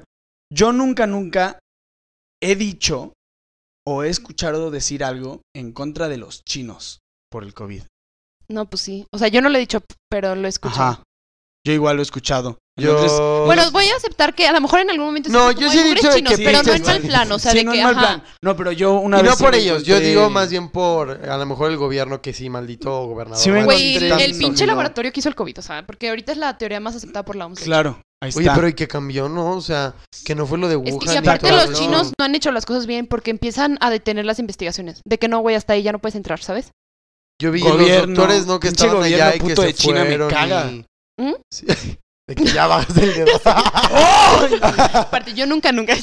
Yo nunca, nunca he dicho o he escuchado decir algo en contra de los chinos por el COVID.
No, pues sí. O sea, yo no lo he dicho, pero lo he escuchado.
Ajá. Yo igual lo he escuchado.
Yo...
Entonces,
Bueno, voy a aceptar que a lo mejor en algún momento...
No,
siento
yo
como,
sí he
"Ay, pobres
dicho de
chinos",
que
Pero no en
pinches-
mal plan, o sea,
sí,
de
no
que...
en mal
ajá.
plan. No, pero yo una
y
vez.
no
sí
por
me
ellos, yo
encontré-
digo más bien por eh, a lo mejor el gobierno que sí, maldito gobernador.
Sí me
maldito
Güey,
encontré-
el
Sí,
pinche
gobernador.
laboratorio que hizo el COVID, o sea, porque ahorita es la teoría más aceptada por la OMS.
Claro, ahí
Oye,
está.
pero y que cambió, ¿no? O sea, que no fue lo de
Es
Wuhan.
que, y
ni
aparte
todo,
los
¿no?
chinos no han hecho las cosas bien porque empiezan a detener las investigaciones. De que no, güey, hasta ahí ya no puedes entrar, ¿sabes?
Yo vi
Gobierno,
los doctores, ¿no? Que
pinche
estaban
gobierno
allá y que
puto
se
de China me
fueron
caga.
y-
¿Mm?
Sí, de que ya bajas el dedo.
Aparte, yo nunca, nunca...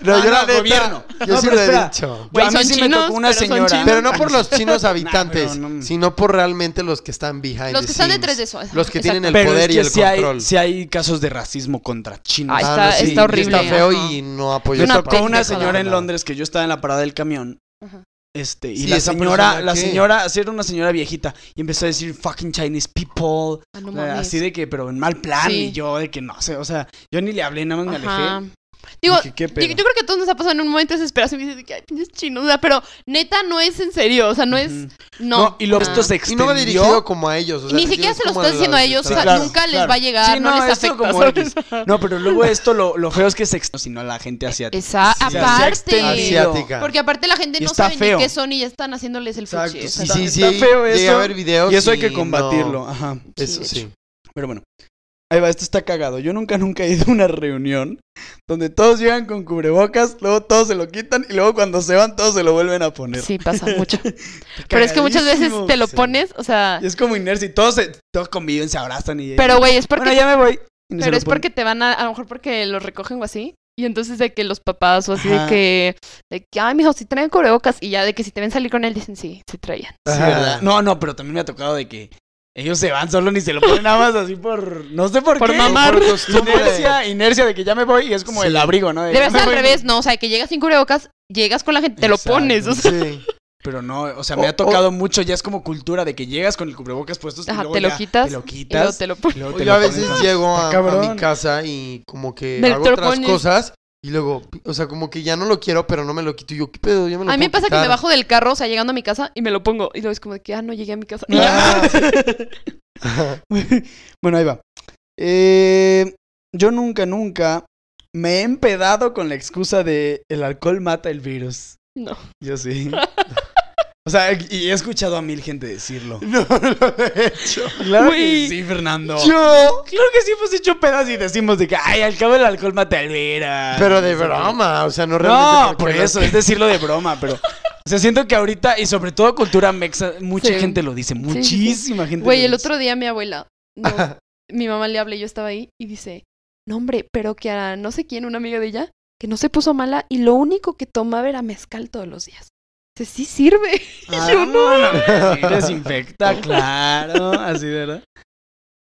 No, yo
Ah,
la
no,
neta,
gobierno.
Yo
No,
sí
pero
lo he
espera.
dicho.
Yo a
Güey,
mí
son
sí me
chinos,
tocó una
pero son
señora.
chinos.
Pero no por los chinos habitantes,
no.
sino por realmente los que están behind
Los
the
que están
scenes.
detrás de eso.
Los que tienen el
Pero
poder
es
y
que
el
sí
control.
hay, sí hay casos de racismo contra chinos.
Ah,
Ah,
está- está horrible,
Está feo
ajá.
y no
Me
apoyo.
una
esa
tocó
parte.
una
pendejada.
señora en Londres que yo estaba en la parada del camión.
Ajá.
Este, y
Sí,
la
esa
señora,
persona,
la
¿qué?
señora, sí era una señora viejita y empezó a decir fucking Chinese people,
Ah, no
eh,
mames.
así de que, pero en mal plan,
Sí.
y yo de que no sé, o sea, yo ni le hablé, nada más me
Ajá.
alejé.
Digo,
Dije, ¿qué
yo,
pedo?
yo creo que a todos nos ha pasado en un momento de desesperación y dices, de que, ay, pinches chinos, o sea, pero neta no es en serio, o sea, no es,
Ujú.
no.
y luego
Ah.
esto se
Y
extendió.
no va dirigido como a ellos. o sea,
Ni siquiera
es
se lo
como
estás diciendo a
los
ellos, o sea,
detrás.
claro,
nunca les
claro.
va a llegar,
Sí,
no,
no,
les
esto
afecta.
como
¿sabes?
X. No, pero luego esto, lo, lo feo es que se extendió, sino la gente asiática.
Esa,
Sí, se ha
aparte,
extendido.
Asiática.
porque aparte la gente
Y
no
está
sabe
feo.
ni qué son y ya están haciéndoles el
Exacto,
fuchi. o
sí,
sea,
Sí,
Está-
sí, sí.
está feo
llegué
eso,
a ver videos
Y eso hay que
no.
combatirlo, ajá.
Eso
de
sí.
Pero bueno, ahí va, esto está cagado. Yo nunca, nunca he ido a una reunión donde todos llegan con cubrebocas, luego todos se lo quitan y luego cuando se van todos se lo vuelven a poner.
Sí, pasa mucho. Pero es que muchas veces
Cagadísimo.
te lo
Sí.
pones, o sea,
Y es como inercia y todos, se, todos conviven, se abrazan y...
pero güey, es porque
Bueno, ya me voy. Y no se
Pero
lo
es
ponen.
porque te van a, a lo mejor porque los recogen o así. Y entonces de que los papás o así
Ajá.
de que, de que, ay, mijo, si traen cubrebocas. Y ya de que si te ven salir con él, dicen, sí, sí traían.
Sí,
Ajá.
¿verdad? No, no, pero también me ha tocado de que ellos se van solo ni se lo ponen nada más así por... No sé por,
Por
qué.
mamar.
Por costumbre. Inercia, inercia de que ya me voy y es como
Sí.
el abrigo, ¿no? De ya
Debe
me
ser al
voy.
revés, ¿no? O sea, de que llegas sin cubrebocas, llegas con la gente, te lo
Exacto.
pones. O sea,
Sí.
Pero no, o sea,
O-
me ha tocado mucho, ya es como cultura de que llegas con el cubrebocas puestos y
Ajá,
luego
te lo
ya
quitas,
Te lo
y luego
quitas.
te lo pones.
y luego te
Yo a
lo pones
veces
más.
llego a,
Está
a
cabrón.
mi casa y como que
Me
hago
te lo
otras
pones.
cosas y luego, o sea, como que ya no lo quiero, pero no me lo quito. Y yo, ¿qué pedo? Ya me lo
A mí me
puedo
pasa que me
quitar.
bajo del carro, o sea, llegando a mi casa y me lo pongo. Y luego es como de que, ah, no llegué a mi casa. Y ya.
Ah.
Ah. bueno, ahí va. Eh, yo nunca, nunca me he empedado con la excusa de el alcohol mata el virus.
No.
Yo sí. O sea, y he escuchado a mil gente decirlo.
No, no lo he hecho.
Claro
Güey.
que sí, Fernando.
Yo.
Claro que sí hemos hecho pedas y decimos de que, ay, al cabo el alcohol mata el virus.
Pero de
O sea,
broma, o sea, no realmente.
No, por eso, es decirlo de broma, pero... O sea, siento que ahorita, y sobre todo cultura mexa, mucha
Sí.
gente lo dice,
sí, sí.
muchísima gente
Güey,
lo
el
dice.
otro día mi abuela, no, mi mamá le habla y yo estaba ahí y dice, no hombre, pero que a no sé quién, una amiga de ella, que no se puso mala y lo único que tomaba era mezcal todos los días. Dice, sí sirve.
Ah,
yo no.
no, sí, desinfecta, claro, así, ¿verdad?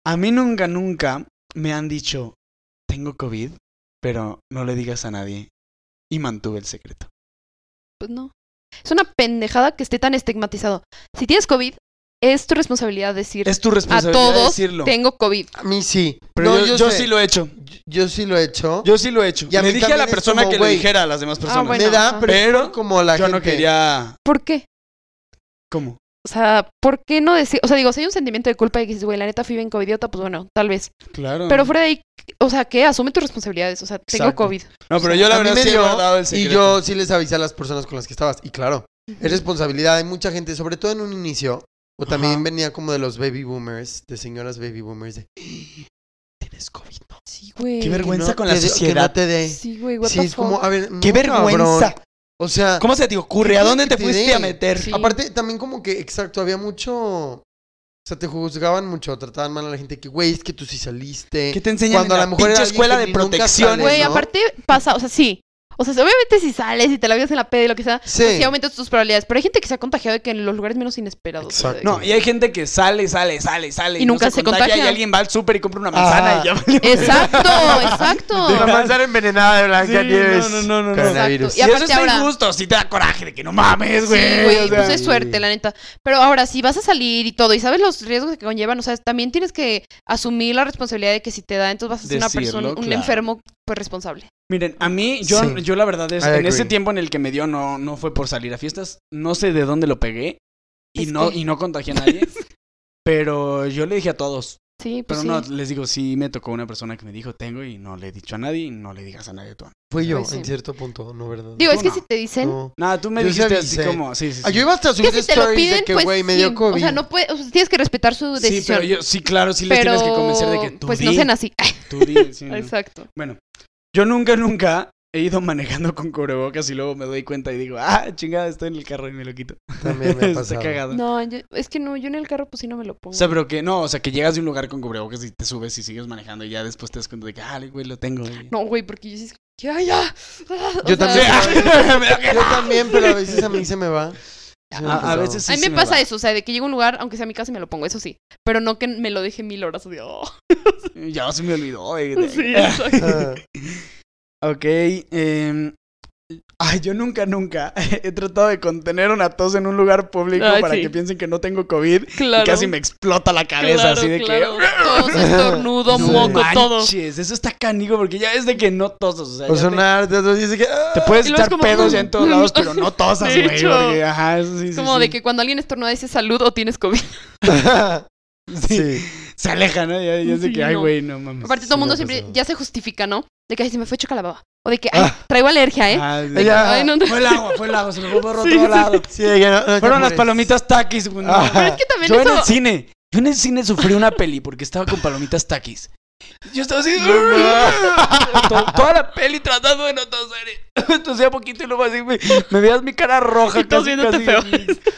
A mí nunca, nunca me han dicho, tengo COVID, pero no le digas a nadie. Y mantuve el secreto.
Pues no. Es una pendejada que esté tan estigmatizado. Si tienes COVID, es tu responsabilidad decir,
Es tu responsabilidad
todos
decirlo.
tengo COVID. Ah,
A mí sí.
Pero
No,
yo, yo sí lo he hecho.
yo- yo sí lo he hecho.
Yo sí lo he hecho.
Y a
Le
mí
dije a la
también es
persona
como,
que le
güey,
dijera a las demás personas.
Ah, bueno,
me da,
ajá.
pero,
Pero
como la
yo no
gente.
quería...
¿Por qué?
¿Cómo?
O sea, ¿por qué no decir? O sea, digo, si hay un sentimiento de culpa y que dices, güey, la neta fui bien covidiota, pues bueno, tal vez.
Claro.
Pero fuera de ahí, o sea, ¿qué? Asume tus responsabilidades. O sea, tengo
Mm. Exacto.
COVID.
No, pero yo la
A mí
verdad
me
sí he
dio,
guardado el secreto.
Y yo sí les avisé a las personas con las que estabas. Y claro, es responsabilidad de mucha gente, sobre todo en un inicio. O también
Ajá.
venía como de los baby boomers, de señoras baby boomers. De, "Eh, Tienes COVID, no.
Sí, güey.
Qué vergüenza.
Que no
con la
te dé-
sociedad.
Que no te dé. Sí,
Sí, güey, what the
es como,
fuck.
a ver.
¡Qué
no, cabrón.
vergüenza!
O sea,
¿Cómo se te ocurre? ¿A
¿Qué
dónde te
quieres que te
fuiste
dé?
a meter?
Sí.
aparte, también como que, exacto, había mucho. O sea, te juzgaban mucho, trataban mal a la gente. Que, güey, es que tú sí saliste.
¿Qué te enseñan
Cuando
en
a
la
lo mejor
pinche
era alguien
escuela
que
de
ni nunca
protección?
sale,
Güey,
¿no?
aparte pasa, o sea, sí. O sea, obviamente si sales y te la vives en la peda y lo que sea,
Sí.
pues sí aumentas tus probabilidades. Pero hay gente que se ha contagiado de que en los lugares menos inesperados. o sea, de
Exacto.
No, y hay gente que sale, sale, sale, sale.
Y nunca se contagia.
Y alguien va al súper y compra una manzana
Ah.
y ya valió.
que- Exacto, exacto.
Deja-
La manzana envenenada de Blanca Nieves.
Sí, no, no, no, no, no.
Coronavirus.
Y
Y,
aparte
eso está
ahora-
injusto, sí te da coraje de que no mames,
Sí,
güey.
güey,
o sea.
pues es suerte, la neta. Pero ahora, si vas a salir y todo, y sabes los riesgos que conllevan, o sea, también tienes que asumir la responsabilidad de que si te da, entonces vas a ser una
Decirlo,
persona, un
claro.
enfermo, pues responsable.
Miren, a mí, yo,
Sí.
yo la verdad es,
I
en
agree.
ese tiempo en el que me dio no, no fue por salir a fiestas, no sé de dónde lo pegué y
Es
no,
que-
y no contagié a nadie. pero yo le dije a todos,
Sí, pues
pero
sí.
no, les digo, sí me tocó una persona que me dijo tengo y no le he dicho a nadie y no le digas a nadie tú.
Fui yo,
Pues sí.
en cierto punto, no, ¿verdad?
Digo, es
tú
que
no.
si te dicen,
No.
Nada, tú me
Yo sí
dijiste así
avisé.
como, sí, sí,
Ah,
sí.
yo iba hasta a
es que
subir
si te lo
stories
piden,
de que,
pues
güey, me
sí.
dio COVID.
O sea, no puedes, o sea, tienes que respetar su
Sí,
decisión.
pero yo, sí, claro, sí les
pero
tienes que convencer de que tú Mm.
pues
di,
no sean así.
tú di, sí, no.
Exacto.
Bueno, yo nunca, nunca he ido manejando con cubrebocas y luego me doy cuenta y digo, ah, chingada, estoy en el carro y me lo quito.
También me ha
Está
pasado.
cagado.
No, yo- es que no, yo en el carro pues sí no me lo pongo.
O sea, pero que no, o sea, que llegas de un lugar con cubrebocas y te subes y sigues manejando y ya después te das cuenta de que, ah, güey, lo tengo. güey".
No, güey, porque yo sí es que, ay, ya.
Yo
Sí,
también.
ah, me lo que-
Yo también, pero a veces a mí se me va. Sí me ha
A- a
pasado.
veces sí
a mí
se
me
me
pasa
va.
eso, o sea, de que llego a un lugar, aunque sea mi casa, y me lo pongo, eso sí. Pero no que me lo deje mil horas. así de, oh.
Ya se me olvidó. güey.
Sí, exacto.
Ah,
Ok. em, ay, yo nunca, nunca he tratado de contener una tos en un lugar público
Ay,
para
sí.
que piensen que no tengo COVID.
Claro.
Y casi me explota la cabeza así de que...
Todos estornudo,
No
moco, todo.
manches, eso está canigo porque ya es de que no tosas. O sea,
o
ya te-
sonar, de otros dice que. ah,
te, puedes
Y luego es
echar
como- "Mm".
pedos ya en todos lados, pero no tosas,
De
güey.
hecho.
porque, Ajá, eso sí,
Es
sí,
como
sí.
de que cuando alguien estornuda dice salud o tienes COVID.
sí.
se aleja, ¿no? Ya, ya es de
Sí,
que, ay,
no.
güey, no pues, mames.
Aparte,
Sí,
todo el
me
mundo
ha
siempre
pasado.
ya se justifica, ¿no? De que ay, se me fue hecho la baba. O de que, ay, traigo alergia, ¿eh?
Ah, sí.
Ay, ya.
Ay, no, no.
Fue el agua, fue el agua, se me fue por otro
Sí, sí, sí.
lado.
Sí, ya no- no te
Fueron las
apures.
palomitas taquis. güey, no.
pues. Ah.
Pero es que también
Yo en
eso.
el cine, yo en el cine sufrí una peli porque estaba con palomitas taquis. Yo estaba así, to- toda la peli tratando de no toser. Tosía poquito y luego así me, me veías mi cara roja.
Y todos viéndote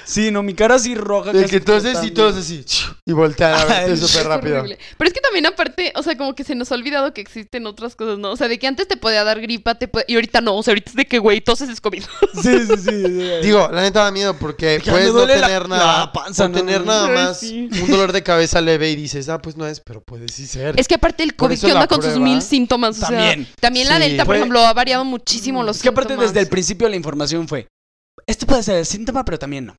Sí, no, mi cara así roja.
Y
casi
que entonces y
flotando.
todos así. Y voltear a verte
Ay,
súper
es
rápido.
horrible. Pero es que también aparte, o sea, como que se nos ha olvidado que existen otras cosas, ¿no? O sea, de que antes te podía dar gripa, te po- y ahorita no, o sea, ahorita es de que, güey, toses es COVID.
Sí, sí, sí. sí.
Digo, la neta da miedo porque
Ya
puedes
me
no
duele la-
tener
la
nada.
panza,
o
no
tener
mames.
nada
Ay,
más
sí.
un dolor de cabeza leve y dices, ah, pues no es, pero puede sí ser.
Es que aparte el
Por
COVID,
eso
¿qué
la
onda con sus
prueba.
mil síntomas? O sea,
También.
también la
Sí.
Delta, por
Fue- Mm,
ejemplo, ha variado muchísimo los
Es que aparte
síntomas.
desde el principio la información fue, este puede ser el síntoma, pero también no.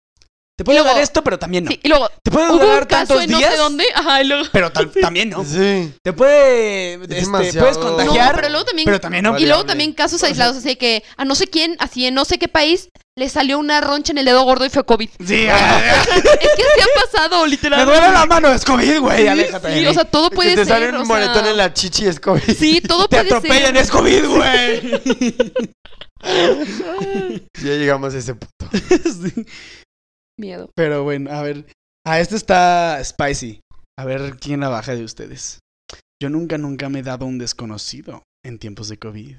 Te puede
luego-
dar esto, pero también no.
Sí, y luego,
Te puede
hubo
durar
un caso
tantos
en
días,
no sé dónde, ajá, y luego...
pero tam- también no.
Sí.
Te puede, este,
demasiado-
puedes
No,
No,
contagiar,
pero luego también...
pero también no.
Vale.
Y luego
variable.
también casos aislados, así de que a no sé quién, así en no sé qué país, le salió una roncha en el dedo gordo y fue COVID.
Sí, ah,
es que se ha pasado,
me
literalmente.
duele la mano, es COVID, güey, aléjate. de
Sí,
mí.
o sea, todo
Que
puede
te
ser.
sale
o
un
sea,
moretón en la chichi es COVID.
Sí, todo
te
puede ser.
atropellan, es COVID, güey.
Ya llegamos a ese punto.
Sí.
Miedo.
Pero bueno, a ver. Ah, este está spicy. A ver quién la baja de ustedes. Yo nunca, nunca me he dado un desconocido en tiempos de COVID.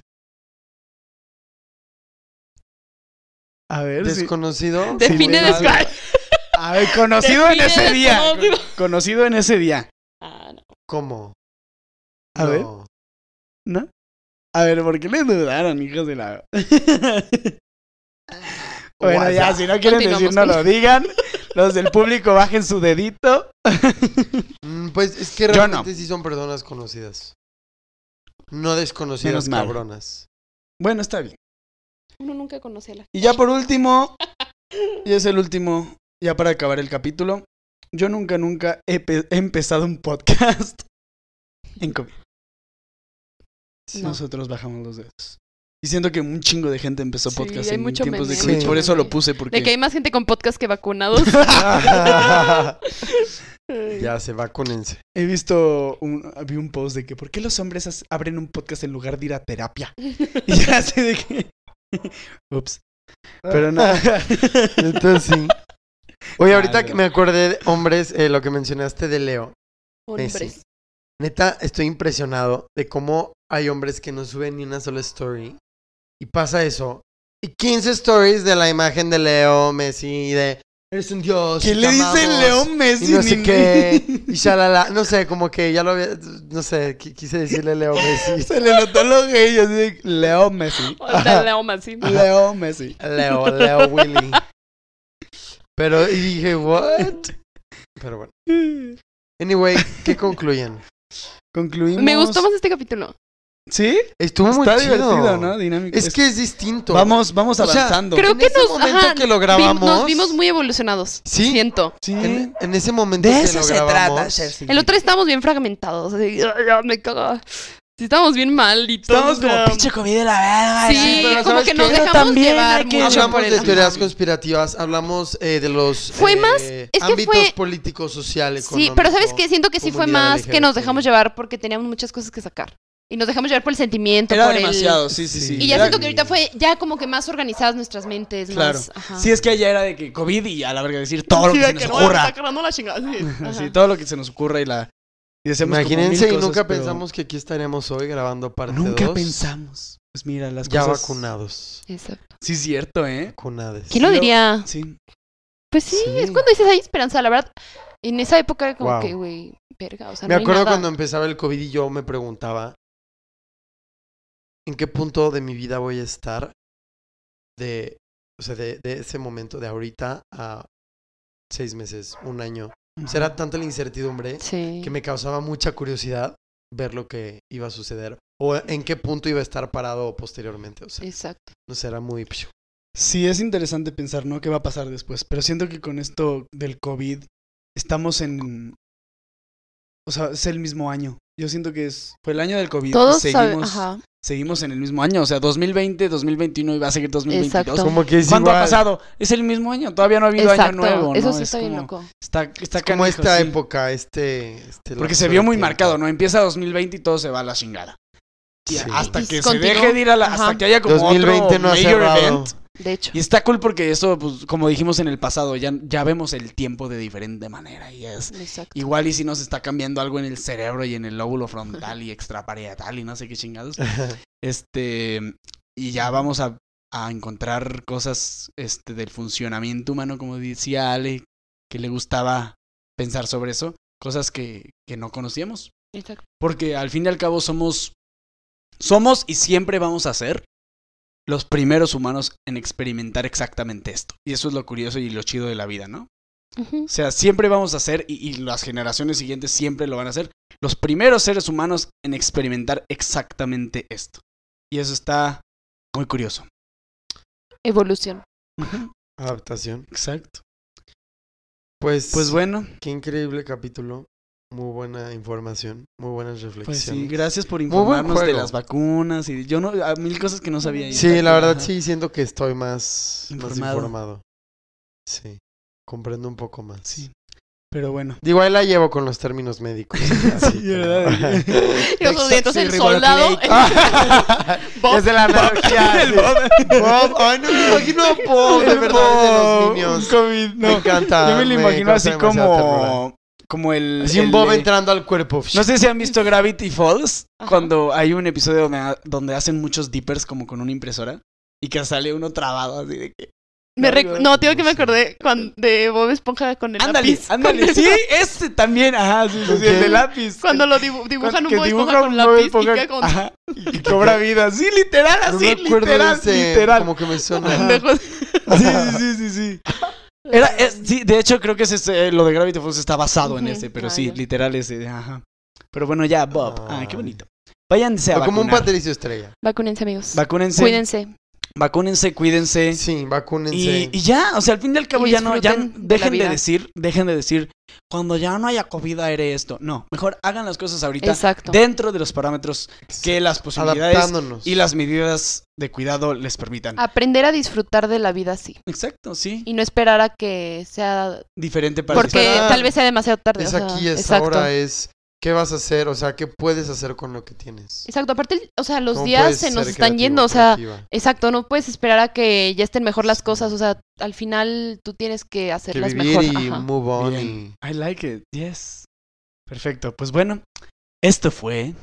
A ver, si-
Desconocido.
Sí,
Define
güey,
desca-
no, a ver, conocido en
Define
ese día.
desconocido.
Con- Conocido en ese día.
Ah, no.
¿Cómo?
A ver,
No.
¿no? A ver, ¿por qué le dudaron, hijos de la... bueno, ya,
Guasa.
si no quieren decir,
Continuamos
no
con-
lo digan. Los del público bajen su dedito.
Mm, Pues es que
Yo
realmente sí son personas conocidas. No desconocidas
Menos mal.
cabronas.
Bueno, está bien.
Uno nunca conoce a la
Y ya por último, y es el último, ya para acabar el capítulo, yo nunca, nunca he, pe- he empezado un podcast en COVID.
No.
Nosotros bajamos los dedos. Y siento que un chingo de gente empezó
Sí,
podcast
hay
en
mucho
tiempos de
meme,
COVID.
mucho
Por eso lo
meme.
puse,
De que
porque
hay más gente con podcast que vacunados.
ya se vacúnense.
he visto, un, vi un post de que ¿por qué los hombres as- abren un podcast en lugar de ir a terapia? Y ya sé de que... Ups. Pero no.
Ah. Entonces sí. Oye, ahorita
Madre.
que me acordé, de hombres, eh, lo que mencionaste de Leo.
Hombres.
Neta, estoy impresionado de cómo hay hombres que no suben ni una sola story. Y pasa eso. Y 15 stories de la imagen de Leo Messi, de Eres un dios.
¿Qué
te
le dice
amamos,
León Messi?
Y no sé
Ni-
qué. Y shalala. No sé, como que ya lo había. No sé, qui- quise decirle Leo Messi.
Se le notó lo gay, así de León Messi.
Dale la oma, sí.
León Messi.
Leo, Leo Willy. Pero, y dije, ¿what? Pero bueno. Anyway, ¿qué concluyen?
Concluimos.
Me gustó más este capítulo.
¿Sí?
Estuvo muy
Está
chido.
divertido, ¿no? Dinámico.
Es que es distinto.
Vamos, vamos
O sea,
avanzando.
creo
en
que
ese
nos-
momento
ajá,
que lo
Vim-
grabamos.
Nos vimos muy evolucionados.
Sí.
Siento.
Sí.
En, en ese momento
De
que
eso
lo
se
grabamos,
trata, Sergio.
El otro estábamos bien fragmentados. Así, "Ay, ya me caga. Sí, estábamos bien malitos.
Estábamos
o sea,
como
Pinche COVID de la verga.
Sí,
pero
como
¿sabes
que
qué?
nos
Pero
dejamos
también
llevar
hay que-
mucho
Hablamos
por el
de teorías
ambiente.
conspirativas, hablamos eh, de los
Fue
eh,
más- que fue-
ámbitos políticos, sociales,
Sí, pero ¿sabes qué? Siento que sí fue
comunidad
más que nos
LGBT.
dejamos llevar porque teníamos muchas cosas que sacar. Y nos dejamos llevar por el sentimiento,
Era
por el-
demasiado, sí, sí, sí.
Y ya
Era-
siento que ahorita fue ya como que más organizadas nuestras mentes.
Claro.
Más, ajá.
Sí, es que allá era de que COVID y a la verga decir todo lo que se nos ocurra. Así, todo lo que se nos ocurra y la. Y decíamos como
Imagínense,
mil
y nunca
cosas, pero
pensamos que aquí estaremos hoy grabando parte
Nunca
dos,
pensamos. Pues mira, las
Ya
cosas.
vacunados.
Eso.
Sí, cierto, ¿eh?
Vacunades.
¿Quién lo
Sí,
diría?
Sí.
Pues sí,
Sí.
es cuando dices hay esperanza, la verdad. En esa época era como
Guau.
que, güey, verga, o sea,
Me
no hay
acuerdo
nada.
cuando empezaba el COVID y yo me preguntaba en qué punto de mi vida voy a estar de, o sea, de, de ese momento de ahorita a seis meses, un año. Será tanta la incertidumbre
Sí.
que me causaba mucha curiosidad ver lo que iba a suceder o en qué punto iba a estar parado posteriormente. O sea,
Exacto.
no será muy... pshu.
Sí, es interesante pensar, ¿no? ¿Qué va a pasar después? Pero siento que con esto del COVID estamos en... O sea, es el mismo año. Yo siento que es... Fue el año del COVID. y
Todos saben,
seguimos,
ajá.
seguimos en el mismo año. O sea, 2020, 2021 y va a seguir 2022.
Exacto.
Como que es
¿Cuánto ha
igual.
pasado? Es el mismo año. Todavía no ha habido
Exacto.
año nuevo,
Eso
¿no?
sí
Es
está bien
como-
loco.
Está, está
Es como
canijo,
esta
sí.
época, este... este
Porque
lapso
se vio
de
muy
tiempo.
marcado, ¿no? Empieza 2020 y todo se va a la chingada. Y
Sí.
Hasta
Y
que
continuó.
se deje de ir a la...
Ajá.
Hasta que haya como
2020
otro
no ha
major
cerrado.
event.
De hecho.
Y está cool porque eso, pues, como dijimos en el pasado, ya, ya vemos el tiempo de diferente manera y es
Exacto.
igual y si nos está cambiando algo en el cerebro y en el lóbulo frontal y extraparietal y no sé qué chingados. Este, y ya vamos a, a encontrar cosas este, del funcionamiento humano, como decía Ale, que le gustaba pensar sobre eso, cosas que, que no conocíamos.
Exacto.
Porque al fin y al cabo somos. Somos y siempre vamos a ser los primeros humanos en experimentar exactamente esto. Y eso es lo curioso y lo chido de la vida, ¿no?
Ujú.
O sea, siempre vamos a ser, y, y las generaciones siguientes siempre lo van a hacer, los primeros seres humanos en experimentar exactamente esto. Y eso está muy curioso.
Evolución.
Adaptación.
Exacto.
Pues,
Pues bueno,
Qué increíble capítulo. Muy buena información. Muy buenas
pues
reflexiones.
sí, gracias por
buen
informarnos de
juego.
las vacunas y yo no, a mil cosas que no sabía. y
Sí,
está
la
cool,
verdad
ajá.
sí siento que estoy más informado.
Informado.
informado. Sí. Comprendo un poco más.
Sí. Pero bueno.
Digo, ahí la llevo con los términos médicos.
Sí, ¿verdad?
Los dientes el
River
soldado.
Plate.
es de la analogía. Ah, sí. Bob, ay, no me imagino a Bob, de
El
verdad, de los
Bob,
niños.
un COVID,
Me
no.
encanta.
Yo me lo
me
imagino
causa
así
demasiada ternura.
como. Como el.
Así un
el
Bob
de-
entrando al cuerpo.
No sé si han visto Gravity Falls,
Ajá.
cuando hay un episodio donde, ha- donde hacen muchos dippers como con una impresora y que sale uno trabado así de que.
Me
No,
rec-
yo-
no, tío, que
no
me
sé.
acordé cuan- de Bob Esponja con el
Ándale,
lápiz.
ándale. Sí, este también, ajá, sí, sí, sí, el de
Ok.
lápiz.
Cuando lo dibu- dibujan un
que
Bob Esponja
dibuja
con
un Bob
lápiz
Esponja-
y queda como...
Ajá, y que cobra vida, sí, literal,
No
así,
me acuerdo de
literal,
ese,
literal.
Como que me suena.
pendejos.
Sí, sí, sí, sí, sí. Era, es- sí, de hecho creo que es ese, eh, lo de Gravity Falls está basado en
Ujú,
ese, pero
ah,
sí,
ya.
literal ese, ajá. Pero bueno, ya, Bob, ah, qué
Ay.
bonito. Váyanse a
O como un
vacunar.
Patricio Estrella.
Vacúnense, amigos.
Vacúnense,
Cuídense.
vacúnense, cuídense.
Sí, vacúnense.
Y, y ya, o sea, al fin y al cabo
Y
ya no, ya
disfruten de la
dejen de
vida.
decir, dejen de decir, cuando ya no haya COVID haré esto. No, mejor hagan las cosas ahorita
Exacto.
dentro de los parámetros que las posibilidades
Adaptándonos.
y las medidas de cuidado les permitan.
Aprender a disfrutar de la vida así.
Exacto, sí.
Y no esperar a que sea...
Diferente para
Porque
esperar.
tal vez sea demasiado tarde.
es
o sea,
aquí, es
exacto.
ahora, eh. es qué vas a hacer, o sea, qué puedes hacer con lo que tienes.
Exacto. Aparte, el- o sea, los
¿Cómo
días
puedes
se nos
ser
están
creativo,
yendo. O sea,
creativa?
exacto. No puedes esperar a que ya estén mejor las
Sí.
cosas. O sea, al final tú tienes que
que
hacerlas
vivir
mejor.
y
Ajá.
move on.
Bien.
Y...
I like it, yes. Perfecto, pues bueno, esto fue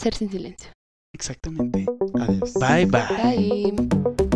Ser sin silencio.
exactamente.
Adiós.
Bye bye.
Bye.